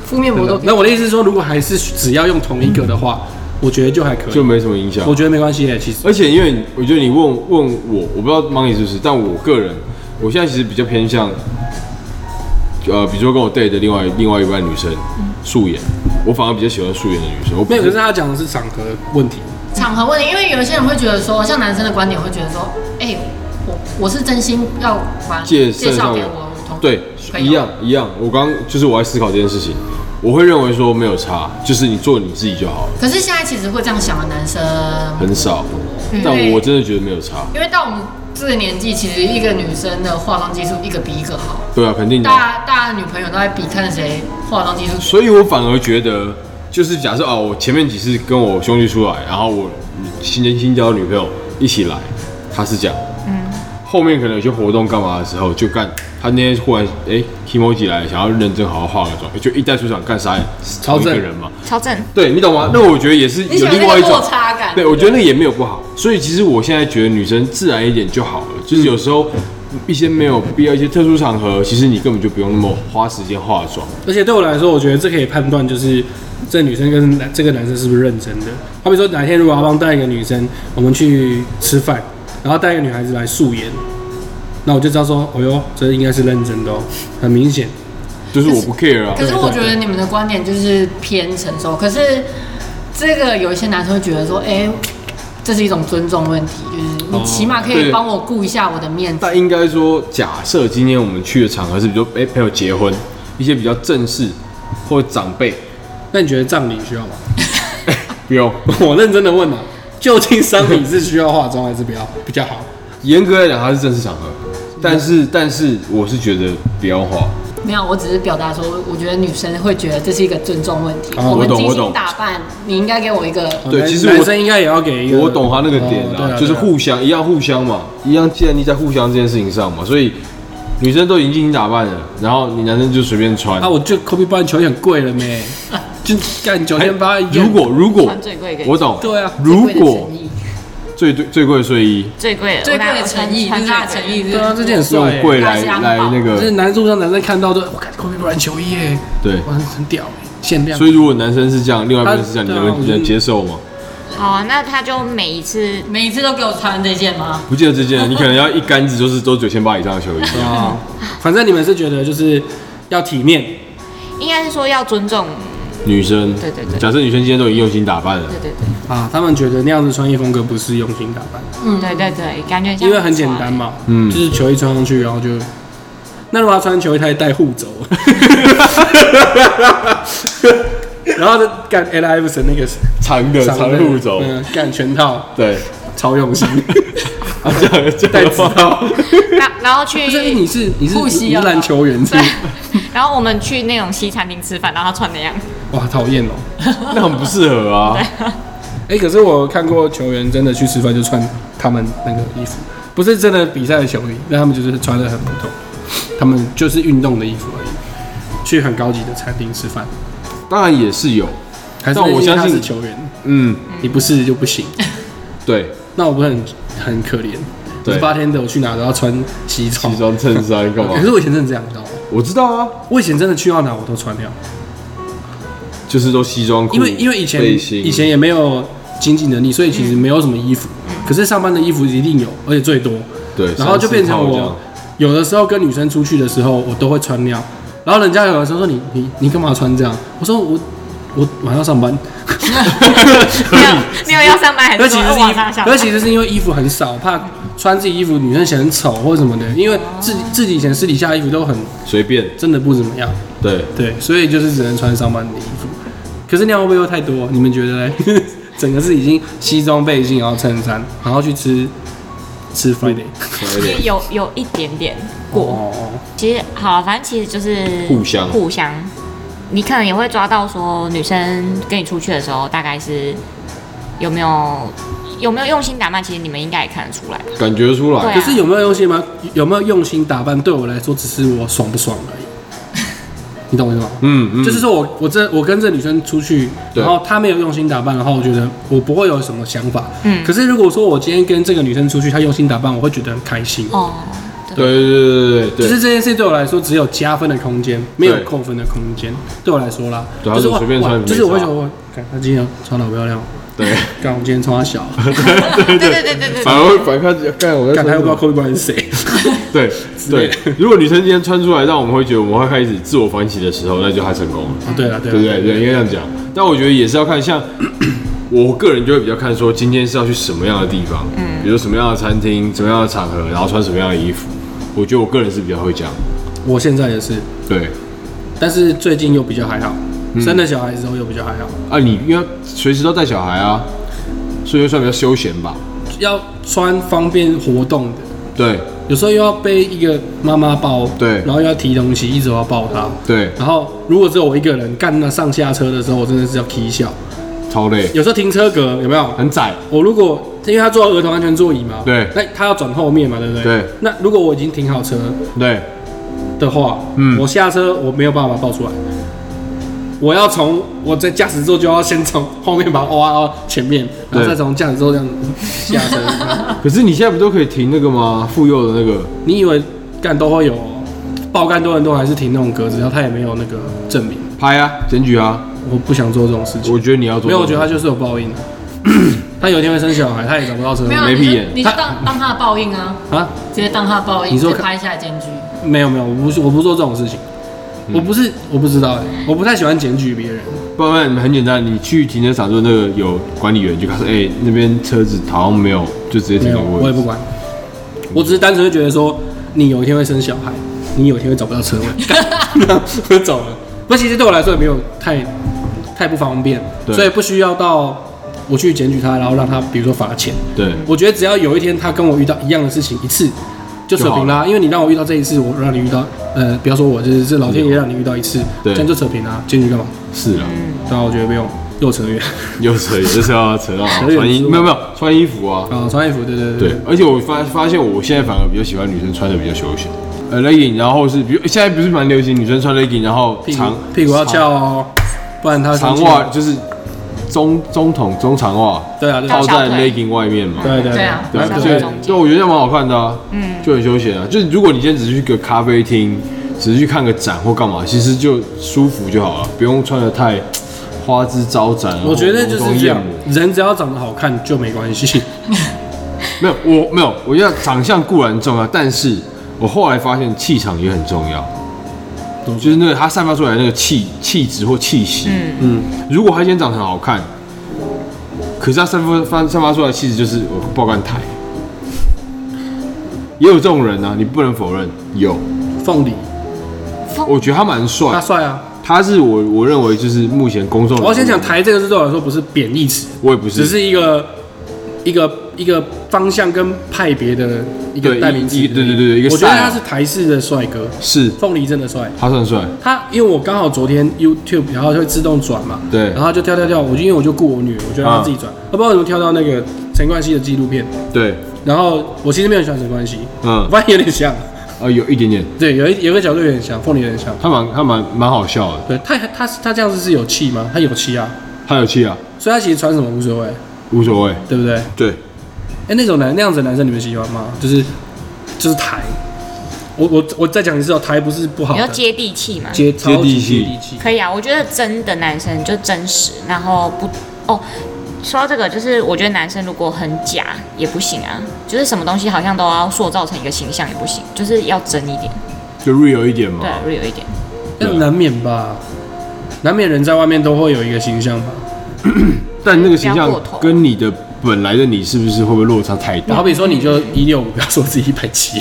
Speaker 4: 敷面膜都
Speaker 2: 哦
Speaker 4: 不
Speaker 1: 那我的意思是说，如果还是只要用同一个的话，我觉得就还可以，
Speaker 2: 就没什么影响
Speaker 1: 我。觉得没关系耶，其实。
Speaker 2: 而且因为你我觉得你问问我，我不知道 Money 是不是，但我个人，我现在其实比较偏向，呃，比如说跟我 date 的另外另外一半女生，素颜，我反而比较喜欢素颜的女生。我
Speaker 1: 没有，可是他讲的是场合问题，
Speaker 4: 场合问题，因为有一些人会觉得说，像男生的观点会觉得说，哎、我我是真心要把
Speaker 2: 介
Speaker 4: 介
Speaker 2: 绍
Speaker 4: 绍给
Speaker 2: 给
Speaker 4: 我同
Speaker 2: 对
Speaker 4: 朋友
Speaker 2: 一样一样，我刚就是我在思考这件事情，我会认为说没有差，就是你做你自己就好了，
Speaker 4: 可是现在其实会这样想的男生，
Speaker 2: 很少，
Speaker 4: 嗯
Speaker 2: 但我真的觉得没有差。
Speaker 4: 因为到我们这个年纪，其实一个女生的化妆技术一个比一个好，
Speaker 2: 对啊，肯定的啊。
Speaker 4: 大家大家女朋友都在比看谁化妆技术
Speaker 2: 所以我反而觉得，就是假设哦，我前面几次跟我兄弟出来，然后我新新交的女朋友一起来，他是这样，嗯，后面可能有些活动干嘛的时候，就干他那天忽然哎 k i m o j i 来，想要认真好好化个妆，就一带出场干啥呀？是同一个人嘛，
Speaker 3: 超正，
Speaker 2: 对你懂吗？那我觉得也是
Speaker 4: 你喜
Speaker 2: 有
Speaker 4: 欢
Speaker 2: 另外一
Speaker 4: 那个
Speaker 2: 种
Speaker 4: 落差感
Speaker 2: [LAUGHS] 对我觉得那也没有不好。所以其实我现在觉得女生自然一点就好了，就是有时候一些没有必要、一些特殊场合，其实你根本就不用那么花时间化妆。
Speaker 1: 而且对我来说，我觉得这可以判断就是这女生跟男这个男生是不是认真的。好比说哪天如果阿邦带一个女生，我们去吃饭，然后带一个女孩子来素颜，那我就知道说，哦哟，这应该是认真的哦，很明显。
Speaker 2: 就是我不 care 啊，
Speaker 4: 可是我觉得你们的观点就是偏成熟，可是这个有一些男生会觉得说，哎、这是一种尊重问题，就是你起码可以
Speaker 2: 哦对
Speaker 4: 帮我顾一下我的面子。
Speaker 2: 但应该说，假设今天我们去的场合是，比如说，哎、朋友结婚，一些比较正式或长辈，
Speaker 1: 那你觉得葬礼需要吗？
Speaker 2: 不用。
Speaker 1: 我认真的问嘛，究竟丧礼是需要化妆还是不要比较好？
Speaker 2: 严格来讲，它是正式场合，但是但是我是觉得不要化，
Speaker 1: 哦
Speaker 4: 没有，我只是表达说，我觉得女生会觉得这是一个尊重问题。
Speaker 1: 啊
Speaker 4: 们
Speaker 2: 哦我懂
Speaker 4: 精
Speaker 2: 我
Speaker 4: 心
Speaker 2: 懂
Speaker 4: 打扮，你应该给我一个
Speaker 2: 对
Speaker 1: 男
Speaker 2: 其实我
Speaker 1: 男生应该也要给一个。
Speaker 2: 我懂他那个点
Speaker 1: 哦
Speaker 2: 啊，
Speaker 1: 对啊
Speaker 2: 就是
Speaker 1: 对啊
Speaker 2: 互相一样互相嘛，一样建立在互相这件事情上嘛，所以女生都已经精心打扮了，然后你男生就随便穿。
Speaker 1: 啊，我就 Kobe Bryant 球很贵了
Speaker 2: [LAUGHS]
Speaker 1: 没？就干九
Speaker 2: 哎
Speaker 1: 千八，
Speaker 2: 如果如果
Speaker 3: 穿最贵给
Speaker 2: 我懂，
Speaker 1: 对啊
Speaker 2: 如
Speaker 4: 最贵的
Speaker 2: 果
Speaker 4: 诚意
Speaker 2: 最最最贵的睡衣
Speaker 3: 最贵的，
Speaker 4: 最贵
Speaker 3: 我
Speaker 4: 的
Speaker 3: 拿
Speaker 4: 诚意，就是他的诚。意。
Speaker 1: 对啊，这件很帅
Speaker 2: 用
Speaker 1: 欸，
Speaker 2: 贵
Speaker 4: 它
Speaker 2: 来
Speaker 4: 是安
Speaker 2: 来
Speaker 4: 保
Speaker 2: 那
Speaker 1: 就是
Speaker 2: 个
Speaker 1: 男路上男生看到都，我看 Kobe Bryant 球衣耶，
Speaker 2: 对。
Speaker 1: 哇，很屌欸，限量
Speaker 2: 所。以如果男生是这样，另外一半是这样，你
Speaker 1: 他对啊
Speaker 2: 能
Speaker 1: 我
Speaker 2: 你
Speaker 1: 觉得
Speaker 2: 能接受吗？
Speaker 3: 好啊，那他就每一次
Speaker 4: 每一次都给我穿这件吗？
Speaker 2: 不见得这件，你可能要一竿子就是都九千八以上的球衣。
Speaker 1: 啊，反正你们是觉得就是要体面，
Speaker 3: 应该是说要尊重，
Speaker 2: 女生，
Speaker 3: 对对对
Speaker 2: 假设女生今天都已经用心打扮了，
Speaker 3: 对对对。
Speaker 1: 啊，他们觉得那样子穿衣风格不是用心打扮，
Speaker 4: 嗯，
Speaker 3: 对对对，感觉像
Speaker 1: 因为很简单嘛，嗯，就是球衣穿上去，然后就。那如果他穿球衣，他还带护肘，然后就干 L Iverson 那个
Speaker 2: 长的
Speaker 1: 长
Speaker 2: 长
Speaker 1: 的
Speaker 2: 路走，
Speaker 1: 嗯，干全套，
Speaker 2: 对， [LAUGHS]
Speaker 1: 超用
Speaker 4: [LAUGHS]
Speaker 1: 心。
Speaker 2: 啊这样这
Speaker 1: 带
Speaker 2: 样
Speaker 1: 指套，
Speaker 3: 然然后
Speaker 1: 不是哎
Speaker 3: 去，
Speaker 1: 你是你是
Speaker 4: 护膝
Speaker 1: 你
Speaker 4: 啊
Speaker 1: 是篮球员是吗？
Speaker 3: [LAUGHS] 然后我们去那种西餐厅吃饭，然后他穿那样，
Speaker 1: 哇，讨厌哦。
Speaker 2: 那很不适合啊。
Speaker 1: 哎、可是我看过球员真的去吃饭就穿他们那个衣服，不是真的比赛的球衣，但他们就是穿的很普通，他们就是运动的衣服而已。去很高级的餐厅吃饭，
Speaker 2: 当然也是有，
Speaker 1: 还是
Speaker 2: 但我
Speaker 1: 因为
Speaker 2: 相
Speaker 1: 他
Speaker 2: 信
Speaker 1: 是球员，
Speaker 2: 嗯，
Speaker 1: 你不是就不行。
Speaker 2: 对，
Speaker 1: 那我不是很很可怜？
Speaker 2: 对
Speaker 1: 八天的我去哪都要穿西装
Speaker 2: 西。装衬衫干嘛
Speaker 1: 可？是我以前真的这样，你知道吗？
Speaker 2: 我知道啊，
Speaker 1: 我以前真的去到哪我都穿那样，
Speaker 2: 就是都西装裤，
Speaker 1: 因为因为以前
Speaker 2: 背心，嗯
Speaker 1: 以前也没有经济能力，所以其实没有什么衣服。可是上班的衣服一定有，而且最多。
Speaker 2: 对，
Speaker 1: 然后就变成
Speaker 2: 三四套
Speaker 1: 我
Speaker 2: 这样
Speaker 1: 有的时候跟女生出去的时候，我都会穿那样。然后人家有的时候说你你你干嘛穿这样？我说我我晚上要上班，
Speaker 3: 没有没有要上班还
Speaker 1: 可
Speaker 3: 是
Speaker 1: 是其
Speaker 3: 说
Speaker 1: 实是
Speaker 3: 晚
Speaker 1: 衣
Speaker 3: 上
Speaker 1: 服，
Speaker 3: 上
Speaker 1: 可
Speaker 3: 班
Speaker 1: 是？其实是因为衣服很少，怕穿自己衣服女生显得很丑或什么的。因为自己自己以前私底下衣服都很
Speaker 2: 随便，
Speaker 1: 真的不怎么样，
Speaker 2: 对，
Speaker 1: 对，所以就是只能穿上班的衣服。可是量会不会又太多？你们觉得嘞？ [LAUGHS] 整个是已经西装背心，然后衬衫，然后去吃吃 Friday。
Speaker 2: 有一
Speaker 3: 其实
Speaker 2: 点
Speaker 3: 有有一点点过。
Speaker 1: 哦，
Speaker 3: 其实好啊，反正其实就是
Speaker 2: 互相
Speaker 3: 互相，你可能也会抓到说女生跟你出去的时候，大概是有没有有没有用心打扮，其实你们应该也看得出来吧。
Speaker 2: 感觉出
Speaker 3: 对
Speaker 2: 来
Speaker 3: 啊，
Speaker 1: 可是有没有用心吗？有没有用心打扮？对我来说，只是我爽不爽而已。
Speaker 2: [LAUGHS]
Speaker 1: 你懂我意思吗？
Speaker 2: 嗯嗯，
Speaker 1: 就是说我我这我跟这女生出去，
Speaker 2: 对
Speaker 1: 然后她没有用心打扮的话，我觉得我不会有什么想法。
Speaker 3: 嗯
Speaker 1: 可是如果说我今天跟这个女生出去，她用心打扮，我会觉得很开心。
Speaker 3: 哦，
Speaker 2: 对对对对
Speaker 1: 就
Speaker 2: 对
Speaker 1: 是
Speaker 2: 对，
Speaker 1: 这件事对我来说只有加分的空间，没有
Speaker 2: 对
Speaker 1: 扣分的空间。对我来说啦，
Speaker 2: 对
Speaker 1: 就是
Speaker 2: 他
Speaker 1: 我
Speaker 2: 就随便穿
Speaker 1: 就是我会
Speaker 2: 没
Speaker 1: 觉
Speaker 2: 差
Speaker 1: 得我，看她今天穿的好漂亮，
Speaker 2: 对，
Speaker 1: 干我今天穿她小，
Speaker 3: 对对对对对
Speaker 2: 反而会反看看我在
Speaker 1: 干她
Speaker 2: 穿
Speaker 1: 又不知道
Speaker 2: 什 [LAUGHS] 么，
Speaker 1: 扣不扣是谁。
Speaker 2: 对
Speaker 1: 类
Speaker 2: 对。如果女生今天穿出来，让我们会觉得我们会开始自我反省的时候，那就她成功了。
Speaker 1: 哦对了对
Speaker 2: 对不
Speaker 1: 了，
Speaker 2: 对？对，应该这样讲。但我觉得也是要看，像我个人就会比较看说，今天是要去什么样的地方，嗯，比如什么样的餐厅、什么样的场合，然后穿什么样的衣服。我觉得我个人是比较会讲，
Speaker 1: 我现在也是，
Speaker 2: 对
Speaker 1: 但是最近又比较还好，
Speaker 2: 嗯
Speaker 1: 生了小孩之后又比较还好，
Speaker 2: 啊，你因为随时都带小孩啊，所以就算比较休闲吧。
Speaker 1: 要穿方便活动的。
Speaker 2: 对
Speaker 1: 有时候又要背一个妈妈包，
Speaker 2: 对
Speaker 1: 然后又要提东西，一直要抱她。
Speaker 2: 对，
Speaker 1: 然后如果只有我一个人干那上下车的时候，我真的是要啼笑。
Speaker 2: 超累，
Speaker 1: 有时候停车格有没有？
Speaker 2: 很窄。
Speaker 1: 我如果因为他坐儿童安全座椅嘛，
Speaker 2: 对
Speaker 1: 那他要转后面嘛，对不对？
Speaker 2: 对。
Speaker 1: 那如果我已经停好车
Speaker 2: 对，
Speaker 1: 的话，
Speaker 2: 嗯
Speaker 1: 我下车我没有办法抱出来，我要从我在驾驶座就要先从后面把它挖到前面，然后
Speaker 2: 对
Speaker 1: 再从驾驶座这样下车。 [LAUGHS]
Speaker 2: 可是你现在不都可以停那个吗？妇幼的那个，
Speaker 1: 你以为干都会有哦，爆干多人都还是停那种格子，然后他也没有那个证明。
Speaker 2: 拍啊，检举啊。
Speaker 1: 我不想做这种事情，
Speaker 2: 我觉得你要做，
Speaker 1: 没有，我觉得他就是有报 [LAUGHS] 应的。他有一天会生小孩，他也找不到车
Speaker 4: 没有，啊
Speaker 2: 没
Speaker 4: 你
Speaker 2: 屁
Speaker 4: 就
Speaker 2: 眼
Speaker 4: 你就
Speaker 1: [LAUGHS]
Speaker 4: 当当他的报应啊，
Speaker 1: 啊。
Speaker 4: 直接当他的报应，
Speaker 1: 你说
Speaker 4: 直接拍下来检举。 [LAUGHS]
Speaker 1: 没有没有，我不是我不做这种事情，我不是我不知道、欸，我不太喜欢检举别人。
Speaker 2: 不然很简单，你去停车场就那个有管理员就告诉，哎、那边车子好像没有，就直接
Speaker 1: 没
Speaker 2: 停
Speaker 1: 有，
Speaker 2: 到
Speaker 1: 我也不管，我只是单纯会觉得说，你有一天会生小孩，你有一天会找不到
Speaker 2: [LAUGHS]
Speaker 1: 车位，干 [LAUGHS] 然后我就走了。那其实对我来说也没有太太不方便，
Speaker 2: 对
Speaker 1: 所以不需要到我去检举他，然后让他比如说罚钱。
Speaker 2: 对
Speaker 1: 我觉得只要有一天他跟我遇到一样的事情一次，就扯平啦。因为你让我遇到这一次，我让你遇到，呃，不要说我，就是是老天爷让你遇到一次，
Speaker 2: 对
Speaker 1: 这样就扯平啦。检举干嘛？
Speaker 2: 是啊，
Speaker 1: 对啊，我觉得不用，又扯远。
Speaker 2: 又扯，有的时候要扯到
Speaker 1: 远
Speaker 2: 穿衣，
Speaker 1: 处
Speaker 2: 没有没有穿衣
Speaker 1: [LAUGHS]
Speaker 2: 服啊，
Speaker 1: 啊，穿衣服，对对对
Speaker 2: 对，而且我发发现我现在反而比较喜欢女生穿的比较休闲，呃，legging，然后是比如现在不是蛮流行女生穿 legging，然后
Speaker 1: 屁股
Speaker 2: 长
Speaker 1: 屁股要翘哦，不然他哦
Speaker 2: 长长袜，就是中中筒中长袜
Speaker 1: 对啊，对啊
Speaker 2: 套
Speaker 3: 到，
Speaker 2: 在
Speaker 3: 小腿
Speaker 2: legging 外面嘛，
Speaker 1: 对对
Speaker 4: 对啊
Speaker 2: 对
Speaker 1: 蛮
Speaker 2: 啊，
Speaker 1: 可
Speaker 2: 所
Speaker 1: 爱
Speaker 2: 以
Speaker 1: 的。
Speaker 3: 间
Speaker 2: 对，我觉得这样蛮好看的啊，嗯，就很休闲啊。就是如果你今天只是去个咖啡厅，只是去看个展或干嘛，其实就舒服就好了，不用穿的太花枝招展啊。
Speaker 1: 我觉得
Speaker 2: 或
Speaker 1: 就是
Speaker 2: 浓妆
Speaker 1: 这样
Speaker 2: 艳抹，
Speaker 1: 人只要长得好看就没关系。
Speaker 2: 没有，我没有，我觉得长相固然重要，但是我后来发现气场也很重要，就是那个他散发出来的那个气气质或气息。
Speaker 3: 嗯
Speaker 2: 嗯，如果他今天长得很好看，可是他散发发散发出来的气质就是我爆肝台，也有这种人啊，你不能否认有。
Speaker 1: 凤梨，
Speaker 2: 我觉得他蛮
Speaker 1: 他
Speaker 2: 帅，
Speaker 1: 帅啊！
Speaker 2: 他是我我认为就是目前公众人
Speaker 1: 我
Speaker 2: 物，
Speaker 1: 要先讲“台”这个字对我来说不是贬义词，
Speaker 2: 我也不是，
Speaker 1: 只是一个一个一个方向跟派别的一个
Speaker 2: 对
Speaker 1: 代名词。
Speaker 2: 一一对对对对一个啊
Speaker 1: 我觉得
Speaker 2: style
Speaker 1: 他是台式的帅哥，
Speaker 2: 是
Speaker 1: 凤梨真的帅。
Speaker 2: 他算帅，
Speaker 1: 他因为我刚好昨天 YouTube，然后就会自动转嘛，
Speaker 2: 对啊
Speaker 1: 然后就跳跳跳，我就因为我就顾我女儿，我就让她自己转，我不知道怎么跳到那个陈冠希的纪录片，
Speaker 2: 对，
Speaker 1: 然后我其实没有很喜欢陈冠希，我
Speaker 2: 嗯，
Speaker 1: 发现有点像，
Speaker 2: 呃，有一点点，
Speaker 1: 对，有一有个角度有点像，凤梨有点像，
Speaker 2: 他蛮他蛮蛮好笑的，
Speaker 1: 对他他他这样子是有气吗？他有气啊，
Speaker 2: 他有气啊，
Speaker 1: 所以他其实穿什么无所谓，
Speaker 2: 无所谓，
Speaker 1: 对不对？
Speaker 2: 对，
Speaker 1: 哎、那种男那样子的男生你们喜欢吗？就是就是台，我我我再讲一次哦，台不是不好
Speaker 3: 你
Speaker 1: 的
Speaker 3: 要，接地气嘛？
Speaker 1: 接
Speaker 2: 接地气
Speaker 1: 接地气，
Speaker 3: 可以啊，我觉得真的男生就真实，然后不哦。说到这个，就是我觉得男生如果很假也不行啊，就是什么东西好像都要塑造成一个形象也不行，就是要真一点，
Speaker 2: 就 real 一点嘛
Speaker 3: 对，，real 一点。
Speaker 2: 啊
Speaker 1: 那难免吧，难免人在外面都会有一个形象吧。
Speaker 2: 但那个形
Speaker 3: 不要
Speaker 2: 象
Speaker 3: 过头
Speaker 2: 跟你的本来的你是不是会不会落差太
Speaker 1: 好
Speaker 3: 嗯
Speaker 2: 大？
Speaker 1: 比说，你就一六五，不要说自己一百七，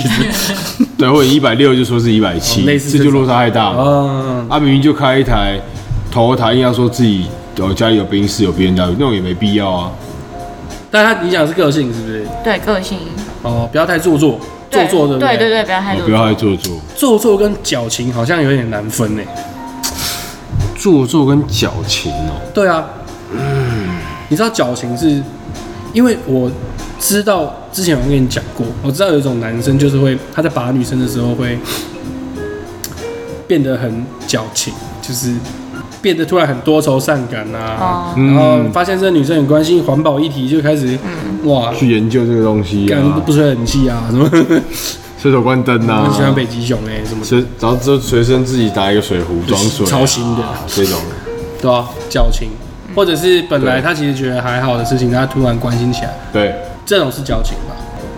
Speaker 3: [LAUGHS]
Speaker 2: 对，或者一百六就说是一百七
Speaker 1: 哦，类似
Speaker 2: 这
Speaker 1: 这
Speaker 2: 就
Speaker 1: 种
Speaker 2: 落差太大了。
Speaker 1: 嗯，
Speaker 2: 啊，明明就开一台头台，硬要说自己哦家里有宾士有 B N W，那种也没必要啊。
Speaker 1: 但他你讲的是个性是不是？
Speaker 3: 对个性，
Speaker 1: 哦，不要太做作，做
Speaker 3: 对
Speaker 1: 作对不
Speaker 3: 对对
Speaker 1: 对，
Speaker 3: 对，不要太
Speaker 2: 哦
Speaker 3: 做
Speaker 2: 不
Speaker 3: 作
Speaker 2: 要太做作，
Speaker 1: 做作跟矫情好像有点难分呢。
Speaker 2: 做作跟矫情哦。
Speaker 1: 对啊，你知道矫情是，因为我知道之前有跟你讲过，我知道有一种男生就是会他在把女生的时候会变得很矫情，就是变得突然很多愁善感啊，
Speaker 3: 哦，
Speaker 1: 然后
Speaker 2: 嗯，
Speaker 1: 发现这个女生很关心环保议题，就开始哇。
Speaker 2: 去研究这个东西
Speaker 1: 干
Speaker 2: 啊
Speaker 1: 不，吹冷气啊，什么
Speaker 2: 随手关灯啊，
Speaker 1: 很喜欢北极熊哎、什么
Speaker 2: 随，然后就随身自己打一个水壶装水啊，
Speaker 1: 超新的，
Speaker 2: 这种。
Speaker 1: 对啊，矫情，或者是本来
Speaker 2: 对
Speaker 1: 他其实觉得还好的事情，他突然关心起来，
Speaker 2: 对，
Speaker 1: 这种是矫情吧？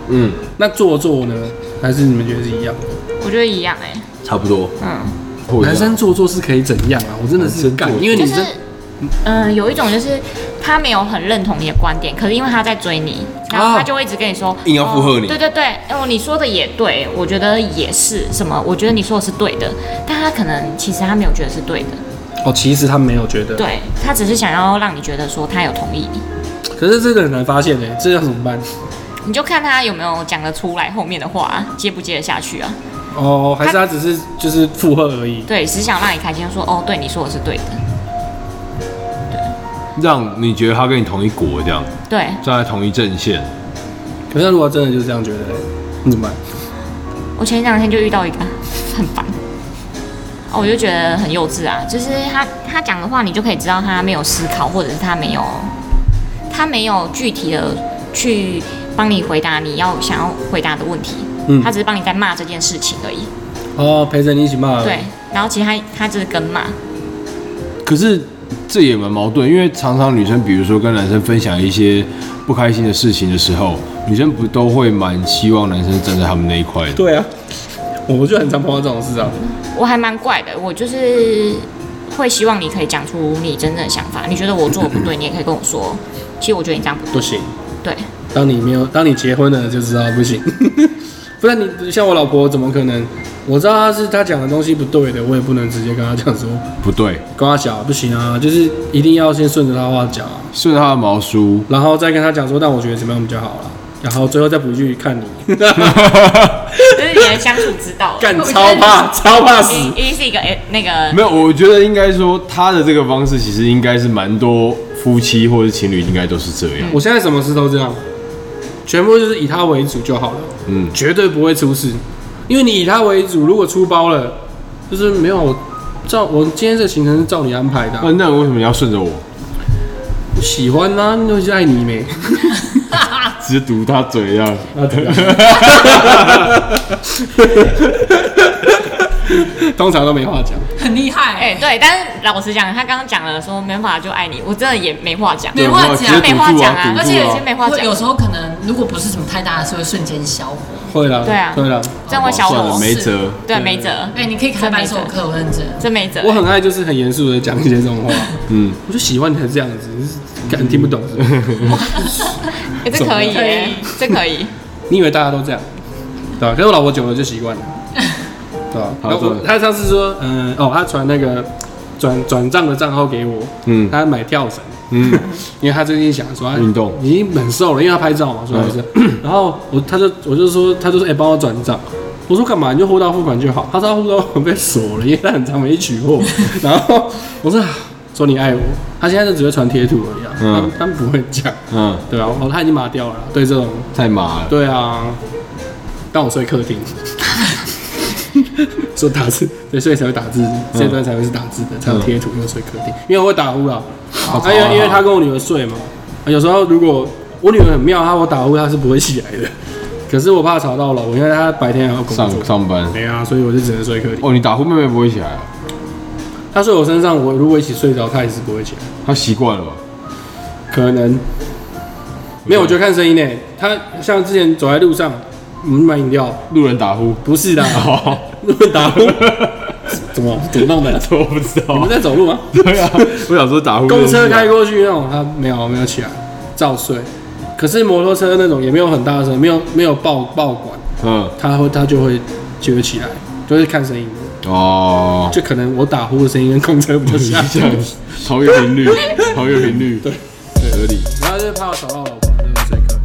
Speaker 2: 嗯，
Speaker 1: 那做作呢？还是你们觉得是一样？
Speaker 3: 我觉得一样哎，
Speaker 2: 差不多。
Speaker 3: 嗯，
Speaker 2: 或者
Speaker 1: 男生做作是可以怎样啊？我真的是
Speaker 2: 男生
Speaker 1: 干
Speaker 2: 做，作
Speaker 1: 因为
Speaker 3: 就
Speaker 1: 女
Speaker 3: 是
Speaker 1: 生
Speaker 3: 嗯、有一种就是他没有很认同你的观点，可是因为他在追你，然后他就会一直跟你说，
Speaker 2: 啊硬要附和你
Speaker 3: 哦对对对，哦，你说的也对，我觉得也是什么，我觉得你说的是对的，但他可能其实他没有觉得是对的，
Speaker 1: 哦，其实他没有觉得，
Speaker 3: 对他只是想要让你觉得说他有同意你，
Speaker 1: 可是这个很难发现哎，这要怎么办？
Speaker 3: 你就看他有没有讲得出来后面的话接不接得下去啊？
Speaker 1: 哦，还是他只是就是附和而已。
Speaker 3: 对，只是想让你开心，说哦，对，你说的是对的，
Speaker 2: 让你觉得他跟你同一国这样，
Speaker 3: 对，
Speaker 2: 站在同一阵线，
Speaker 1: 可是如果真的就是这样觉得嘞，你怎么办？
Speaker 3: 我前两天就遇到一个，很烦。哦，我就觉得很幼稚啊，就是他他讲的话，你就可以知道他没有思考，或者是他没有他没有具体的去帮你回答你要想要回答的问题，
Speaker 1: 嗯
Speaker 3: 他只是帮你在骂这件事情而已。
Speaker 1: 哦，陪着你一起骂。
Speaker 3: 对，，然后其实他他只是跟骂，
Speaker 2: 可是这也蛮矛盾，因为常常女生，比如说跟男生分享一些不开心的事情的时候，女生不都会蛮希望男生站在他们那一块的？
Speaker 1: 对啊，我就很常碰到这种事啊。
Speaker 3: 我还蛮怪的，我就是会希望你可以讲出你真正的想法，你觉得我做的不对，你也可以跟我说，其实我觉得你这样不
Speaker 1: 不行，
Speaker 3: 对，
Speaker 1: 当你没有，当你结婚了就知道不行。 [LAUGHS] 不然你像我老婆，怎么可能？我知道她是她讲的东西不对的，我也不能直接跟她讲说
Speaker 2: 不对，
Speaker 1: 跟她讲不行啊，就是一定要先顺着她话讲啊，
Speaker 2: 顺着他的毛梳， [LAUGHS]
Speaker 1: 然后再跟她讲说，但我觉得怎么样比较好啦。然后最后再补一句看你，
Speaker 3: 这是你的相处之道。
Speaker 1: 干超怕超怕死
Speaker 3: 一，一定是一个诶、那个
Speaker 2: 没有，我觉得应该说他的这个方式其实应该是蛮多夫妻或者情侣应该都是这样。
Speaker 1: 我现在什么事都这样，全部就是以她为主就好了，
Speaker 2: 嗯，
Speaker 1: 绝对不会出事，因为你以她为主，如果出包了，就是没有我照我今天这个行程是照你安排的啊、
Speaker 2: 那那为什么你要顺着我？
Speaker 1: 喜欢啊，那就是爱你没？
Speaker 2: 只堵他嘴这样？
Speaker 1: 啊，对啊。 [LAUGHS] 通常都没话讲，
Speaker 4: 很厉害、
Speaker 3: 哎、对，但是老实讲，他刚刚讲了说没办法就爱你，我真的也没话讲，
Speaker 4: 没话讲
Speaker 2: 直接
Speaker 3: 没
Speaker 2: 堵
Speaker 3: 话
Speaker 2: 住
Speaker 3: 讲
Speaker 2: 啊，
Speaker 3: 啊，
Speaker 2: 堵
Speaker 3: 而且
Speaker 2: 住
Speaker 3: 有些
Speaker 2: 啊。
Speaker 3: 没话
Speaker 4: 会
Speaker 3: 讲。
Speaker 4: 有时候可能如果不是什么太大的事，会瞬间消火。
Speaker 1: 会啦，
Speaker 3: 对啊
Speaker 1: 会啦。
Speaker 3: 这样会消
Speaker 2: 哦算了，
Speaker 3: 火，
Speaker 2: 没辙。
Speaker 3: 对，没辙，
Speaker 4: 哎、你可以开白手课，我认真。
Speaker 3: 真没辙。
Speaker 1: 我很爱就是很严肃的讲一些这种
Speaker 3: [LAUGHS]
Speaker 1: 话，
Speaker 2: 嗯，
Speaker 1: 我就喜欢你才这样子，感听不懂是不是
Speaker 3: 哎这可以
Speaker 4: 怎么
Speaker 3: 耶，这可以。
Speaker 1: 你以为大家都这样，对吧、可是我老婆久了就习
Speaker 3: [LAUGHS]
Speaker 1: 惯了，对吧、
Speaker 2: 好
Speaker 1: 然后我
Speaker 2: 对
Speaker 1: 她上次说，嗯，哦，她传那个转转账的账号给我，
Speaker 2: 嗯
Speaker 1: 她买跳绳，
Speaker 2: 嗯，
Speaker 1: [LAUGHS] 因为他最近想说他
Speaker 2: 运动哎
Speaker 1: 已经很瘦了，因为他拍照嘛，所以是。 [CLEARS THROAT] 然后我他就我就说他就说哎帮、我转账，我说干嘛你就货到付款就好，他说他货到付款被锁了，因为他很长没取
Speaker 2: [LAUGHS]
Speaker 1: 货。然后我说啊说你爱我，他现在就只会传贴图而已啊，
Speaker 2: 嗯
Speaker 1: 他他们不会讲，
Speaker 2: 嗯，
Speaker 1: 对啊，我他已经麻掉了啦，对这种
Speaker 2: 太麻了。
Speaker 1: 对啊，但我睡客
Speaker 2: [LAUGHS]
Speaker 1: 厅。说打字，对，所以才会打字，
Speaker 2: 嗯
Speaker 1: 这段才会是打字的，才有贴图，因为睡客厅，因为我会打呼啦。
Speaker 2: 好
Speaker 1: 啊，因为因为他跟我女儿睡嘛，啊有时候如果我女儿很妙，她我打呼她是不会起来的，可是我怕吵到我老婆，因为她白天还要工
Speaker 2: 上
Speaker 1: 作，
Speaker 2: 上班。
Speaker 1: 没啊，所以我就只能睡客厅。
Speaker 2: 哦，你打呼妹妹不会起来啊？
Speaker 1: 她睡我身上，我如果一起睡着，她也是不会起来，
Speaker 2: 她习惯了吧？
Speaker 1: 可能没有，我觉得看声音呢。她像之前走在路上，我们买饮料，
Speaker 2: 路人打呼。
Speaker 1: 不是的， [LAUGHS]
Speaker 2: 哦，
Speaker 1: 打呼，怎么怎么弄的？
Speaker 2: [LAUGHS] 我不知
Speaker 1: 你
Speaker 2: 道
Speaker 1: 们。在走路
Speaker 2: [LAUGHS]
Speaker 1: 吗？
Speaker 2: 对啊，我想说打呼。
Speaker 1: 公车开。过去那种，他没有没有起来，照睡。可是摩托车那种也没有很大声，没有没有爆爆管，
Speaker 2: 嗯，
Speaker 1: 它会它就会就会起来，就是看声音的。
Speaker 2: 哦，
Speaker 1: 就可能我打呼的声音跟公车比较
Speaker 2: [LAUGHS]
Speaker 1: 像，
Speaker 2: 这样子，超越频率，超越频率，对，合理。
Speaker 1: 然后就怕我吵到老婆，就是这个。